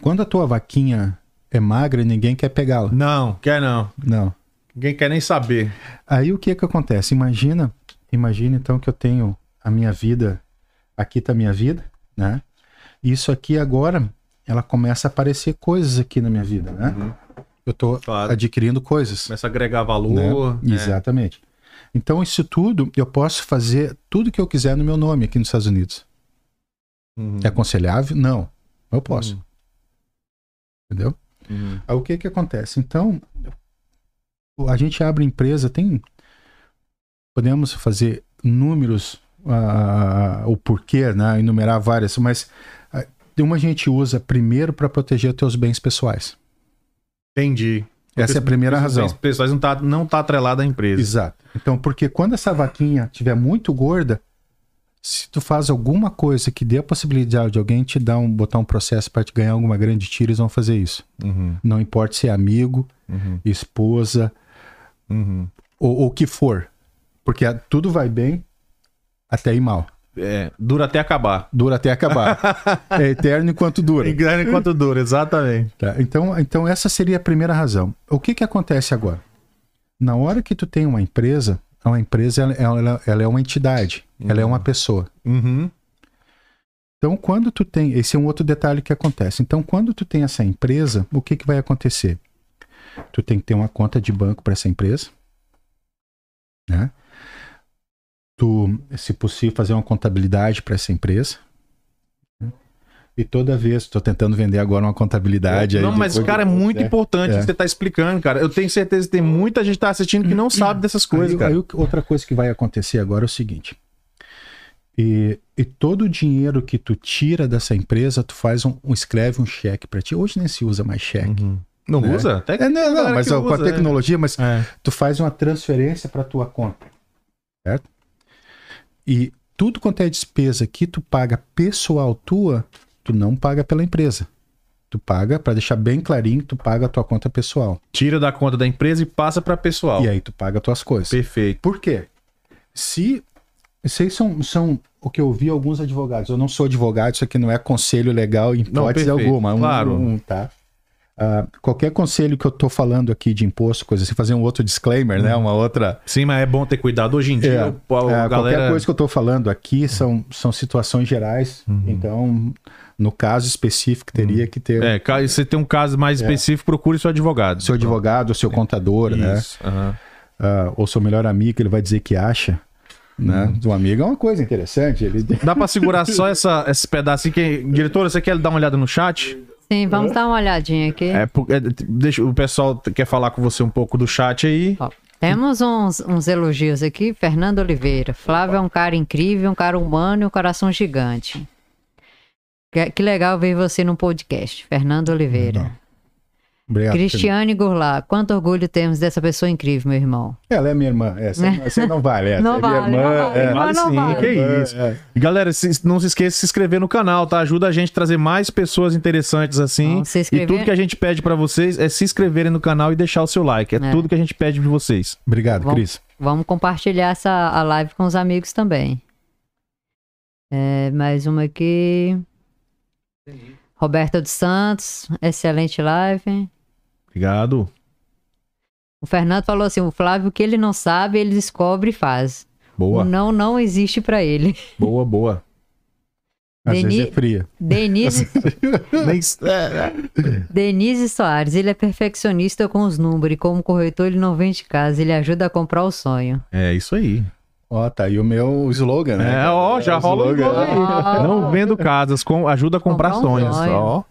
Speaker 3: quando a tua vaquinha é magra, ninguém quer pegá-la.
Speaker 1: Não, quer não.
Speaker 3: Não.
Speaker 1: Ninguém quer nem saber.
Speaker 3: Aí o que que acontece? Imagina, imagina então que eu tenho a minha vida, aqui tá a minha vida, né? Isso aqui agora, ela começa a aparecer coisas aqui na minha vida, né? Eu tô
Speaker 1: Claro.
Speaker 3: adquirindo coisas.
Speaker 1: Começa a agregar
Speaker 3: né?
Speaker 1: valor. né?
Speaker 3: Exatamente. Então, isso tudo, eu posso fazer tudo que eu quiser no meu nome aqui nos Estados Unidos.
Speaker 1: Uhum.
Speaker 3: É aconselhável? Não. Eu posso.
Speaker 1: Uhum.
Speaker 3: Entendeu?
Speaker 1: Uhum.
Speaker 3: Aí, o que que acontece? Então, a gente abre empresa, tem... Podemos fazer números, ah, o porquê, né? Enumerar várias, mas ah, uma a gente usa primeiro para proteger teus bens pessoais.
Speaker 1: Entendi.
Speaker 3: Essa é a primeira razão.
Speaker 1: Os pessoais não tá, não tá atrelado à empresa.
Speaker 3: Exato. Então, porque quando essa vaquinha tiver muito gorda, se tu faz alguma coisa que dê a possibilidade de alguém te dar um, botar um processo para te ganhar alguma grande tira, eles vão fazer isso.
Speaker 1: Uhum,
Speaker 3: Não importa se é amigo,
Speaker 1: uhum,
Speaker 3: esposa
Speaker 1: uhum.
Speaker 3: ou ou o que for. Porque a- tudo vai bem até ir mal.
Speaker 1: É, dura até acabar.
Speaker 3: Dura até acabar. é eterno enquanto dura.
Speaker 1: Enquanto dura, exatamente.
Speaker 3: Tá, Então, então essa seria a primeira razão. O que, que acontece agora? Na hora que tu tem uma empresa, é uma empresa ela, ela- ela é uma entidade, ela é uma pessoa.
Speaker 1: Uhum.
Speaker 3: Então, quando tu tem, esse é um outro detalhe que acontece. Então, quando tu tem essa empresa, o que, que vai acontecer? Tu tem que ter uma conta de banco para essa empresa, né? Tu, se possível, fazer uma contabilidade para essa empresa. né? E toda vez, estou tentando vender agora uma contabilidade aí.
Speaker 1: Não,
Speaker 3: de
Speaker 1: mas,
Speaker 3: coisa-
Speaker 1: cara, é muito importante
Speaker 3: É.
Speaker 1: o que você tá explicando, cara. Eu tenho certeza que tem muita gente que tá assistindo que não sabe dessas coisas,
Speaker 3: aí,
Speaker 1: cara.
Speaker 3: aí o- outra coisa que vai acontecer agora é o seguinte. E, e todo o dinheiro que tu tira dessa empresa, tu faz um, um- escreve um cheque pra ti. Hoje nem se usa mais cheque.
Speaker 1: Não
Speaker 3: né?
Speaker 1: usa? Até que
Speaker 3: É, não, não,
Speaker 1: galera
Speaker 3: mas
Speaker 1: Hum. que
Speaker 3: ó, com
Speaker 1: usa,
Speaker 3: a
Speaker 1: é.
Speaker 3: tecnologia, mas
Speaker 1: É.
Speaker 3: tu faz uma transferência para tua conta, certo? E tudo quanto é despesa que tu paga pessoal tua, tu não paga pela empresa. Tu paga, para deixar bem clarinho, tu paga a tua conta pessoal.
Speaker 1: Tira da conta da empresa e passa pra pessoal.
Speaker 3: E é aí tu paga tuas coisas.
Speaker 1: Perfeito.
Speaker 3: Por quê? Se vocês são, são o que eu vi alguns advogados, eu não sou advogado, isso aqui não é conselho legal em
Speaker 1: Não,
Speaker 3: hipótese
Speaker 1: perfeito,
Speaker 3: alguma. é um-
Speaker 1: claro.
Speaker 3: um, tá? Ah, qualquer conselho que eu tô falando aqui de imposto, coisa assim, fazer um outro disclaimer,
Speaker 1: Hum.
Speaker 3: né? Uma outra.
Speaker 1: Uhum. Sim, mas é bom ter cuidado. Hoje em dia,
Speaker 3: É,
Speaker 1: o- a,
Speaker 3: Ah,
Speaker 1: galera.
Speaker 3: Qualquer coisa que eu estou falando aqui são, são situações gerais,
Speaker 1: Uhum.
Speaker 3: então, no caso específico, teria que ter
Speaker 1: É, ca- se você tem um caso mais específico, procure seu advogado.
Speaker 3: seu advogado, seu contador, né?
Speaker 1: é. Isso. Uhum. aham.
Speaker 3: Ah, ou seu melhor amigo, ele vai dizer que acha. Né?
Speaker 1: Uhum.
Speaker 3: Um amigo é uma coisa interessante. Ele...
Speaker 1: Dá pra segurar só essa, esse pedaço aqui? que- Diretora, você quer dar uma olhada no chat?
Speaker 2: Sim, vamos dar uma olhadinha aqui.
Speaker 1: É, por- é, deixa, o pessoal quer falar com você um pouco do chat aí.
Speaker 2: Ó, temos uns, uns elogios aqui. Fernando Oliveira. Flávio é um cara incrível, um cara humano e um coração gigante. Que, que legal ver você num podcast. Fernando Oliveira.
Speaker 3: Obrigado,
Speaker 2: Cristiane Gurlá. Quanto orgulho temos dessa pessoa incrível, meu irmão.
Speaker 3: Ela é minha irmã. É, você, você não vale. É,
Speaker 2: Né? Não
Speaker 3: você é
Speaker 2: vale,
Speaker 3: minha
Speaker 2: não
Speaker 3: irmã.
Speaker 2: vale.
Speaker 3: é.
Speaker 2: Mas não
Speaker 1: sim,
Speaker 2: vale.
Speaker 1: que isso.
Speaker 3: É, é.
Speaker 1: E Galera, se- não se esqueça de se inscrever no canal, tá? Ajuda a gente a trazer mais pessoas interessantes assim.
Speaker 2: Então, se
Speaker 1: E
Speaker 2: inscrever-
Speaker 1: tudo que a gente pede pra vocês é se inscreverem no canal e deixar o seu like. É,
Speaker 2: É.
Speaker 1: tudo que a gente pede de vocês.
Speaker 3: Obrigado,
Speaker 2: Tá Bom.
Speaker 3: Cris.
Speaker 2: Vamos compartilhar essa a live com os amigos também. É, mais uma aqui. Roberta dos Santos, excelente live.
Speaker 1: Obrigado.
Speaker 2: O Fernando falou assim: o Flávio, o que ele não sabe, ele descobre e faz. O
Speaker 1: Boa,
Speaker 2: não, não existe pra ele.
Speaker 1: boa, boa.
Speaker 3: Às vezes
Speaker 2: Deni-
Speaker 3: é fria.
Speaker 2: Denise,
Speaker 1: Nem- é,
Speaker 2: Denise Soares, ele é perfeccionista com os números e, como corretor, ele não vende casa, ele ajuda a comprar o sonho.
Speaker 1: é isso aí.
Speaker 3: Ó, tá aí o meu slogan, né?
Speaker 1: É, ó, já rola o gol aí.
Speaker 2: Ó.
Speaker 1: Não vendo casas, com, ajuda a comprar
Speaker 2: Comprar um
Speaker 1: sonhos.
Speaker 2: sonho.
Speaker 1: Ó.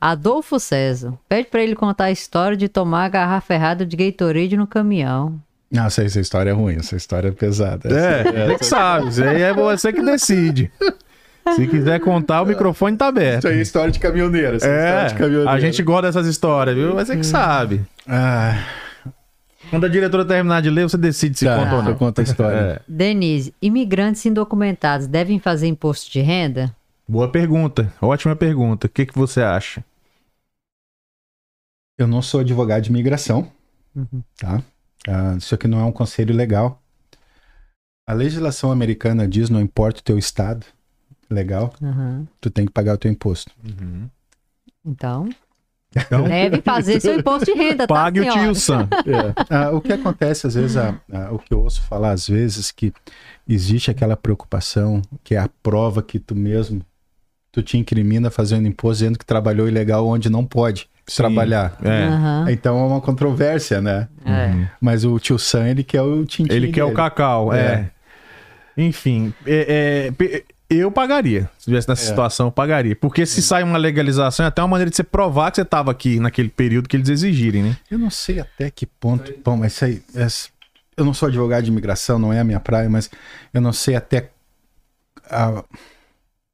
Speaker 2: Adolfo César, pede pra ele contar a história de tomar a garrafa errada de Gatorade no caminhão.
Speaker 3: Nossa, essa história é ruim, essa história é pesada.
Speaker 1: É, você que sabe. Isso aí é você que decide. Se quiser contar, o microfone tá aberto.
Speaker 3: Isso aí é história de caminhoneiro. Essa
Speaker 1: É,
Speaker 3: história de caminhoneiro.
Speaker 1: a gente gosta dessas histórias, viu? Mas você
Speaker 2: Hum.
Speaker 1: que sabe.
Speaker 3: Ah,
Speaker 1: Quando a diretora terminar de ler, você decide se
Speaker 3: tá,
Speaker 1: conta ou
Speaker 3: eu
Speaker 1: não.
Speaker 3: conto a história.
Speaker 1: É,
Speaker 2: Denise, imigrantes indocumentados devem fazer imposto de renda?
Speaker 1: boa pergunta, ótima pergunta. O que, que você acha?
Speaker 3: Eu não sou advogado de imigração,
Speaker 2: Uhum.
Speaker 3: tá? Ah, isso aqui não é um conselho legal. A legislação americana diz, não importa o teu estado, legal,
Speaker 2: Aham.
Speaker 3: tu tem que pagar o teu imposto.
Speaker 2: Então, deve fazer seu imposto de renda, tá,
Speaker 1: Pague o
Speaker 2: senhora?
Speaker 1: tio Sam. É.
Speaker 3: Ah, o que acontece às vezes, a- a- o que eu ouço falar às vezes, que existe aquela preocupação que é a prova que tu mesmo tu te incrimina fazendo imposto, dizendo que trabalhou ilegal onde não pode trabalhar.
Speaker 1: É. Uhum.
Speaker 2: Aham.
Speaker 3: Então é uma controvérsia, né?
Speaker 2: É.
Speaker 3: Mas o tio Sam, ele quer o tintim
Speaker 1: Ele quer o
Speaker 3: dele.
Speaker 1: cacau, é. Enfim, é- é, pe- eu pagaria. Se estivesse nessa situação, eu pagaria. Porque se sai uma legalização, é até uma maneira de você provar que você estava aqui naquele período que eles exigirem, né?
Speaker 3: Eu não sei até que ponto. Bom, mas isso aí. essa- eu não sou advogado de imigração, não é a minha praia, mas eu não sei até a,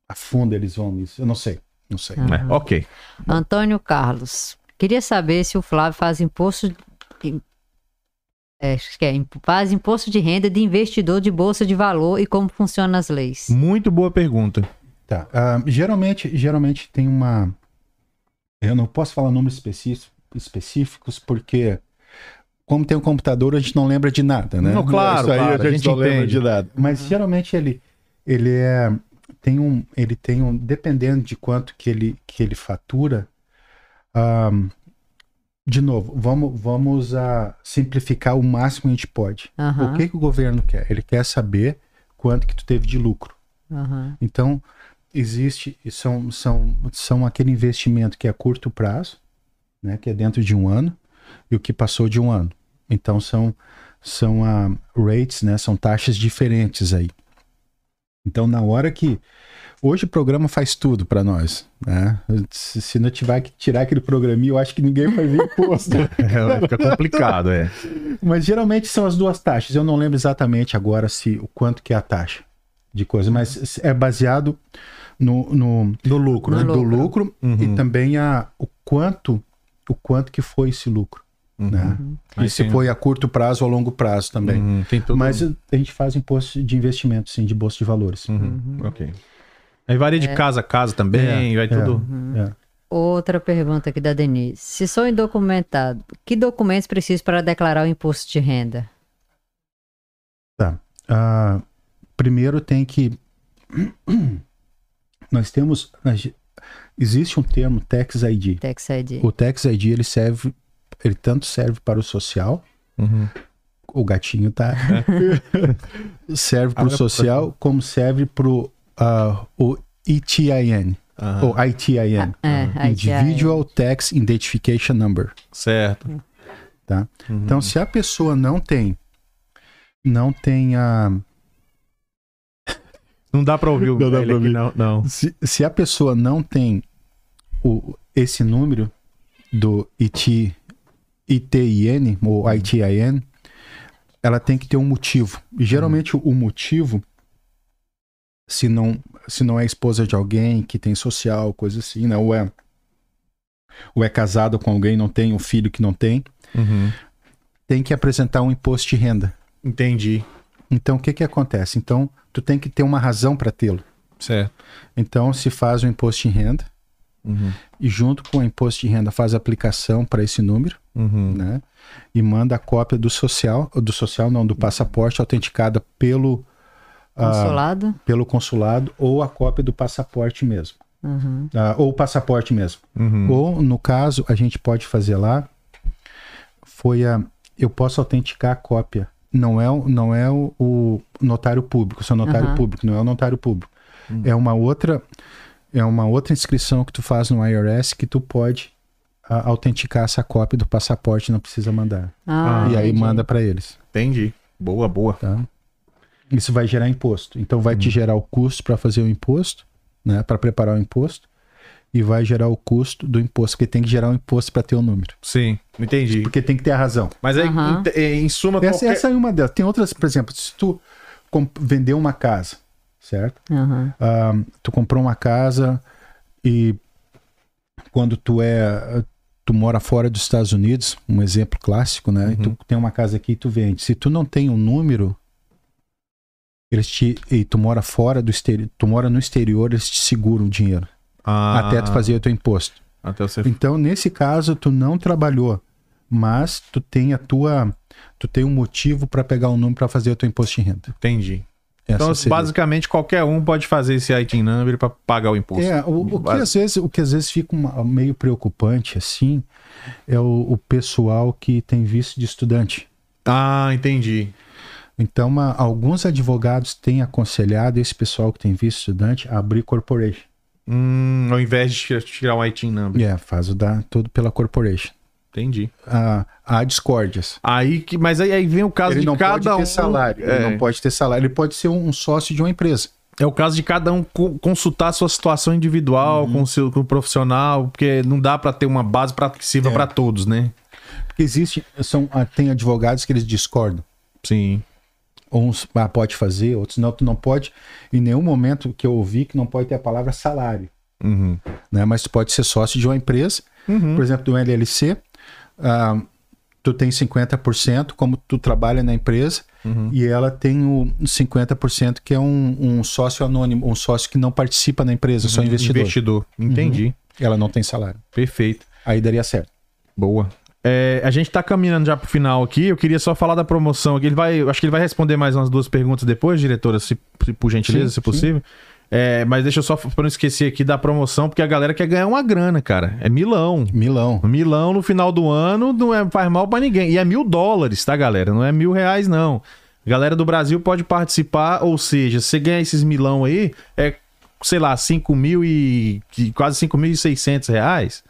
Speaker 3: a fundo eles vão nisso. Eu não sei. Não sei.
Speaker 1: É, ok.
Speaker 2: Antônio Carlos, queria saber se o Flávio faz imposto. im- é, acho que é, imp- faz imposto de renda de investidor de bolsa de valor e como funcionam as leis.
Speaker 1: Muito boa pergunta.
Speaker 3: Tá. ah, geralmente, geralmente tem uma. Eu não posso falar números específic- específicos, porque. Como tem um computador, a gente não lembra de nada, né?
Speaker 1: Não, claro,
Speaker 3: Isso aí
Speaker 1: claro,
Speaker 3: a, gente não lembra
Speaker 1: entende.
Speaker 3: de nada. Mas geralmente ele, ele é. Tem um, ele tem um. Dependendo de quanto que ele, que ele fatura. ah, de novo, vamos, vamos ah, simplificar o máximo que a gente pode.
Speaker 2: Aham,
Speaker 3: O que, que o governo quer? Ele quer saber quanto que tu teve de lucro.
Speaker 2: aham,
Speaker 3: Então, existe, são, são, são aquele investimento que é a curto prazo, né, que é dentro de um ano, e o que passou de um ano. ah, Então, são, são a rates, né, são taxas diferentes aí. Então, na hora que. Hoje o programa faz tudo pra nós. Né? Se, se não tiver que tirar aquele programinha, eu acho que ninguém vai ver imposto.
Speaker 1: É, fica complicado, é.
Speaker 3: Mas geralmente são as duas taxas. Eu não lembro exatamente agora se o quanto que é a taxa de coisa, mas é baseado no, no
Speaker 4: Do lucro,
Speaker 2: No
Speaker 4: né?
Speaker 3: do lucro
Speaker 1: Uhum.
Speaker 3: e também a, o quanto o quanto que foi esse lucro, né?
Speaker 1: Aí
Speaker 3: E se
Speaker 1: tem-
Speaker 3: foi a curto prazo ou a longo prazo também.
Speaker 1: Uhum, tem todo
Speaker 3: Mas a gente faz imposto de investimento, sim, de bolsa de valores.
Speaker 1: Uhum, Ok. Aí varia
Speaker 2: É.
Speaker 1: de casa a casa também, vai tudo.
Speaker 3: É.
Speaker 2: Outra pergunta aqui da Denise. Se sou indocumentado, que documentos preciso para declarar o imposto de renda?
Speaker 3: Ah, primeiro tem que nós temos nós- existe um termo tax ID.
Speaker 2: Tax ID.
Speaker 3: O tax ID ele serve ele tanto serve para o social
Speaker 1: Uhum.
Speaker 3: o gatinho tá. serve pro
Speaker 1: Abra a
Speaker 3: social, como serve pro ah, o ITIN,
Speaker 1: Ah,
Speaker 3: ou ITIN,
Speaker 2: É,
Speaker 3: Individual Tax Identification Number,
Speaker 1: Certo. Uhum.
Speaker 3: tá? Então, se a pessoa não tem, não tem a...
Speaker 1: Não dá pra ouvir o
Speaker 3: Não dá
Speaker 1: ele
Speaker 3: pra
Speaker 1: aqui,
Speaker 3: ouvir.
Speaker 1: não. não.
Speaker 3: Se, se a pessoa não tem o, esse número do IT, ITIN, ou ITIN, ela tem que ter um motivo. E geralmente o motivo, se não, se não é esposa de alguém que tem social, coisa assim, né? Ou é, ou é casado com alguém, não tem, um filho que não tem,
Speaker 1: Uhum.
Speaker 3: tem que apresentar um imposto de renda.
Speaker 1: Entendi.
Speaker 3: Então o que que acontece? Então tu tem que ter uma razão para tê-lo.
Speaker 1: Certo.
Speaker 3: Então se faz o imposto de renda
Speaker 1: Uhum.
Speaker 3: e junto com o imposto de renda faz a aplicação para esse número,
Speaker 1: Uhum.
Speaker 3: né? E manda a cópia do social, do social não, do passaporte autenticada pelo ah,
Speaker 2: Consulado?
Speaker 3: pelo consulado ou a cópia do passaporte mesmo,
Speaker 2: Uhum.
Speaker 3: Ah, ou o passaporte mesmo.
Speaker 2: Hum.
Speaker 1: Uhum.
Speaker 3: Ou no caso a gente pode fazer lá foi a eu posso autenticar a cópia. Não é o- não é o, o notário público, seu notário
Speaker 2: Aham. Hum.
Speaker 3: público, não é o notário público. É uma outra é uma outra inscrição que tu faz no IRS que tu pode a- autenticar essa cópia do passaporte, não precisa mandar.
Speaker 2: Ah,
Speaker 3: e aí
Speaker 2: entendi.
Speaker 3: manda para eles,
Speaker 1: Entendi. Boa, boa.
Speaker 3: tá? Isso vai gerar imposto. Então vai te gerar o custo para fazer o imposto, né, para preparar o imposto e vai gerar o custo do imposto, porque tem que gerar o imposto para ter o número.
Speaker 1: Sim, entendi.
Speaker 3: Porque tem que ter a razão.
Speaker 1: Mas aí,
Speaker 2: Aham.
Speaker 1: em, é, em suma,
Speaker 3: Essa,
Speaker 1: qualquer...
Speaker 3: essa é uma delas. Tem outras, por exemplo, se tu com- vender uma casa, certo?
Speaker 2: Aham.
Speaker 3: Ah, tu comprou uma casa e quando tu é. Tu mora fora dos Estados Unidos, um exemplo clássico, né? E
Speaker 1: Uhum.
Speaker 3: tu tem uma casa aqui e tu vende. Se tu não tem um número, eles te. E tu mora fora do exterior, tu mora no exterior, eles te seguram o dinheiro.
Speaker 1: Ah,
Speaker 3: Até tu fazer o teu imposto.
Speaker 1: Até você...
Speaker 3: Então, nesse caso, tu não trabalhou, mas tu tem a tua, tu tem um motivo para pegar o número para fazer o teu imposto de renda.
Speaker 1: Entendi.
Speaker 3: Essa
Speaker 1: Então,
Speaker 3: seria.
Speaker 1: basicamente, qualquer um pode fazer esse IT number pra pagar o imposto.
Speaker 3: é, o, o que às vezes, o que às vezes fica uma- meio preocupante assim, é o, o pessoal que tem visto de estudante.
Speaker 1: Ah, entendi.
Speaker 3: Então, uma- alguns advogados têm aconselhado esse pessoal que tem visto de estudante a abrir corporation.
Speaker 1: Hum, ao invés de tira- tirar o IT number.
Speaker 3: É, faz o da tudo pela corporation.
Speaker 1: Entendi.
Speaker 3: Ah, há discórdias.
Speaker 1: Aí que... Mas aí, aí vem o caso
Speaker 3: Ele
Speaker 1: de
Speaker 3: não pode
Speaker 1: cada
Speaker 3: ter
Speaker 1: um...
Speaker 3: salário.
Speaker 1: É.
Speaker 3: Ele não pode ter salário. Ele pode ser um sócio de uma empresa.
Speaker 1: É o caso de cada um co- consultar a sua situação
Speaker 3: Uhum.
Speaker 1: individual com o seu com o profissional, porque não dá pra ter uma base pra, que sirva
Speaker 3: É.
Speaker 1: pra todos, né?
Speaker 3: Porque existe, são, ah, tem advogados que eles discordam.
Speaker 1: Sim.
Speaker 3: Uns ah, pode fazer, outros não, tu não pode. Em nenhum momento que eu ouvi que não pode ter a palavra salário.
Speaker 1: Uhum.
Speaker 3: Né? Mas tu pode ser sócio de uma empresa, por exemplo, um do LLC. ah, tu tem 50%, como tu trabalha na empresa, e ela tem o 50% que é um, um sócio anônimo, um sócio que não participa na empresa, só investidor. Uhum.
Speaker 1: Investidor. Entendi.
Speaker 3: Ela não tem salário.
Speaker 1: Perfeito.
Speaker 3: Aí daria certo.
Speaker 1: Boa. É, a gente tá caminhando já pro final aqui. Eu queria só falar da promoção aqui. Ele vai, eu acho que ele vai responder mais umas duas perguntas depois, diretora, se, se por gentileza,
Speaker 3: Sim,
Speaker 1: se possível. É, mas deixa eu só pra não esquecer aqui da promoção, porque a galera quer ganhar uma grana, cara. É milão.
Speaker 3: Milão.
Speaker 1: Milão no final do ano não é, faz mal pra ninguém. E é mil dólares, tá, galera? Não é mil reais, não. Galera do Brasil pode participar, ou seja, se você ganhar esses milão aí, é, sei lá, 5 mil e. que- quase 5.600 reais.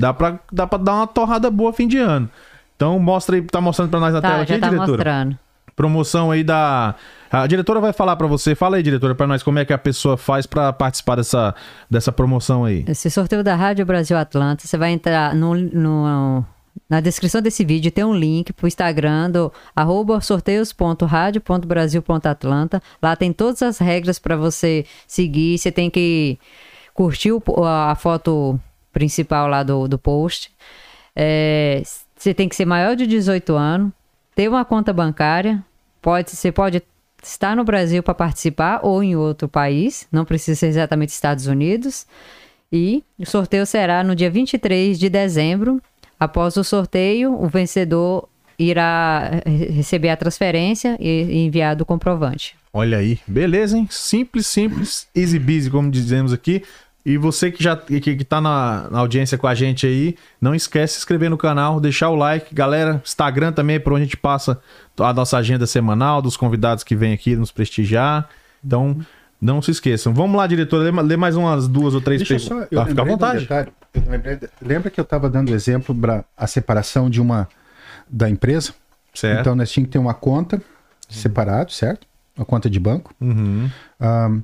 Speaker 1: Dá pra, dá pra dar uma torrada boa fim de ano. Então mostra aí, tá mostrando pra nós na tela
Speaker 2: Tá,
Speaker 1: aqui,
Speaker 2: já tá
Speaker 1: diretora?
Speaker 2: mostrando.
Speaker 1: Promoção aí da. A diretora vai falar pra você. Fala aí, diretora, pra nós como é que a pessoa faz pra participar dessa, dessa promoção aí.
Speaker 2: Esse sorteio da Rádio Brasil Atlanta, você vai entrar no, no- na descrição desse vídeo, tem um link pro Instagram do arroba sorteios.radio.brasil.atlanta. Lá tem todas as regras para você seguir. Você tem que curtir o po- a foto principal lá do, do post. É, você tem que ser maior de 18 anos, ter uma conta bancária, pode, você pode estar no Brasil para participar ou em outro país, não precisa ser exatamente Estados Unidos. E o sorteio será no dia 23 de dezembro. Após o sorteio, o vencedor irá re- receber a transferência e e enviado o comprovante.
Speaker 1: Olha aí, beleza, hein? Simples, simples, easy busy, como dizemos aqui. E você que já que, que tá na, na audiência com a gente aí, não esquece de se inscrever no canal, deixar o like. Galera, Instagram também é por onde a gente passa a nossa agenda semanal, dos convidados que vêm aqui nos prestigiar. Então, não se esqueçam. Vamos lá, diretora, lê, ma- lê mais umas duas ou três
Speaker 3: Deixa eu
Speaker 1: perguntas.
Speaker 3: só- eu
Speaker 1: Ah, fica à
Speaker 3: lembrei de um
Speaker 1: vontade.
Speaker 3: detalhe. Eu lembrei de- lembra que eu estava dando exemplo para a separação de uma da empresa?
Speaker 1: Certo.
Speaker 3: Então nós tínhamos que ter uma conta separado, certo? Uma conta de banco.
Speaker 1: Uhum.
Speaker 3: Ahn,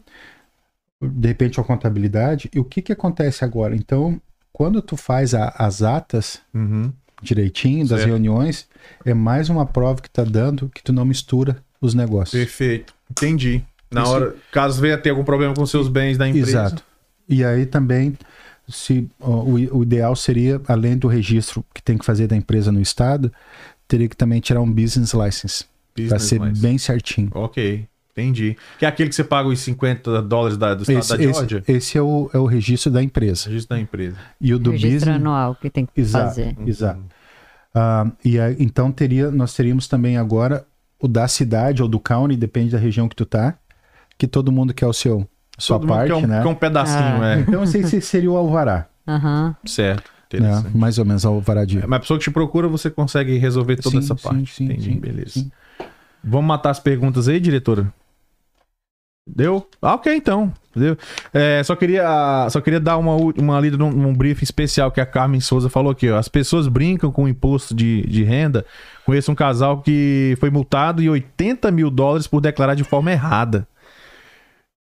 Speaker 3: de repente uma contabilidade. E o que que acontece agora? Então, quando tu faz a- as atas
Speaker 1: Uhum.
Speaker 3: direitinho das
Speaker 1: Certo.
Speaker 3: reuniões, é mais uma prova que tá dando que tu não mistura os negócios.
Speaker 1: Perfeito. Entendi. Na
Speaker 3: Isso-
Speaker 1: hora, caso venha ter algum problema com seus bens da empresa.
Speaker 3: Exato. E aí também se ó, o, i- o ideal seria além do registro que tem que fazer da empresa no estado, teria que também tirar um business license para
Speaker 1: Business
Speaker 3: ser
Speaker 1: license. Tá
Speaker 3: bem certinho.
Speaker 1: Ok, entendi. Que é aquele que você paga os 50 dólares da- do estado
Speaker 3: Esse,
Speaker 1: da Georgia?
Speaker 3: esse, esse é, o, é o registro da empresa.
Speaker 1: Registro da empresa.
Speaker 3: E o do
Speaker 2: Registro
Speaker 3: business
Speaker 2: anual que tem que
Speaker 3: Exato,
Speaker 2: fazer.
Speaker 1: Uhum.
Speaker 3: exato. Ah, e aí, então teria, nós teríamos também agora o da cidade ou do county, depende da região que tu tá, que todo mundo quer o seu sua
Speaker 1: Todo mundo
Speaker 3: parte,
Speaker 1: quer um,
Speaker 3: né?
Speaker 1: quer um pedacinho,
Speaker 2: Ah.
Speaker 1: é.
Speaker 3: Então esse, esse seria o alvará,
Speaker 2: Aham.
Speaker 1: Certo,
Speaker 3: né?
Speaker 1: interessante.
Speaker 3: Mais ou menos alvará de.
Speaker 1: Mas a pessoa que te procura, você consegue resolver toda
Speaker 3: Sim,
Speaker 1: essa
Speaker 3: sim,
Speaker 1: parte.
Speaker 3: sim,
Speaker 1: entendi,
Speaker 3: sim,
Speaker 1: beleza.
Speaker 3: sim.
Speaker 1: Vamos matar as perguntas aí, diretora? Deu? Ah, ok, então. Deu. É, só, queria, só queria dar uma, u- uma lida num, num brief especial que a Carmen Souza falou aqui. Ó. As pessoas brincam com o imposto de, de renda. Conheço um casal que foi multado em 80 mil dólares por declarar de forma errada.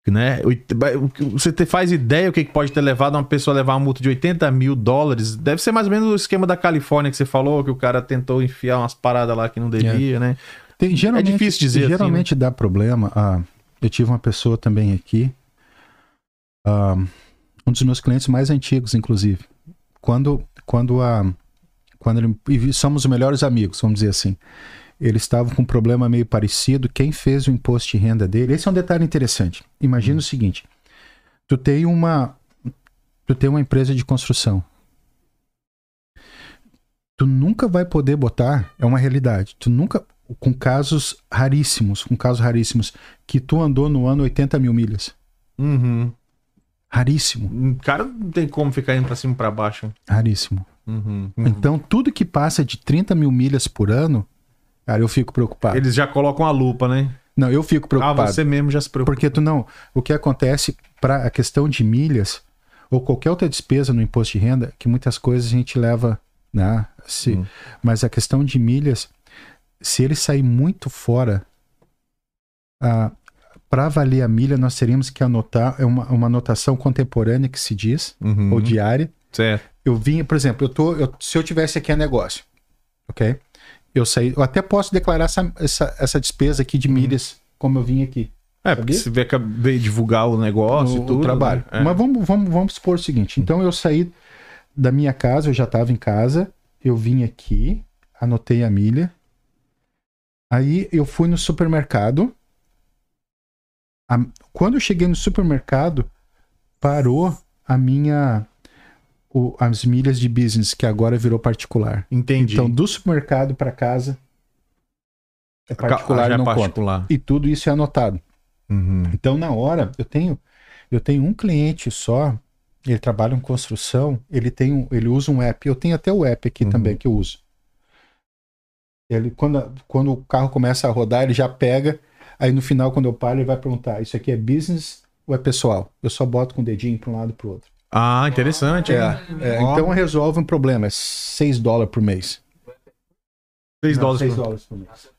Speaker 1: Né? Oit- ba- o que- Você te- faz ideia o que que pode ter levado uma pessoa a levar uma multa de 80 mil dólares? Deve ser mais ou menos o esquema da Califórnia que você falou, que o cara tentou enfiar umas paradas lá que não devia, né?
Speaker 3: Tem, geralmente,
Speaker 1: difícil dizer assim,
Speaker 3: Geralmente dá problema. ah, eu tive uma pessoa também aqui, ah, um dos meus clientes mais antigos, inclusive. Quando, quando a, quando ele, e vi- somos os melhores amigos, vamos dizer assim. Ele estava com um problema meio parecido. Quem fez o imposto de renda dele? Esse é um detalhe interessante. Imagina
Speaker 1: Hum.
Speaker 3: o seguinte: tu tem uma, tu tem uma empresa de construção. Tu nunca vai poder botar, é uma realidade. Tu nunca, com casos raríssimos, com casos raríssimos, que tu andou no ano 80 mil milhas.
Speaker 1: Uhum.
Speaker 3: Raríssimo,
Speaker 1: O cara não tem como ficar indo pra cima e pra baixo.
Speaker 3: raríssimo.
Speaker 1: Uhum.
Speaker 3: Então, tudo que passa de 30 mil milhas por ano, cara, eu fico preocupado.
Speaker 1: Eles já colocam a lupa, né?
Speaker 3: Não, eu fico preocupado.
Speaker 1: Ah, você mesmo já se preocupa.
Speaker 3: Porque tu não. O que acontece para a questão de milhas ou qualquer outra despesa no imposto de renda, que muitas coisas a gente leva, né? Se,
Speaker 1: Hum.
Speaker 3: Mas a questão de milhas, se ele sair muito fora, para valer a milha, nós teríamos que anotar, é uma, uma anotação contemporânea que se diz,
Speaker 1: Uhum.
Speaker 3: ou diária.
Speaker 1: Certo.
Speaker 3: Eu vim, por exemplo, eu tô, eu- se eu tivesse aqui a negócio, ok? Eu saí, eu até posso declarar essa, essa, essa despesa aqui de milhas, como eu vim aqui
Speaker 1: É, porque
Speaker 3: Sabia?
Speaker 1: se vê, acab- veio divulgar o negócio
Speaker 3: no-
Speaker 1: e
Speaker 3: o
Speaker 1: tudo.
Speaker 3: trabalho.
Speaker 1: né? É.
Speaker 3: Mas vamos, vamos, vamos supor o seguinte: então eu saí da minha casa, eu já estava em casa, eu vim aqui, anotei a milha, aí eu fui no supermercado. A- quando eu cheguei no supermercado, parou a minha. o- as milhas de business, que agora virou particular.
Speaker 1: Entendi.
Speaker 3: Então, do supermercado para casa, é particular,
Speaker 1: já é
Speaker 3: não conta.
Speaker 1: particular.
Speaker 3: E tudo isso é anotado.
Speaker 1: Uhum.
Speaker 3: Então, na hora, eu tenho eu tenho um cliente só, ele trabalha em construção, ele tem um, ele usa um app, eu tenho até o app aqui
Speaker 1: Uhum.
Speaker 3: também que eu uso. Ele quando, a- quando o carro começa a rodar, ele já pega, aí no final quando eu paro, ele vai perguntar: "Isso aqui é business ou é pessoal?". Eu só boto com o dedinho para um lado e pro outro.
Speaker 1: Ah, interessante. hein?
Speaker 3: É,
Speaker 1: Ó.
Speaker 3: então resolve um problema, é 6 dólares por mês.
Speaker 1: 6
Speaker 3: Não,
Speaker 1: dólares.
Speaker 3: seis
Speaker 1: por-
Speaker 3: dólares por mês.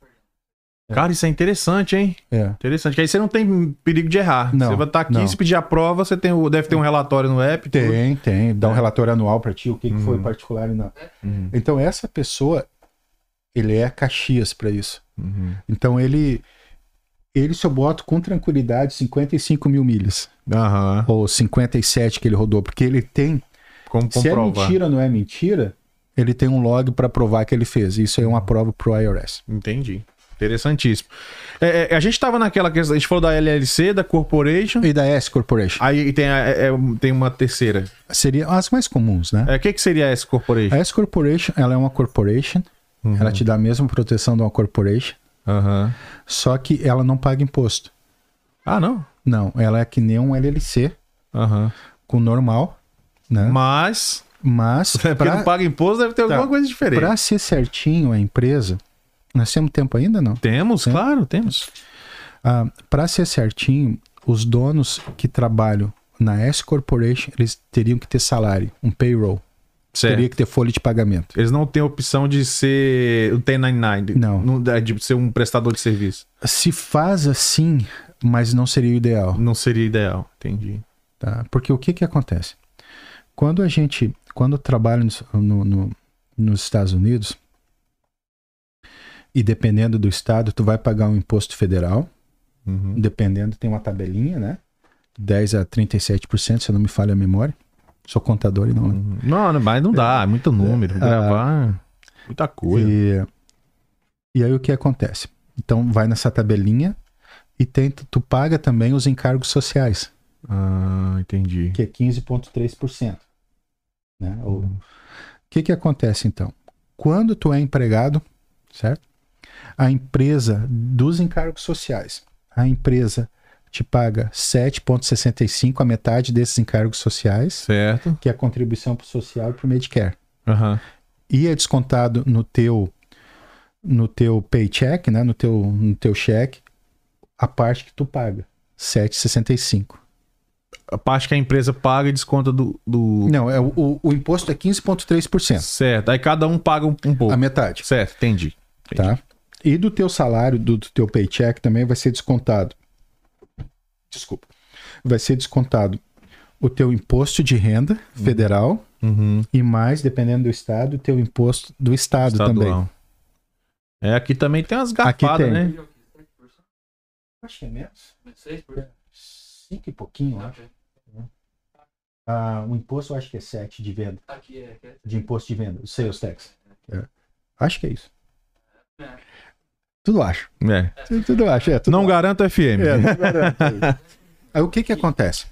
Speaker 1: Cara, isso é interessante, hein?
Speaker 3: É.
Speaker 1: Interessante. Que aí você não tem perigo de errar.
Speaker 3: Não,
Speaker 1: você vai estar aqui,
Speaker 3: não.
Speaker 1: se pedir a prova, você tem o, deve ter um relatório no app. tudo.
Speaker 3: Tem, tem. Dá um relatório anual pra ti, o que, que foi particular e não.
Speaker 1: Uhum.
Speaker 3: Então, essa pessoa, ele é Caxias pra isso.
Speaker 1: Uhum.
Speaker 3: Então, ele, ele se eu boto com tranquilidade 55 mil milhas,
Speaker 1: Aham.
Speaker 3: ou 57 que ele rodou, porque ele tem.
Speaker 1: Como
Speaker 3: Se é
Speaker 1: comprovar.
Speaker 3: mentira, não é mentira, ele tem um log pra provar que ele fez. Isso aí
Speaker 1: Uhum.
Speaker 3: é uma prova pro IRS.
Speaker 1: Entendi. Interessantíssimo. É, é, a gente tava naquela questão, a gente falou da LLC, da Corporation,
Speaker 3: E da S Corporation.
Speaker 1: aí tem, a- é- é- tem uma terceira.
Speaker 3: Seriam as mais comuns, né?
Speaker 1: É, O que, que seria essa Corporation?
Speaker 3: A S Corporation, ela é uma corporation.
Speaker 1: Uhum.
Speaker 3: Ela te dá a mesma proteção de uma corporation,
Speaker 1: Aham.
Speaker 3: só que ela não paga imposto.
Speaker 1: Ah, não?
Speaker 3: Não, ela é que nem um LLC
Speaker 1: Aham.
Speaker 3: com normal, né?
Speaker 1: Mas,
Speaker 3: Mas
Speaker 1: é porque não
Speaker 3: pra, Tá.
Speaker 1: paga imposto, deve ter alguma coisa diferente.
Speaker 3: pra ser certinho a empresa, nós temos tempo ainda não?
Speaker 1: Temos,
Speaker 3: Tem.
Speaker 1: claro, temos.
Speaker 3: Ah, para ser certinho, os donos que trabalham na S Corporation, eles teriam que ter salário, um payroll, teria
Speaker 1: Certo.
Speaker 3: que ter folha de pagamento.
Speaker 1: Eles não têm opção de ser o 1099.
Speaker 3: Não.
Speaker 1: é De ser um prestador de serviço.
Speaker 3: Se faz assim, mas não seria o ideal.
Speaker 1: Não seria ideal. Entendi.
Speaker 3: Tá? Porque o que, que acontece? Quando a gente, quando eu trabalho nos, no- no- nos Estados Unidos, e dependendo do estado, tu vai pagar um imposto federal,
Speaker 1: Uhum.
Speaker 3: dependendo, tem uma tabelinha, né? 10 a 37%, se eu não me falha a memória. Sou contador e não né? lembro.
Speaker 1: Uhum. Não, não, mas não dá. É muito número.
Speaker 3: Ah.
Speaker 1: gravar, é muita coisa.
Speaker 3: E, e aí o que acontece? Então vai nessa tabelinha e tem, tu paga também os encargos sociais,
Speaker 1: Ah, entendi.
Speaker 3: que é 15,3%. Né? Ou O que, que acontece então? Quando tu é empregado, certo? A empresa dos encargos sociais, a empresa te paga 7,65 a metade desses encargos sociais,
Speaker 1: Certo.
Speaker 3: que é a contribuição pro social e pro Medicare.
Speaker 1: Aham.
Speaker 3: E é descontado no teu no teu paycheck, né, no teu no teu cheque, a parte que tu paga, 7,65.
Speaker 1: A parte que a empresa paga e desconta do. do...
Speaker 3: Não, é o, o- o imposto é 15,3%,
Speaker 1: Certo. Aí cada um paga um, um pouco.
Speaker 3: a metade.
Speaker 1: Certo, entendi.
Speaker 3: tá? E do teu salário, do, do teu paycheck também vai ser descontado. Desculpa. Vai ser descontado o teu imposto de renda
Speaker 5: Hum.
Speaker 3: federal
Speaker 1: Uhum.
Speaker 3: e mais, dependendo do estado, o teu imposto do estado também.
Speaker 1: Estadual. É, aqui também tem umas garfadas,
Speaker 3: tem.
Speaker 1: né?
Speaker 5: Milhão, 7%,
Speaker 3: Acho que é menos.
Speaker 5: 6%,
Speaker 3: Cinco e pouquinho, eu
Speaker 5: tá,
Speaker 3: acho. Ah, o imposto eu acho que é sete de venda,
Speaker 5: tá aqui, é, é,
Speaker 3: de imposto de venda, o sales tax. É. Acho que é isso.
Speaker 5: É.
Speaker 3: Tudo acho.
Speaker 1: É.
Speaker 3: Tudo, tudo acho, é. Tudo
Speaker 1: Não garanto FM.
Speaker 3: É, não garanto isso. Aí o que que acontece?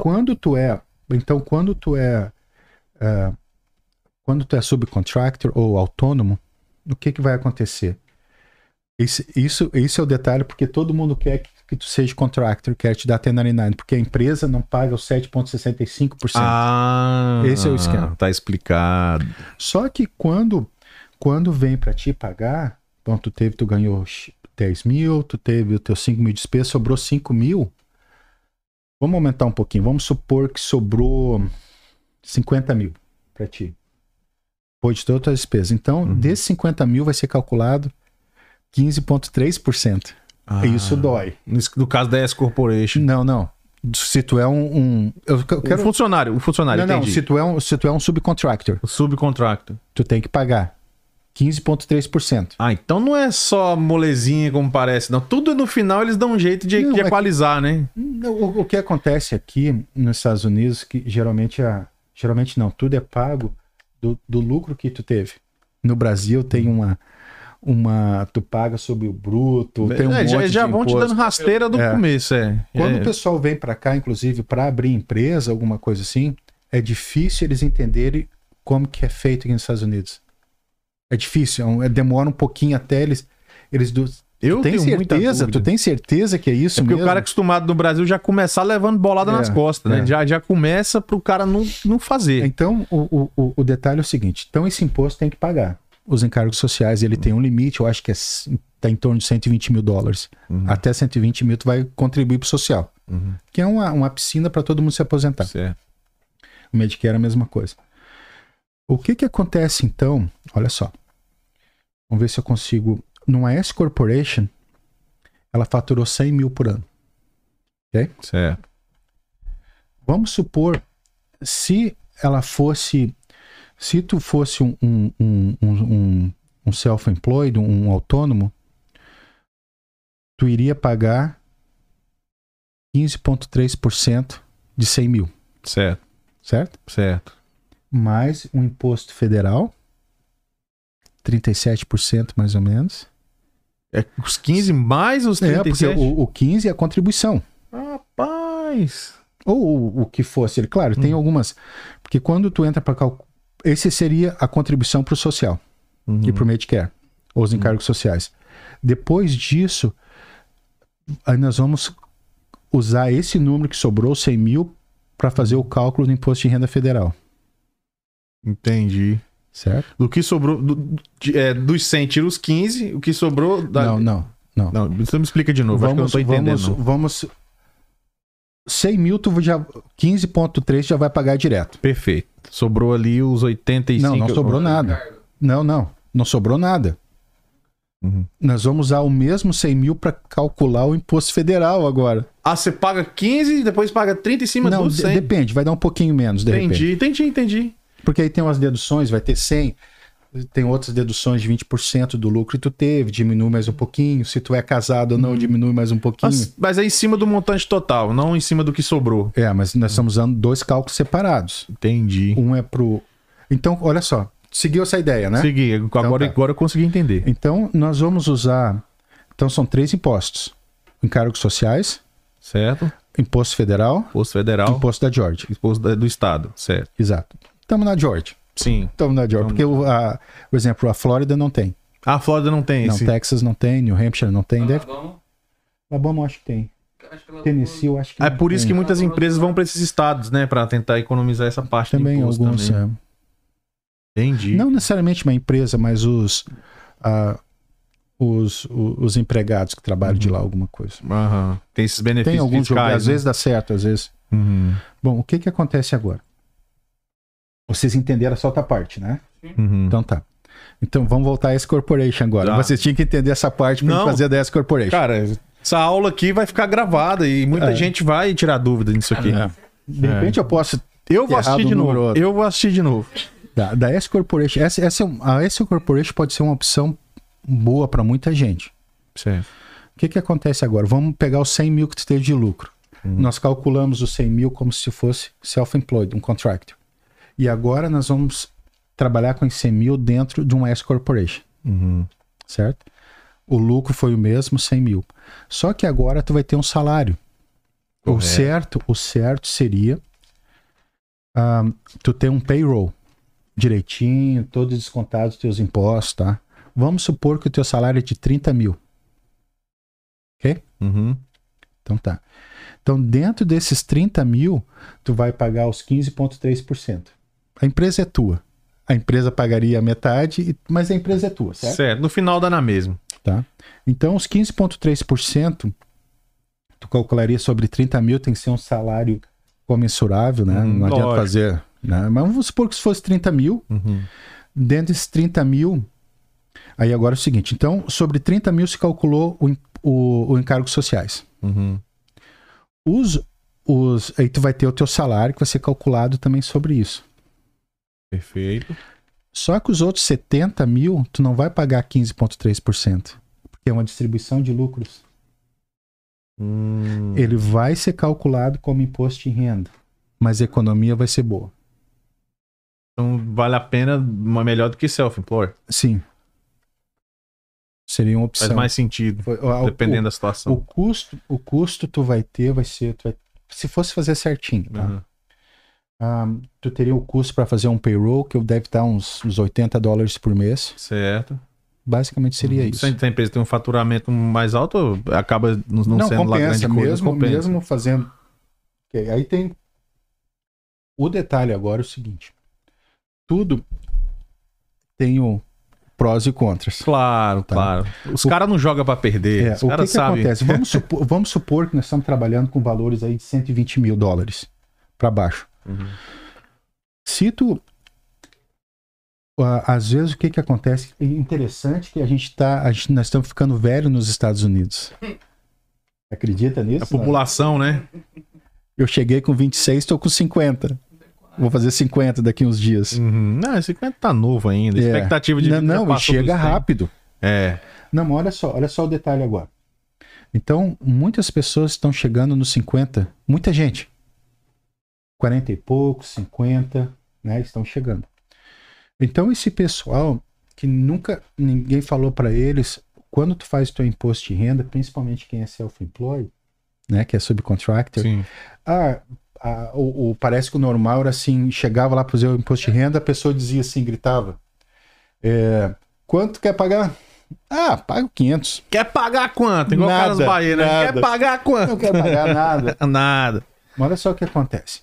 Speaker 3: Quando tu é, então quando tu é, é, quando tu é subcontractor ou autônomo, o que que vai acontecer? Esse- isso, isso é o detalhe porque todo mundo quer que, que tu seja contractor, quer te dar 1099, porque a empresa não paga os 7,65%.
Speaker 1: Ah,
Speaker 3: Esse é o esquema.
Speaker 1: Tá explicado.
Speaker 3: Só que quando quando vem pra te pagar, bom, tu teve, tu ganhou x- 10 mil, tu teve o teu 5 mil de despesa, sobrou 5 mil. Vamos aumentar um pouquinho, vamos supor que sobrou 50 mil pra ti. Pô, de todas as despesas. Então,
Speaker 1: Uhum.
Speaker 3: desses 50 mil vai ser calculado 15,3%.
Speaker 1: Ah.
Speaker 3: Isso dói.
Speaker 1: No, no caso da S Corporation.
Speaker 3: Não, não. Se tu é um. um- eu, eu
Speaker 1: O
Speaker 3: quero.
Speaker 1: funcionário, o funcionário,
Speaker 3: Não, não.
Speaker 1: entendi.
Speaker 3: Se tu, é um, se tu é um subcontractor,
Speaker 1: O subcontractor.
Speaker 3: tu tem que pagar 15,3%.
Speaker 1: Ah, então não é só molezinha como parece, não. Tudo no final eles dão um jeito de,
Speaker 3: Não,
Speaker 1: de
Speaker 3: é que-
Speaker 1: equalizar, né?
Speaker 3: Não, O, o que acontece aqui nos Estados Unidos, que geralmente a, geralmente não, tudo é pago do, do lucro que tu teve. No Brasil tem uma uma tu paga sobre o bruto, tem um
Speaker 1: É,
Speaker 3: monte
Speaker 1: já já
Speaker 3: de
Speaker 1: vão te
Speaker 3: imposto.
Speaker 1: dando rasteira do
Speaker 3: É.
Speaker 1: começo, é.
Speaker 3: Quando
Speaker 1: É.
Speaker 3: o pessoal vem pra cá, inclusive pra abrir empresa, alguma coisa assim, é difícil eles entenderem como que é feito aqui nos Estados Unidos. É difícil, é um- é- demora um pouquinho até eles eles do,
Speaker 1: Eu
Speaker 3: tu tem
Speaker 1: tenho muita
Speaker 3: certeza,
Speaker 1: dúvida.
Speaker 3: tu tem certeza que é isso
Speaker 1: Porque
Speaker 3: mesmo?
Speaker 1: o cara acostumado no Brasil já começar levando bolada
Speaker 3: É,
Speaker 1: nas costas, né?
Speaker 3: é.
Speaker 1: Já, já começa pro cara não, não fazer.
Speaker 3: Então, o, o- o, o detalhe é o seguinte: então esse imposto tem que pagar. Os encargos sociais, ele tem um limite, eu acho que é, c- tá em torno de 120 mil dólares. Até 120 mil tu vai contribuir pro social, que é uma, uma piscina para todo mundo se aposentar.
Speaker 1: Certo.
Speaker 3: O Medicare é a mesma coisa. O que que acontece então? Olha só. Vamos ver se eu consigo. Numa S Corporation, ela faturou 100 mil por ano.
Speaker 1: Certo.
Speaker 3: Vamos supor, se ela fosse, se tu fosse um, um, um, um, um- um self-employed, um autônomo, tu iria pagar 15,3% de 100 mil,
Speaker 1: Certo.
Speaker 3: certo?
Speaker 1: Certo.
Speaker 3: mais um imposto federal, 37% mais ou menos.
Speaker 1: É os 15 mais os
Speaker 3: É, porque
Speaker 1: 37?
Speaker 3: o, o 15 é a contribuição.
Speaker 1: Rapaz.
Speaker 3: Ou o, o que fosse. Ele, Claro, tem algumas. Porque quando tu entra para calcular. Esse seria a contribuição para o social
Speaker 1: Uhum.
Speaker 3: e para o Medicare, ou os encargos sociais. Depois disso, aí nós vamos usar esse número que sobrou, 100 mil, para fazer o cálculo do imposto de renda federal,
Speaker 1: Uhum. Entendi.
Speaker 3: certo?
Speaker 1: Do que sobrou. Do, de- é, dos 100, tira os 15. O que sobrou. Da...
Speaker 3: Não, não.
Speaker 1: Não, você me explica de novo. acho que eu não tô entendendo.
Speaker 3: Vamos, vamos. 100 mil, tu já. 15,3 já vai pagar direto.
Speaker 1: Perfeito. Sobrou ali os 85.
Speaker 3: não, não sobrou nada. Não, não. Não sobrou nada.
Speaker 1: Uhum.
Speaker 3: Nós vamos usar o mesmo 100 mil para calcular o imposto federal agora.
Speaker 1: Ah, você paga 15 e depois paga 30 em cima
Speaker 3: não,
Speaker 1: do
Speaker 3: de-
Speaker 1: 100.
Speaker 3: depende, vai dar um pouquinho menos, de repente.
Speaker 1: entendi, entendi, entendi.
Speaker 3: Porque aí tem umas deduções, vai ter 100. Tem outras deduções de 20% do lucro que tu teve, diminui mais um pouquinho. Se tu é casado ou não, diminui mais um pouquinho.
Speaker 1: Uhum. Mas, mas é em cima do montante total, não em cima do que sobrou.
Speaker 3: É, mas nós estamos usando dois cálculos separados.
Speaker 1: Entendi.
Speaker 3: Um é pro. Então, olha só, seguiu essa ideia, né?
Speaker 1: Segui, agora,
Speaker 3: tá.
Speaker 1: agora eu consegui entender.
Speaker 3: Então, nós vamos usar. Então, são três impostos: encargos sociais,
Speaker 1: Certo?
Speaker 3: imposto federal,
Speaker 1: Imposto federal,
Speaker 3: imposto da Georgia.
Speaker 1: imposto da- do Estado. Certo.
Speaker 3: Exato. Estamos na Georgia.
Speaker 1: Sim.
Speaker 3: Estamos na Georgia. Porque, o, a, por exemplo, a Flórida não tem.
Speaker 1: A Flórida não tem
Speaker 3: Não,
Speaker 1: esse.
Speaker 3: Texas não tem, New Hampshire não tem. Deve...
Speaker 5: Alabama,
Speaker 3: Alabama eu acho que tem.
Speaker 5: acho que Alabama-
Speaker 3: Tennessee eu acho que
Speaker 1: É
Speaker 3: não
Speaker 1: por isso que
Speaker 3: tem.
Speaker 1: muitas empresas vão para esses estados, né? Para tentar economizar essa parte do
Speaker 3: Também
Speaker 1: imposto
Speaker 3: alguns.
Speaker 1: também.
Speaker 3: é.
Speaker 1: Entendi.
Speaker 3: Não necessariamente uma empresa, mas os. ah, os, o- os empregados que trabalham de lá, alguma coisa.
Speaker 1: Aham. Tem esses benefícios
Speaker 3: Tem alguns
Speaker 1: Uhum. fiscais.
Speaker 3: jogos, às
Speaker 1: né?
Speaker 3: vezes dá certo, às vezes.
Speaker 1: Uhum.
Speaker 3: Bom, o que que acontece agora? Vocês entenderam essa outra parte, né?
Speaker 1: Uhum.
Speaker 3: Então tá. Então vamos voltar a S Corporation agora.
Speaker 1: Tá.
Speaker 3: Vocês tinham que entender essa parte para
Speaker 1: Não.
Speaker 3: fazer da S Corporation.
Speaker 1: Cara, essa aula aqui vai ficar gravada e muita
Speaker 3: É.
Speaker 1: gente vai tirar dúvida nisso aqui.
Speaker 3: de repente
Speaker 1: É.
Speaker 3: eu posso
Speaker 1: Eu vou
Speaker 3: Errado
Speaker 1: assistir de
Speaker 3: um
Speaker 1: novo.
Speaker 3: número ou outro.
Speaker 1: Eu vou assistir de novo.
Speaker 3: da, da S Corporation. Essa, essa é um- a S Corporation pode ser uma opção boa para muita gente.
Speaker 1: Certo.
Speaker 3: O que que acontece agora? Vamos pegar os 100 mil que tu teve de lucro. Nós calculamos os 100 mil como se fosse self-employed, um contractor. E agora nós vamos trabalhar com esses 100 mil dentro de uma S Corporation. certo? O lucro foi o mesmo, 100 mil. Só que agora tu vai ter um salário. O
Speaker 1: Correto.
Speaker 3: certo, o certo seria ah, tu ter um payroll direitinho, todos descontados os teus impostos, tá? Vamos supor que o teu salário é de 30 mil.
Speaker 1: Uhum.
Speaker 3: Então tá. Então dentro desses 30 mil, tu vai pagar os 15,3%. A empresa é tua. A empresa pagaria a metade, e- mas a empresa é tua, certo?
Speaker 1: Certo. No final dá na mesma.
Speaker 3: tá? Então, os 15,3%, tu calcularia sobre 30 mil, tem que ser um salário comensurável, né?
Speaker 1: Uhum,
Speaker 3: Não adianta
Speaker 1: lógico. Uhum.
Speaker 3: fazer. Né? Mas vamos supor que se fosse 30 mil, dentro desses 30 mil. Aí agora é o seguinte: então, sobre 30 mil se calculou o, em- o, o encargos sociais.
Speaker 1: Uhum.
Speaker 3: Os, os, aí tu vai ter o teu salário que vai ser calculado também sobre isso.
Speaker 1: Perfeito.
Speaker 3: Só que os outros 70 mil, tu não vai pagar 15,3%, porque é uma distribuição de lucros.
Speaker 1: Hum. Uhum.
Speaker 3: Ele vai ser calculado como imposto de renda, mas a economia vai ser boa.
Speaker 1: Então vale a pena, uma melhor do que self-employed.
Speaker 3: Sim. Seria uma opção.
Speaker 1: Faz mais sentido,
Speaker 3: Foi- ó, Ah, o-
Speaker 1: dependendo da
Speaker 3: o,
Speaker 1: situação.
Speaker 3: o custo, o custo tu vai ter, vai ser, tu vai- se fosse fazer certinho, tá?
Speaker 1: Uhum.
Speaker 3: Ah, tu teria o custo para fazer um payroll que deve dar uns, uns 80 dólares por mês.
Speaker 1: Certo.
Speaker 3: Basicamente seria
Speaker 1: Uhum.
Speaker 3: isso.
Speaker 1: Se a empresa tem um faturamento mais alto, acaba não, não sendo lá grande coisa.
Speaker 3: mesmo,
Speaker 1: compensa.
Speaker 3: mesmo fazendo. Ok, Aí tem o detalhe agora é o seguinte: tudo tem o prós e contras.
Speaker 1: Claro,
Speaker 3: Tá.
Speaker 1: claro. Os
Speaker 3: O-
Speaker 1: caras não jogam pra perder.
Speaker 3: É,
Speaker 1: Os
Speaker 3: o que,
Speaker 1: caras
Speaker 3: que
Speaker 1: sabem.
Speaker 3: acontece? Vamos supor, vamos supor que nós estamos trabalhando com valores aí de 120 mil dólares para baixo.
Speaker 1: Uhum.
Speaker 3: Se tu. a- Às vezes o que, que acontece? É interessante que a gente tá. a gente- nós estamos ficando velho nos Estados Unidos. Acredita nisso?
Speaker 1: A população, né?
Speaker 3: Eu cheguei com 26, tô com 50. Vou fazer 50 daqui uns dias.
Speaker 1: Uhum. Não, esse 50 tá novo ainda.
Speaker 3: É.
Speaker 1: Expectativa de
Speaker 3: Não,
Speaker 1: vida já
Speaker 3: não e
Speaker 1: passou
Speaker 3: chega
Speaker 1: dos
Speaker 3: rápido.
Speaker 1: trinta. É.
Speaker 3: Não, mas olha só, olha só o detalhe agora.
Speaker 6: Então, muitas pessoas estão chegando nos 50, muita gente.
Speaker 3: 40 e poucos, 50, né? Estão chegando.
Speaker 6: Então, esse pessoal que nunca ninguém falou para eles, quando tu faz teu imposto de renda, principalmente quem é self-employed,
Speaker 3: Né? Que é subcontractor.
Speaker 1: Sim.
Speaker 6: ah, ah, o, o- parece que o normal era assim, chegava lá para fazer o imposto de renda, a pessoa dizia assim, gritava, é, quanto quer pagar?
Speaker 3: Ah, pago 500.
Speaker 1: Quer pagar quanto? Igual
Speaker 3: Nada,
Speaker 1: Carlos Bahia, né?
Speaker 3: nada.
Speaker 1: Quer pagar
Speaker 3: Não
Speaker 1: quanto?
Speaker 3: quero pagar nada.
Speaker 1: Nada.
Speaker 3: Mas olha só o que acontece.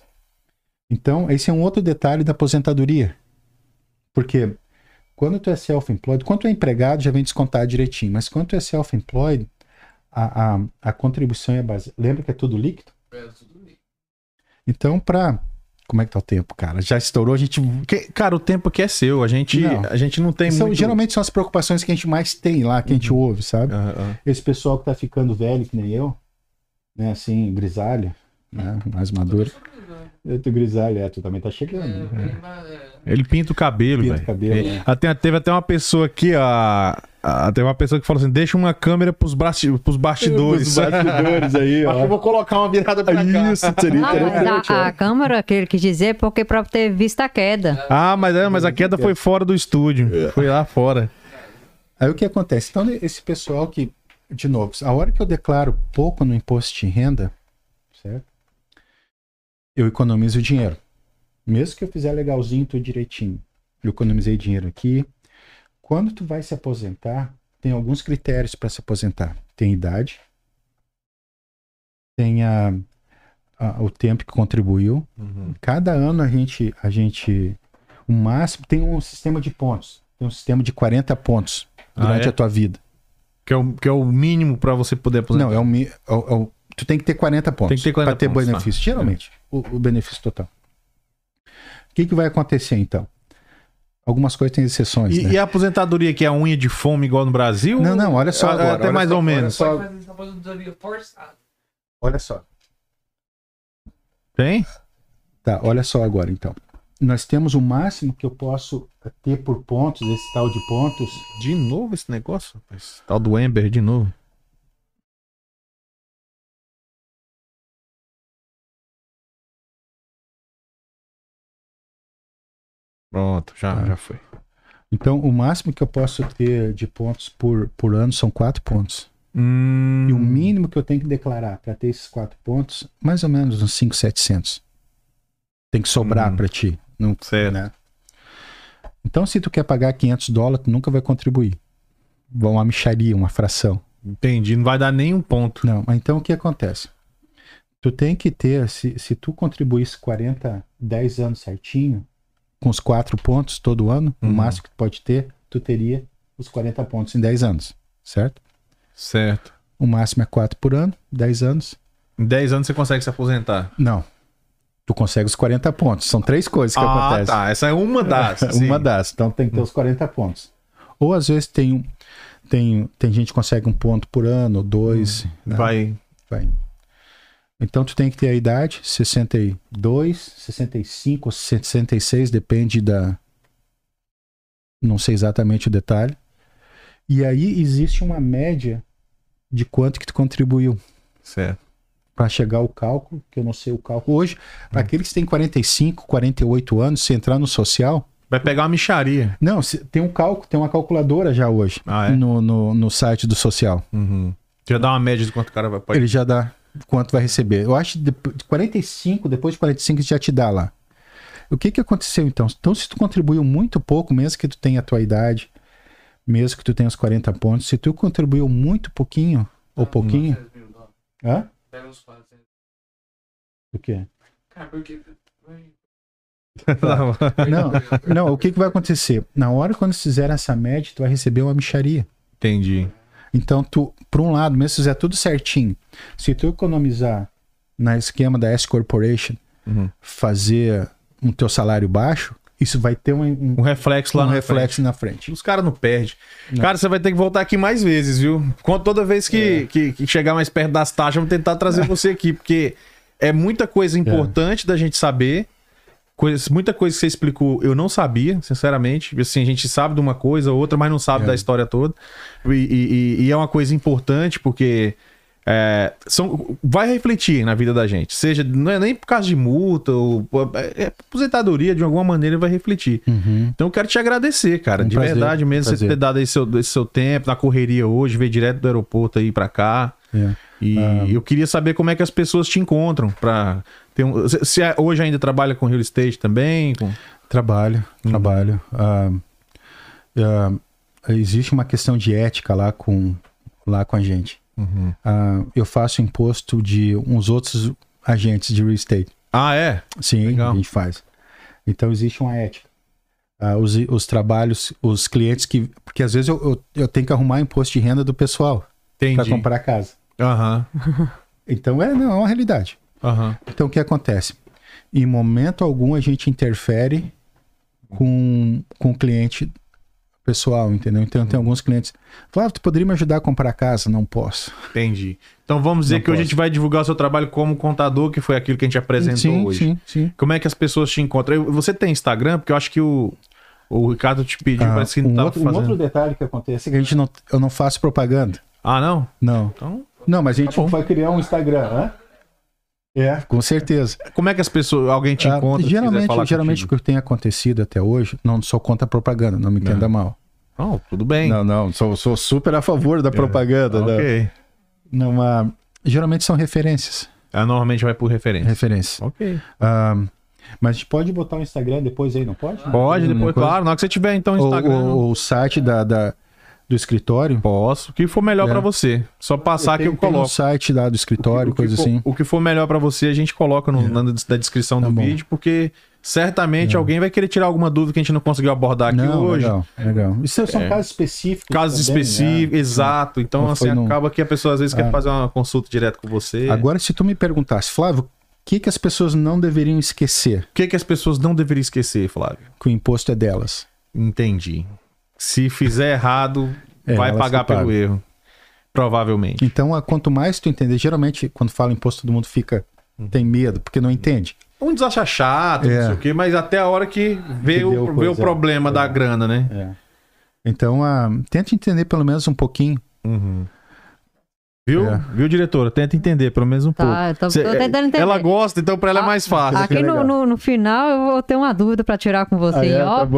Speaker 3: Então, esse é um outro detalhe da aposentadoria. Porque quando tu é self-employed, quando tu é empregado, já vem descontar direitinho. Mas quando tu é self-employed, a, a, a contribuição é base. Lembra que é tudo líquido? Então, pra. Como é que tá o tempo, cara? Já estourou, a gente.
Speaker 1: Tipo, Que- cara, o tempo aqui é seu. A gente não,
Speaker 3: Não.
Speaker 1: a gente não tem
Speaker 3: São,
Speaker 1: muito... Uhum.
Speaker 3: Geralmente são as preocupações que a gente mais tem lá, que a gente ouve, sabe?
Speaker 1: Aham.
Speaker 3: Esse pessoal que tá ficando velho, que nem eu, né? Assim, grisalho, né? Mais maduro. Eu tô grisalho, é, tu também tá chegando. né?
Speaker 2: É,
Speaker 1: Ele pinta o cabelo,
Speaker 3: Pinta o
Speaker 1: velho.
Speaker 3: cabelo,
Speaker 1: Ele-
Speaker 3: né?
Speaker 1: Até- teve até uma pessoa aqui, ó. ah, Teve uma pessoa que falou assim: deixa uma câmera pros, brasti- pros bastidores.
Speaker 3: Os bastidores aí,
Speaker 1: Acho que eu
Speaker 3: ó.
Speaker 1: vou colocar uma virada pra cá.
Speaker 3: Isso, seria
Speaker 2: Ah, mas
Speaker 3: interessante. é.
Speaker 2: a,
Speaker 3: ó.
Speaker 2: a câmera que ele quis dizer é porque para ter visto a queda.
Speaker 1: Ah, mas, é, mas a queda foi fora do estúdio.
Speaker 3: É.
Speaker 1: Foi lá fora.
Speaker 3: Aí o que acontece? Então, esse pessoal que, de novo, a hora que eu declaro pouco no imposto de renda, certo? Eu economizo dinheiro. Mesmo que eu fizer legalzinho, tudo direitinho. Eu economizei dinheiro aqui. Quando tu vai se aposentar, tem alguns critérios para se aposentar. Tem idade, tem a- a- o tempo que contribuiu. Cada ano a gente, a gente, o máximo tem um sistema de pontos. Tem um sistema de 40 pontos
Speaker 1: Ah,
Speaker 3: durante
Speaker 1: é?
Speaker 3: a tua vida.
Speaker 1: Que é o, que é o mínimo pra você poder aposentar.
Speaker 3: Não, é o, mi- é o- é o- tu tem que ter 40 pontos
Speaker 1: Tem que ter 40
Speaker 3: para ter
Speaker 1: pontos,
Speaker 3: benefício.
Speaker 1: tá.
Speaker 3: Geralmente, o, o benefício total. O que, que vai acontecer então? Algumas coisas têm exceções,
Speaker 1: E,
Speaker 3: né?
Speaker 1: e a aposentadoria que é a unha de fome igual no Brasil?
Speaker 3: Não, não, olha só
Speaker 1: Ah,
Speaker 3: agora,
Speaker 1: Até
Speaker 3: olha
Speaker 1: mais
Speaker 3: só,
Speaker 1: ou
Speaker 3: olha
Speaker 1: menos.
Speaker 3: só.
Speaker 5: Pode fazer essa aposentadoria forçada.
Speaker 3: Olha só.
Speaker 1: Tem?
Speaker 3: Tá, olha só agora então. Nós temos o máximo que eu posso ter por pontos, esse tal de pontos,
Speaker 1: De novo esse negócio? rapaz? Tal do Ember de novo. Pronto, já, já foi.
Speaker 3: Então, o máximo que eu posso ter de pontos por, por ano são quatro pontos.
Speaker 1: Hum,
Speaker 3: E o mínimo que eu tenho que declarar para ter esses quatro pontos, mais ou menos uns 5,700. Tem que sobrar
Speaker 1: Hum.
Speaker 3: para ti. Não,
Speaker 1: Certo.
Speaker 3: né? Então, se tu quer pagar 500 dólares, tu nunca vai contribuir. Vão uma micharia, uma fração.
Speaker 1: Entendi, não vai dar nenhum ponto.
Speaker 3: Não, mas então o que acontece? Tu tem que ter, se, se tu contribuísse 40, 10 anos certinho, com os quatro pontos todo ano,
Speaker 1: Uhum.
Speaker 3: o máximo que tu pode ter, tu teria os 40 pontos em 10 anos, certo?
Speaker 1: Certo.
Speaker 3: O máximo é 4 por ano, 10 anos.
Speaker 1: Em 10 anos você consegue se aposentar.
Speaker 3: Não. Tu consegue os 40 pontos. São três coisas que
Speaker 1: ah,
Speaker 3: acontecem.
Speaker 1: tá. Essa é uma das. sim.
Speaker 3: Uma das. Então tem que ter os 40 pontos. Ou às vezes tem um. Tem, tem gente que consegue um ponto por ano, dois. né?
Speaker 1: Uhum. Vai.
Speaker 3: Vai. Então tu tem que ter a idade, 62, 65 ou 66, depende da. Não sei exatamente o detalhe. E aí existe uma média de quanto que tu contribuiu
Speaker 1: Certo.
Speaker 3: para chegar ao cálculo, que eu não sei o cálculo. Hoje,
Speaker 1: Hum.
Speaker 3: para aqueles que têm 45, 48 anos, se entrar no social.
Speaker 1: Vai pegar uma micharia.
Speaker 3: Não, se- tem um cálculo, tem uma calculadora já hoje
Speaker 1: Ah, é?
Speaker 3: no, no, no site do social.
Speaker 1: Uhum. Já dá uma média de quanto o cara vai pagar.
Speaker 3: Ele já dá quanto vai receber. Eu acho que depo- de 45, depois de 45 já te dá lá. O que que aconteceu então? Então se tu contribuiu muito pouco, mesmo que tu tenha a tua idade, mesmo que tu tenha os 40 pontos, se tu contribuiu muito pouquinho ou pouquinho,
Speaker 5: 400 mil dólares.
Speaker 3: hã?
Speaker 5: Pega uns 400.
Speaker 3: O quê?
Speaker 5: Cara, porque. Vai-
Speaker 3: Não, não, o que que vai acontecer? Na hora quando eles fizerem essa média, tu vai receber uma micharia.
Speaker 1: Entendi.
Speaker 3: Então, tu, por um lado, mesmo se fizer tudo certinho, se tu economizar na esquema da S Corporation,
Speaker 1: Uhum.
Speaker 3: fazer um teu salário baixo, Isso vai ter um, um-
Speaker 1: Um reflexo lá
Speaker 3: um
Speaker 1: no
Speaker 3: reflexo na frente.
Speaker 1: Os caras não perdem. Cara, você vai ter que voltar aqui mais vezes, viu? Quando toda vez que, que, que chegar mais perto das taxas, vamos tentar trazer você aqui, porque é muita coisa importante da gente saber. Coisas, muita coisa que você explicou, eu não sabia, sinceramente. Assim, a gente sabe de uma coisa ou outra, mas não sabe da história toda. E, e- e- e é uma coisa importante, porque é, são, vai refletir na vida da gente. Seja, não é nem por causa de multa ou é, é aposentadoria, de alguma maneira vai refletir. Então eu quero te agradecer, cara.
Speaker 3: Uhum. Um
Speaker 1: de
Speaker 3: prazer,
Speaker 1: verdade mesmo, você
Speaker 3: prazer.
Speaker 1: ter dado esse seu, esse seu tempo, na correria hoje, veio direto do aeroporto aí pra cá.
Speaker 3: É.
Speaker 1: E eu queria saber como é que as pessoas te encontram para ter um. Se, se é- hoje ainda trabalha com real estate também? com-
Speaker 3: Trabalho, Uhum. trabalho. Ah, ah, existe uma questão de ética lá com, lá com a gente. Ah, eu faço imposto de uns outros agentes de real estate.
Speaker 1: Ah, é?
Speaker 3: Sim,
Speaker 1: Legal.
Speaker 3: a gente faz. Então existe uma ética. Ah, os, os trabalhos, os clientes que. Porque às vezes eu, eu, eu tenho que arrumar imposto de renda do pessoal para
Speaker 1: Entendi.
Speaker 3: comprar casa.
Speaker 1: Aham.
Speaker 3: Então é, não, é uma realidade.
Speaker 1: Aham.
Speaker 3: Então o que acontece? Em momento algum a gente interfere com, com o cliente pessoal, entendeu? Então tem alguns clientes. Flávio, tu poderia me ajudar a comprar casa? Não posso.
Speaker 1: Entendi. Então vamos dizer
Speaker 3: Não
Speaker 1: que hoje a
Speaker 3: posso.
Speaker 1: gente vai divulgar o seu trabalho como contador, que foi aquilo que a gente apresentou
Speaker 3: sim,
Speaker 1: hoje.
Speaker 3: sim, sim.
Speaker 1: Como é que as pessoas te encontram? Eu- Você tem Instagram? Porque eu acho que o, o Ricardo te pediu,
Speaker 3: Ah,
Speaker 1: parece que não
Speaker 3: um,
Speaker 1: tava
Speaker 3: outro, um
Speaker 1: fazendo.
Speaker 3: outro detalhe que acontece é que a gente não, eu não faço propaganda.
Speaker 1: Ah, não?
Speaker 3: Não.
Speaker 1: Então,
Speaker 3: Não, mas a gente
Speaker 1: Tá bom.
Speaker 3: vai criar um Instagram, né? É, com certeza.
Speaker 1: como é que as pessoas, alguém te
Speaker 3: Ah,
Speaker 1: encontra? se quiser falar
Speaker 3: geralmente, geralmente o
Speaker 1: contigo?
Speaker 3: que tem acontecido até hoje, não sou contra a propaganda, não me entenda mal.
Speaker 1: Não, tudo bem. Tá
Speaker 3: Não, não, sou, sou super a favor da propaganda. da-
Speaker 1: É. ok.
Speaker 3: Não, ah, geralmente são referências.
Speaker 1: Ah, normalmente vai por referência.
Speaker 3: Referências.
Speaker 1: Ok.
Speaker 3: Ah, mas a gente pode botar o Instagram depois aí, não pode?
Speaker 1: Pode,
Speaker 3: Alguma
Speaker 1: depois,
Speaker 3: coisa?
Speaker 1: claro. Na hora que você tiver, então,
Speaker 3: Ou-
Speaker 1: Instagram.
Speaker 3: ou- ou o site da, da- do escritório.
Speaker 1: Posso. O que for
Speaker 3: É.
Speaker 1: melhor pra você. Só passar que eu
Speaker 3: Tem um
Speaker 1: coloco.
Speaker 3: site lá do
Speaker 1: o,
Speaker 3: escritório,
Speaker 1: que
Speaker 3: coisa
Speaker 1: for,
Speaker 3: assim. É. Tá
Speaker 1: o que for melhor pra você, a gente coloca no- na, na descrição do
Speaker 3: bom. É.
Speaker 1: vídeo, porque certamente alguém vai querer tirar alguma dúvida que a gente não conseguiu abordar Tá aqui
Speaker 3: Não,
Speaker 1: hoje.
Speaker 3: legal, legal. Isso são
Speaker 1: É.
Speaker 3: casos específicos.
Speaker 1: Casos
Speaker 3: também, né?
Speaker 1: específicos, exato. Então,
Speaker 3: Não
Speaker 1: assim,
Speaker 3: foi num- É.
Speaker 1: acaba que a pessoa às vezes quer fazer uma consulta direto com você.
Speaker 3: Agora, se tu me perguntasse, Flávio, o que, que as pessoas não deveriam esquecer
Speaker 1: O que, que as pessoas não deveriam esquecer, Flávio?
Speaker 3: que o imposto é delas?
Speaker 1: Entendi. Se fizer errado,
Speaker 3: É,
Speaker 1: vai
Speaker 3: elas
Speaker 1: pagar
Speaker 3: que
Speaker 1: pelo
Speaker 3: pagam.
Speaker 1: erro. Provavelmente.
Speaker 3: Então, a- quanto mais tu entender, geralmente, quando fala imposto, todo mundo fica.
Speaker 1: Uhum.
Speaker 3: Tem medo, porque não entende.
Speaker 1: Uns acha Um chato,
Speaker 3: É.
Speaker 1: não sei o quê, mas até a hora que vê,
Speaker 3: Entendeu,
Speaker 1: o, vê o
Speaker 3: coisa. É.
Speaker 1: problema da grana, né?
Speaker 3: Então, ah, tenta entender pelo menos um pouquinho.
Speaker 1: Viu?
Speaker 3: É.
Speaker 1: Viu, diretora? Tenta entender, pelo menos um pouco.
Speaker 2: Tá, eu tô,
Speaker 1: Cê-
Speaker 2: tô tentando entender.
Speaker 1: Ela gosta, então pra ela é
Speaker 2: Ah,
Speaker 1: mais fácil.
Speaker 2: Aqui no, no, no final eu vou ter uma dúvida pra tirar com
Speaker 3: Ah, é?
Speaker 2: você em
Speaker 3: Tá
Speaker 2: off,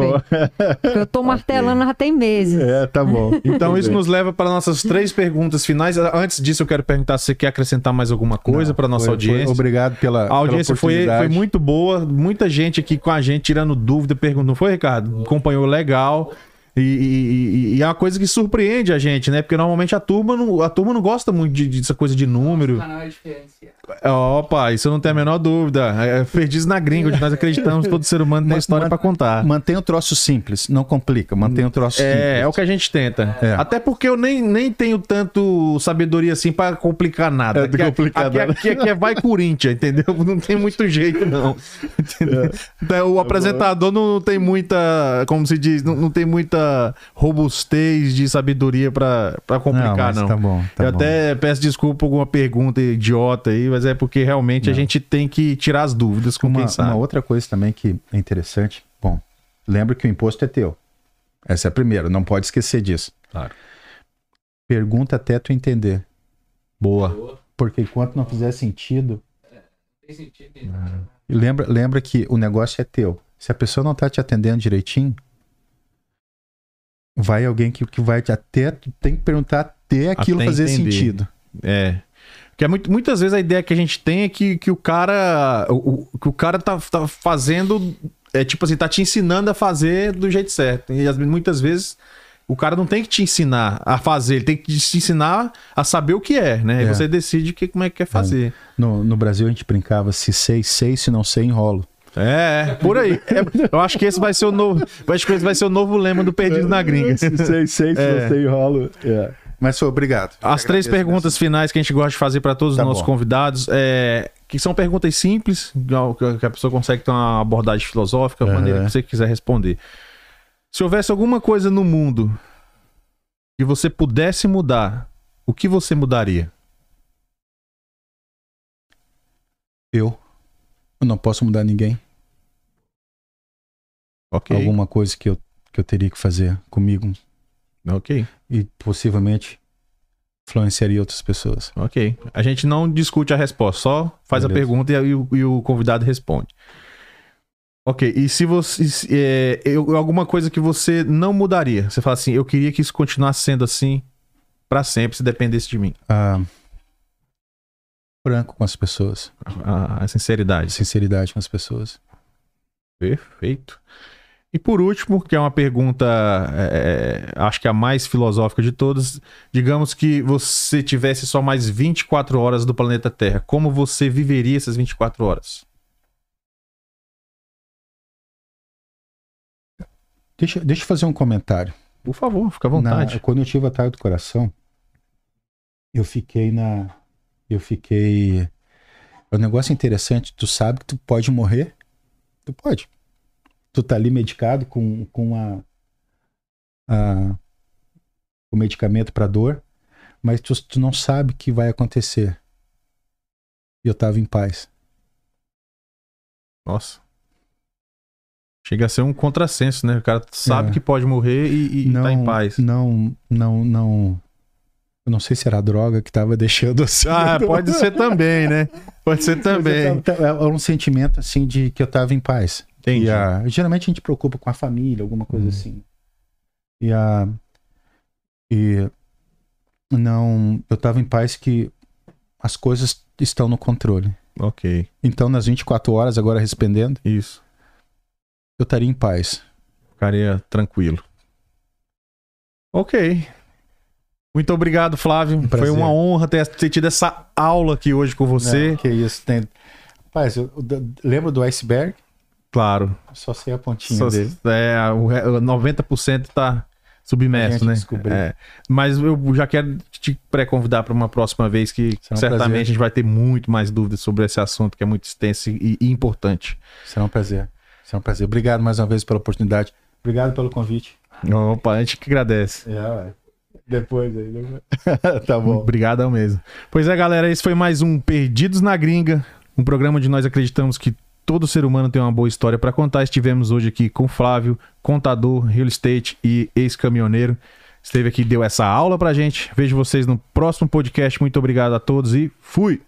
Speaker 2: porque eu tô martelando já tem meses.
Speaker 3: É, tá bom.
Speaker 1: Então isso nos leva para nossas três perguntas finais. Antes disso, eu quero perguntar se você quer acrescentar mais alguma coisa para nossa
Speaker 3: Foi- foi-
Speaker 1: audiência.
Speaker 3: obrigado pela
Speaker 1: A audiência
Speaker 3: pela
Speaker 1: foi, foi
Speaker 3: oportunidade.
Speaker 1: muito boa, muita gente aqui com a gente tirando dúvida, pergunta, não foi, Ricardo? Acompanhou legal. E, e- e- e é uma coisa que surpreende a gente, né? Porque normalmente a turma não, a turma não gosta muito de, dessa coisa de número.
Speaker 5: Canal é diferenciado.
Speaker 1: Opa, isso eu não tenho a menor dúvida. É perdiz na gringa, onde nós acreditamos que todo ser humano tem
Speaker 3: Ma-
Speaker 1: história
Speaker 3: ma-
Speaker 1: para contar.
Speaker 3: Mantenha o troço simples, não complica. Mantenha o troço
Speaker 1: É, é o
Speaker 3: simples.
Speaker 1: que a gente tenta.
Speaker 3: É.
Speaker 1: Até porque eu nem, nem tenho tanto sabedoria assim pra complicar nada.
Speaker 3: É, de
Speaker 1: Aqui-
Speaker 3: complicar
Speaker 1: aqui,
Speaker 3: nada.
Speaker 1: Aqui, aqui é vai Corinthians, entendeu? Não tem muito jeito, não. Entendeu? Então, o apresentador não tem muita, como se diz, não, não tem muita robustez de sabedoria pra, pra é complicar,
Speaker 3: mas
Speaker 1: não.
Speaker 3: tá bom, tá
Speaker 1: eu
Speaker 3: bom.
Speaker 1: até peço desculpa por alguma pergunta idiota aí, mas é porque realmente a gente tem que tirar as dúvidas com
Speaker 3: uma,
Speaker 1: quem sabe.
Speaker 3: uma outra coisa também que é interessante. Bom, lembra que o imposto é teu. Essa é a primeira, não pode esquecer disso.
Speaker 1: Claro.
Speaker 3: Pergunta até tu entender.
Speaker 1: Boa.
Speaker 3: Porque enquanto não fizer sentido,
Speaker 5: É,
Speaker 3: é.
Speaker 5: Tem sentido. nenhum.
Speaker 3: E Lembra, lembra que o negócio é teu. Se a pessoa não tá te atendendo direitinho, vai alguém que, que vai te até. tu Tem que perguntar até aquilo
Speaker 1: Até
Speaker 3: fazer
Speaker 1: entender.
Speaker 3: sentido.
Speaker 1: É. Porque é muito- muitas vezes a ideia que a gente tem é que, que o cara. O, o- que o cara tá, tá fazendo. É tipo assim, tá te ensinando a fazer do jeito certo. E às- muitas vezes o cara não tem que te ensinar a fazer, ele tem que te ensinar a saber o que é, né? E
Speaker 3: É.
Speaker 1: você decide o que, como é que quer fazer.
Speaker 3: No, no Brasil a gente brincava se sei, sei, se não sei, enrolo.
Speaker 1: É, é, por aí. É, eu acho que esse vai ser o novo. eu Acho que esse vai ser o novo lema do Perdido na Gringa.
Speaker 3: sei, sei, se
Speaker 1: É.
Speaker 3: sei, enrolo. É. Mas foi obrigado.
Speaker 1: As três perguntas finais que a gente gosta de fazer para todos
Speaker 3: Tá
Speaker 1: os nossos
Speaker 3: bom.
Speaker 1: convidados é que são perguntas simples, que a pessoa consegue ter uma abordagem filosófica, a
Speaker 3: Aham.
Speaker 1: maneira que você quiser responder. Se houvesse alguma coisa no mundo que você pudesse mudar, o que você mudaria?
Speaker 3: Eu. Eu não posso mudar ninguém.
Speaker 1: Ok.
Speaker 3: Alguma coisa que eu, que eu teria que fazer comigo
Speaker 1: Ok,
Speaker 3: e possivelmente influenciaria outras pessoas.
Speaker 1: ok. A gente não discute a resposta, só faz
Speaker 3: Beleza.
Speaker 1: a pergunta e, aí o, e o convidado responde. Ok, e se você. se- é, eu- alguma coisa que você não mudaria? Você fala assim, eu queria que isso continuasse sendo assim pra sempre, se dependesse de mim.
Speaker 3: Ah, franco com as pessoas.
Speaker 1: A, a sinceridade.
Speaker 3: Sinceridade com as pessoas.
Speaker 1: Perfeito. E por último, que é uma pergunta, é, acho que a mais filosófica de todas, digamos que você tivesse só mais 24 horas do planeta Terra, como você viveria essas 24 horas?
Speaker 3: Deixa, deixa eu fazer um comentário.
Speaker 1: Por favor, fica à vontade.
Speaker 3: Na- quando eu tive ataque do coração, eu fiquei na. Eu fiquei. É um negócio interessante. Tu sabe que tu pode morrer? Tu pode. Tu tá ali medicado com, com a, a- o medicamento pra dor, mas tu, tu não sabe o que vai acontecer. E eu tava em paz.
Speaker 1: Nossa. Chega a ser um contrassenso, né? O cara sabe
Speaker 3: É.
Speaker 1: que pode morrer e, e tá em paz.
Speaker 3: Não, não, não. Eu não sei se era a droga que tava deixando assim.
Speaker 1: Ah, pode ser também, né? Pode ser também.
Speaker 3: Mas eu tava- É um sentimento assim de que eu tava em paz.
Speaker 1: Entendi. Hum.
Speaker 3: E a- geralmente a gente preocupa com a família, alguma coisa assim. E a e não, eu tava em paz que as coisas estão no controle.
Speaker 1: Ok,
Speaker 3: Então nas 24 horas agora respondendo,
Speaker 1: isso.
Speaker 3: eu estaria em paz.
Speaker 1: Ficaria tranquilo. Ok. Muito obrigado, Flávio.
Speaker 3: prazer.
Speaker 1: Foi uma honra ter, ter tido essa aula aqui hoje com você.
Speaker 3: Não, que isso tem Rapaz, eu, eu d- lembro do iceberg?
Speaker 1: Claro.
Speaker 3: Só sei a pontinha
Speaker 1: Só-
Speaker 3: dele.
Speaker 1: é, o re- o 90% tá
Speaker 3: A
Speaker 1: submerso,
Speaker 3: gente
Speaker 1: né?
Speaker 3: descobriu.
Speaker 1: É. Mas eu já quero te pré-convidar para uma próxima vez que
Speaker 3: Será um
Speaker 1: certamente
Speaker 3: prazer.
Speaker 1: a gente vai ter muito mais dúvidas sobre esse assunto que é muito extenso e, e importante.
Speaker 3: Será um prazer. Será um prazer. Obrigado mais uma vez pela oportunidade. Obrigado pelo convite.
Speaker 1: Opa, a gente que agradece.
Speaker 3: É, ué. Depois aí. Depois. tá bom.
Speaker 1: Obrigadão mesmo. Pois é, galera, esse foi mais um Perdidos na Gringa, um programa onde nós acreditamos que todo ser humano tem uma boa história para contar. Estivemos hoje aqui com Flávio, contador, real estate e ex-caminhoneiro. Esteve aqui, deu essa aula pra gente. Vejo vocês no próximo podcast. Muito obrigado a todos e fui!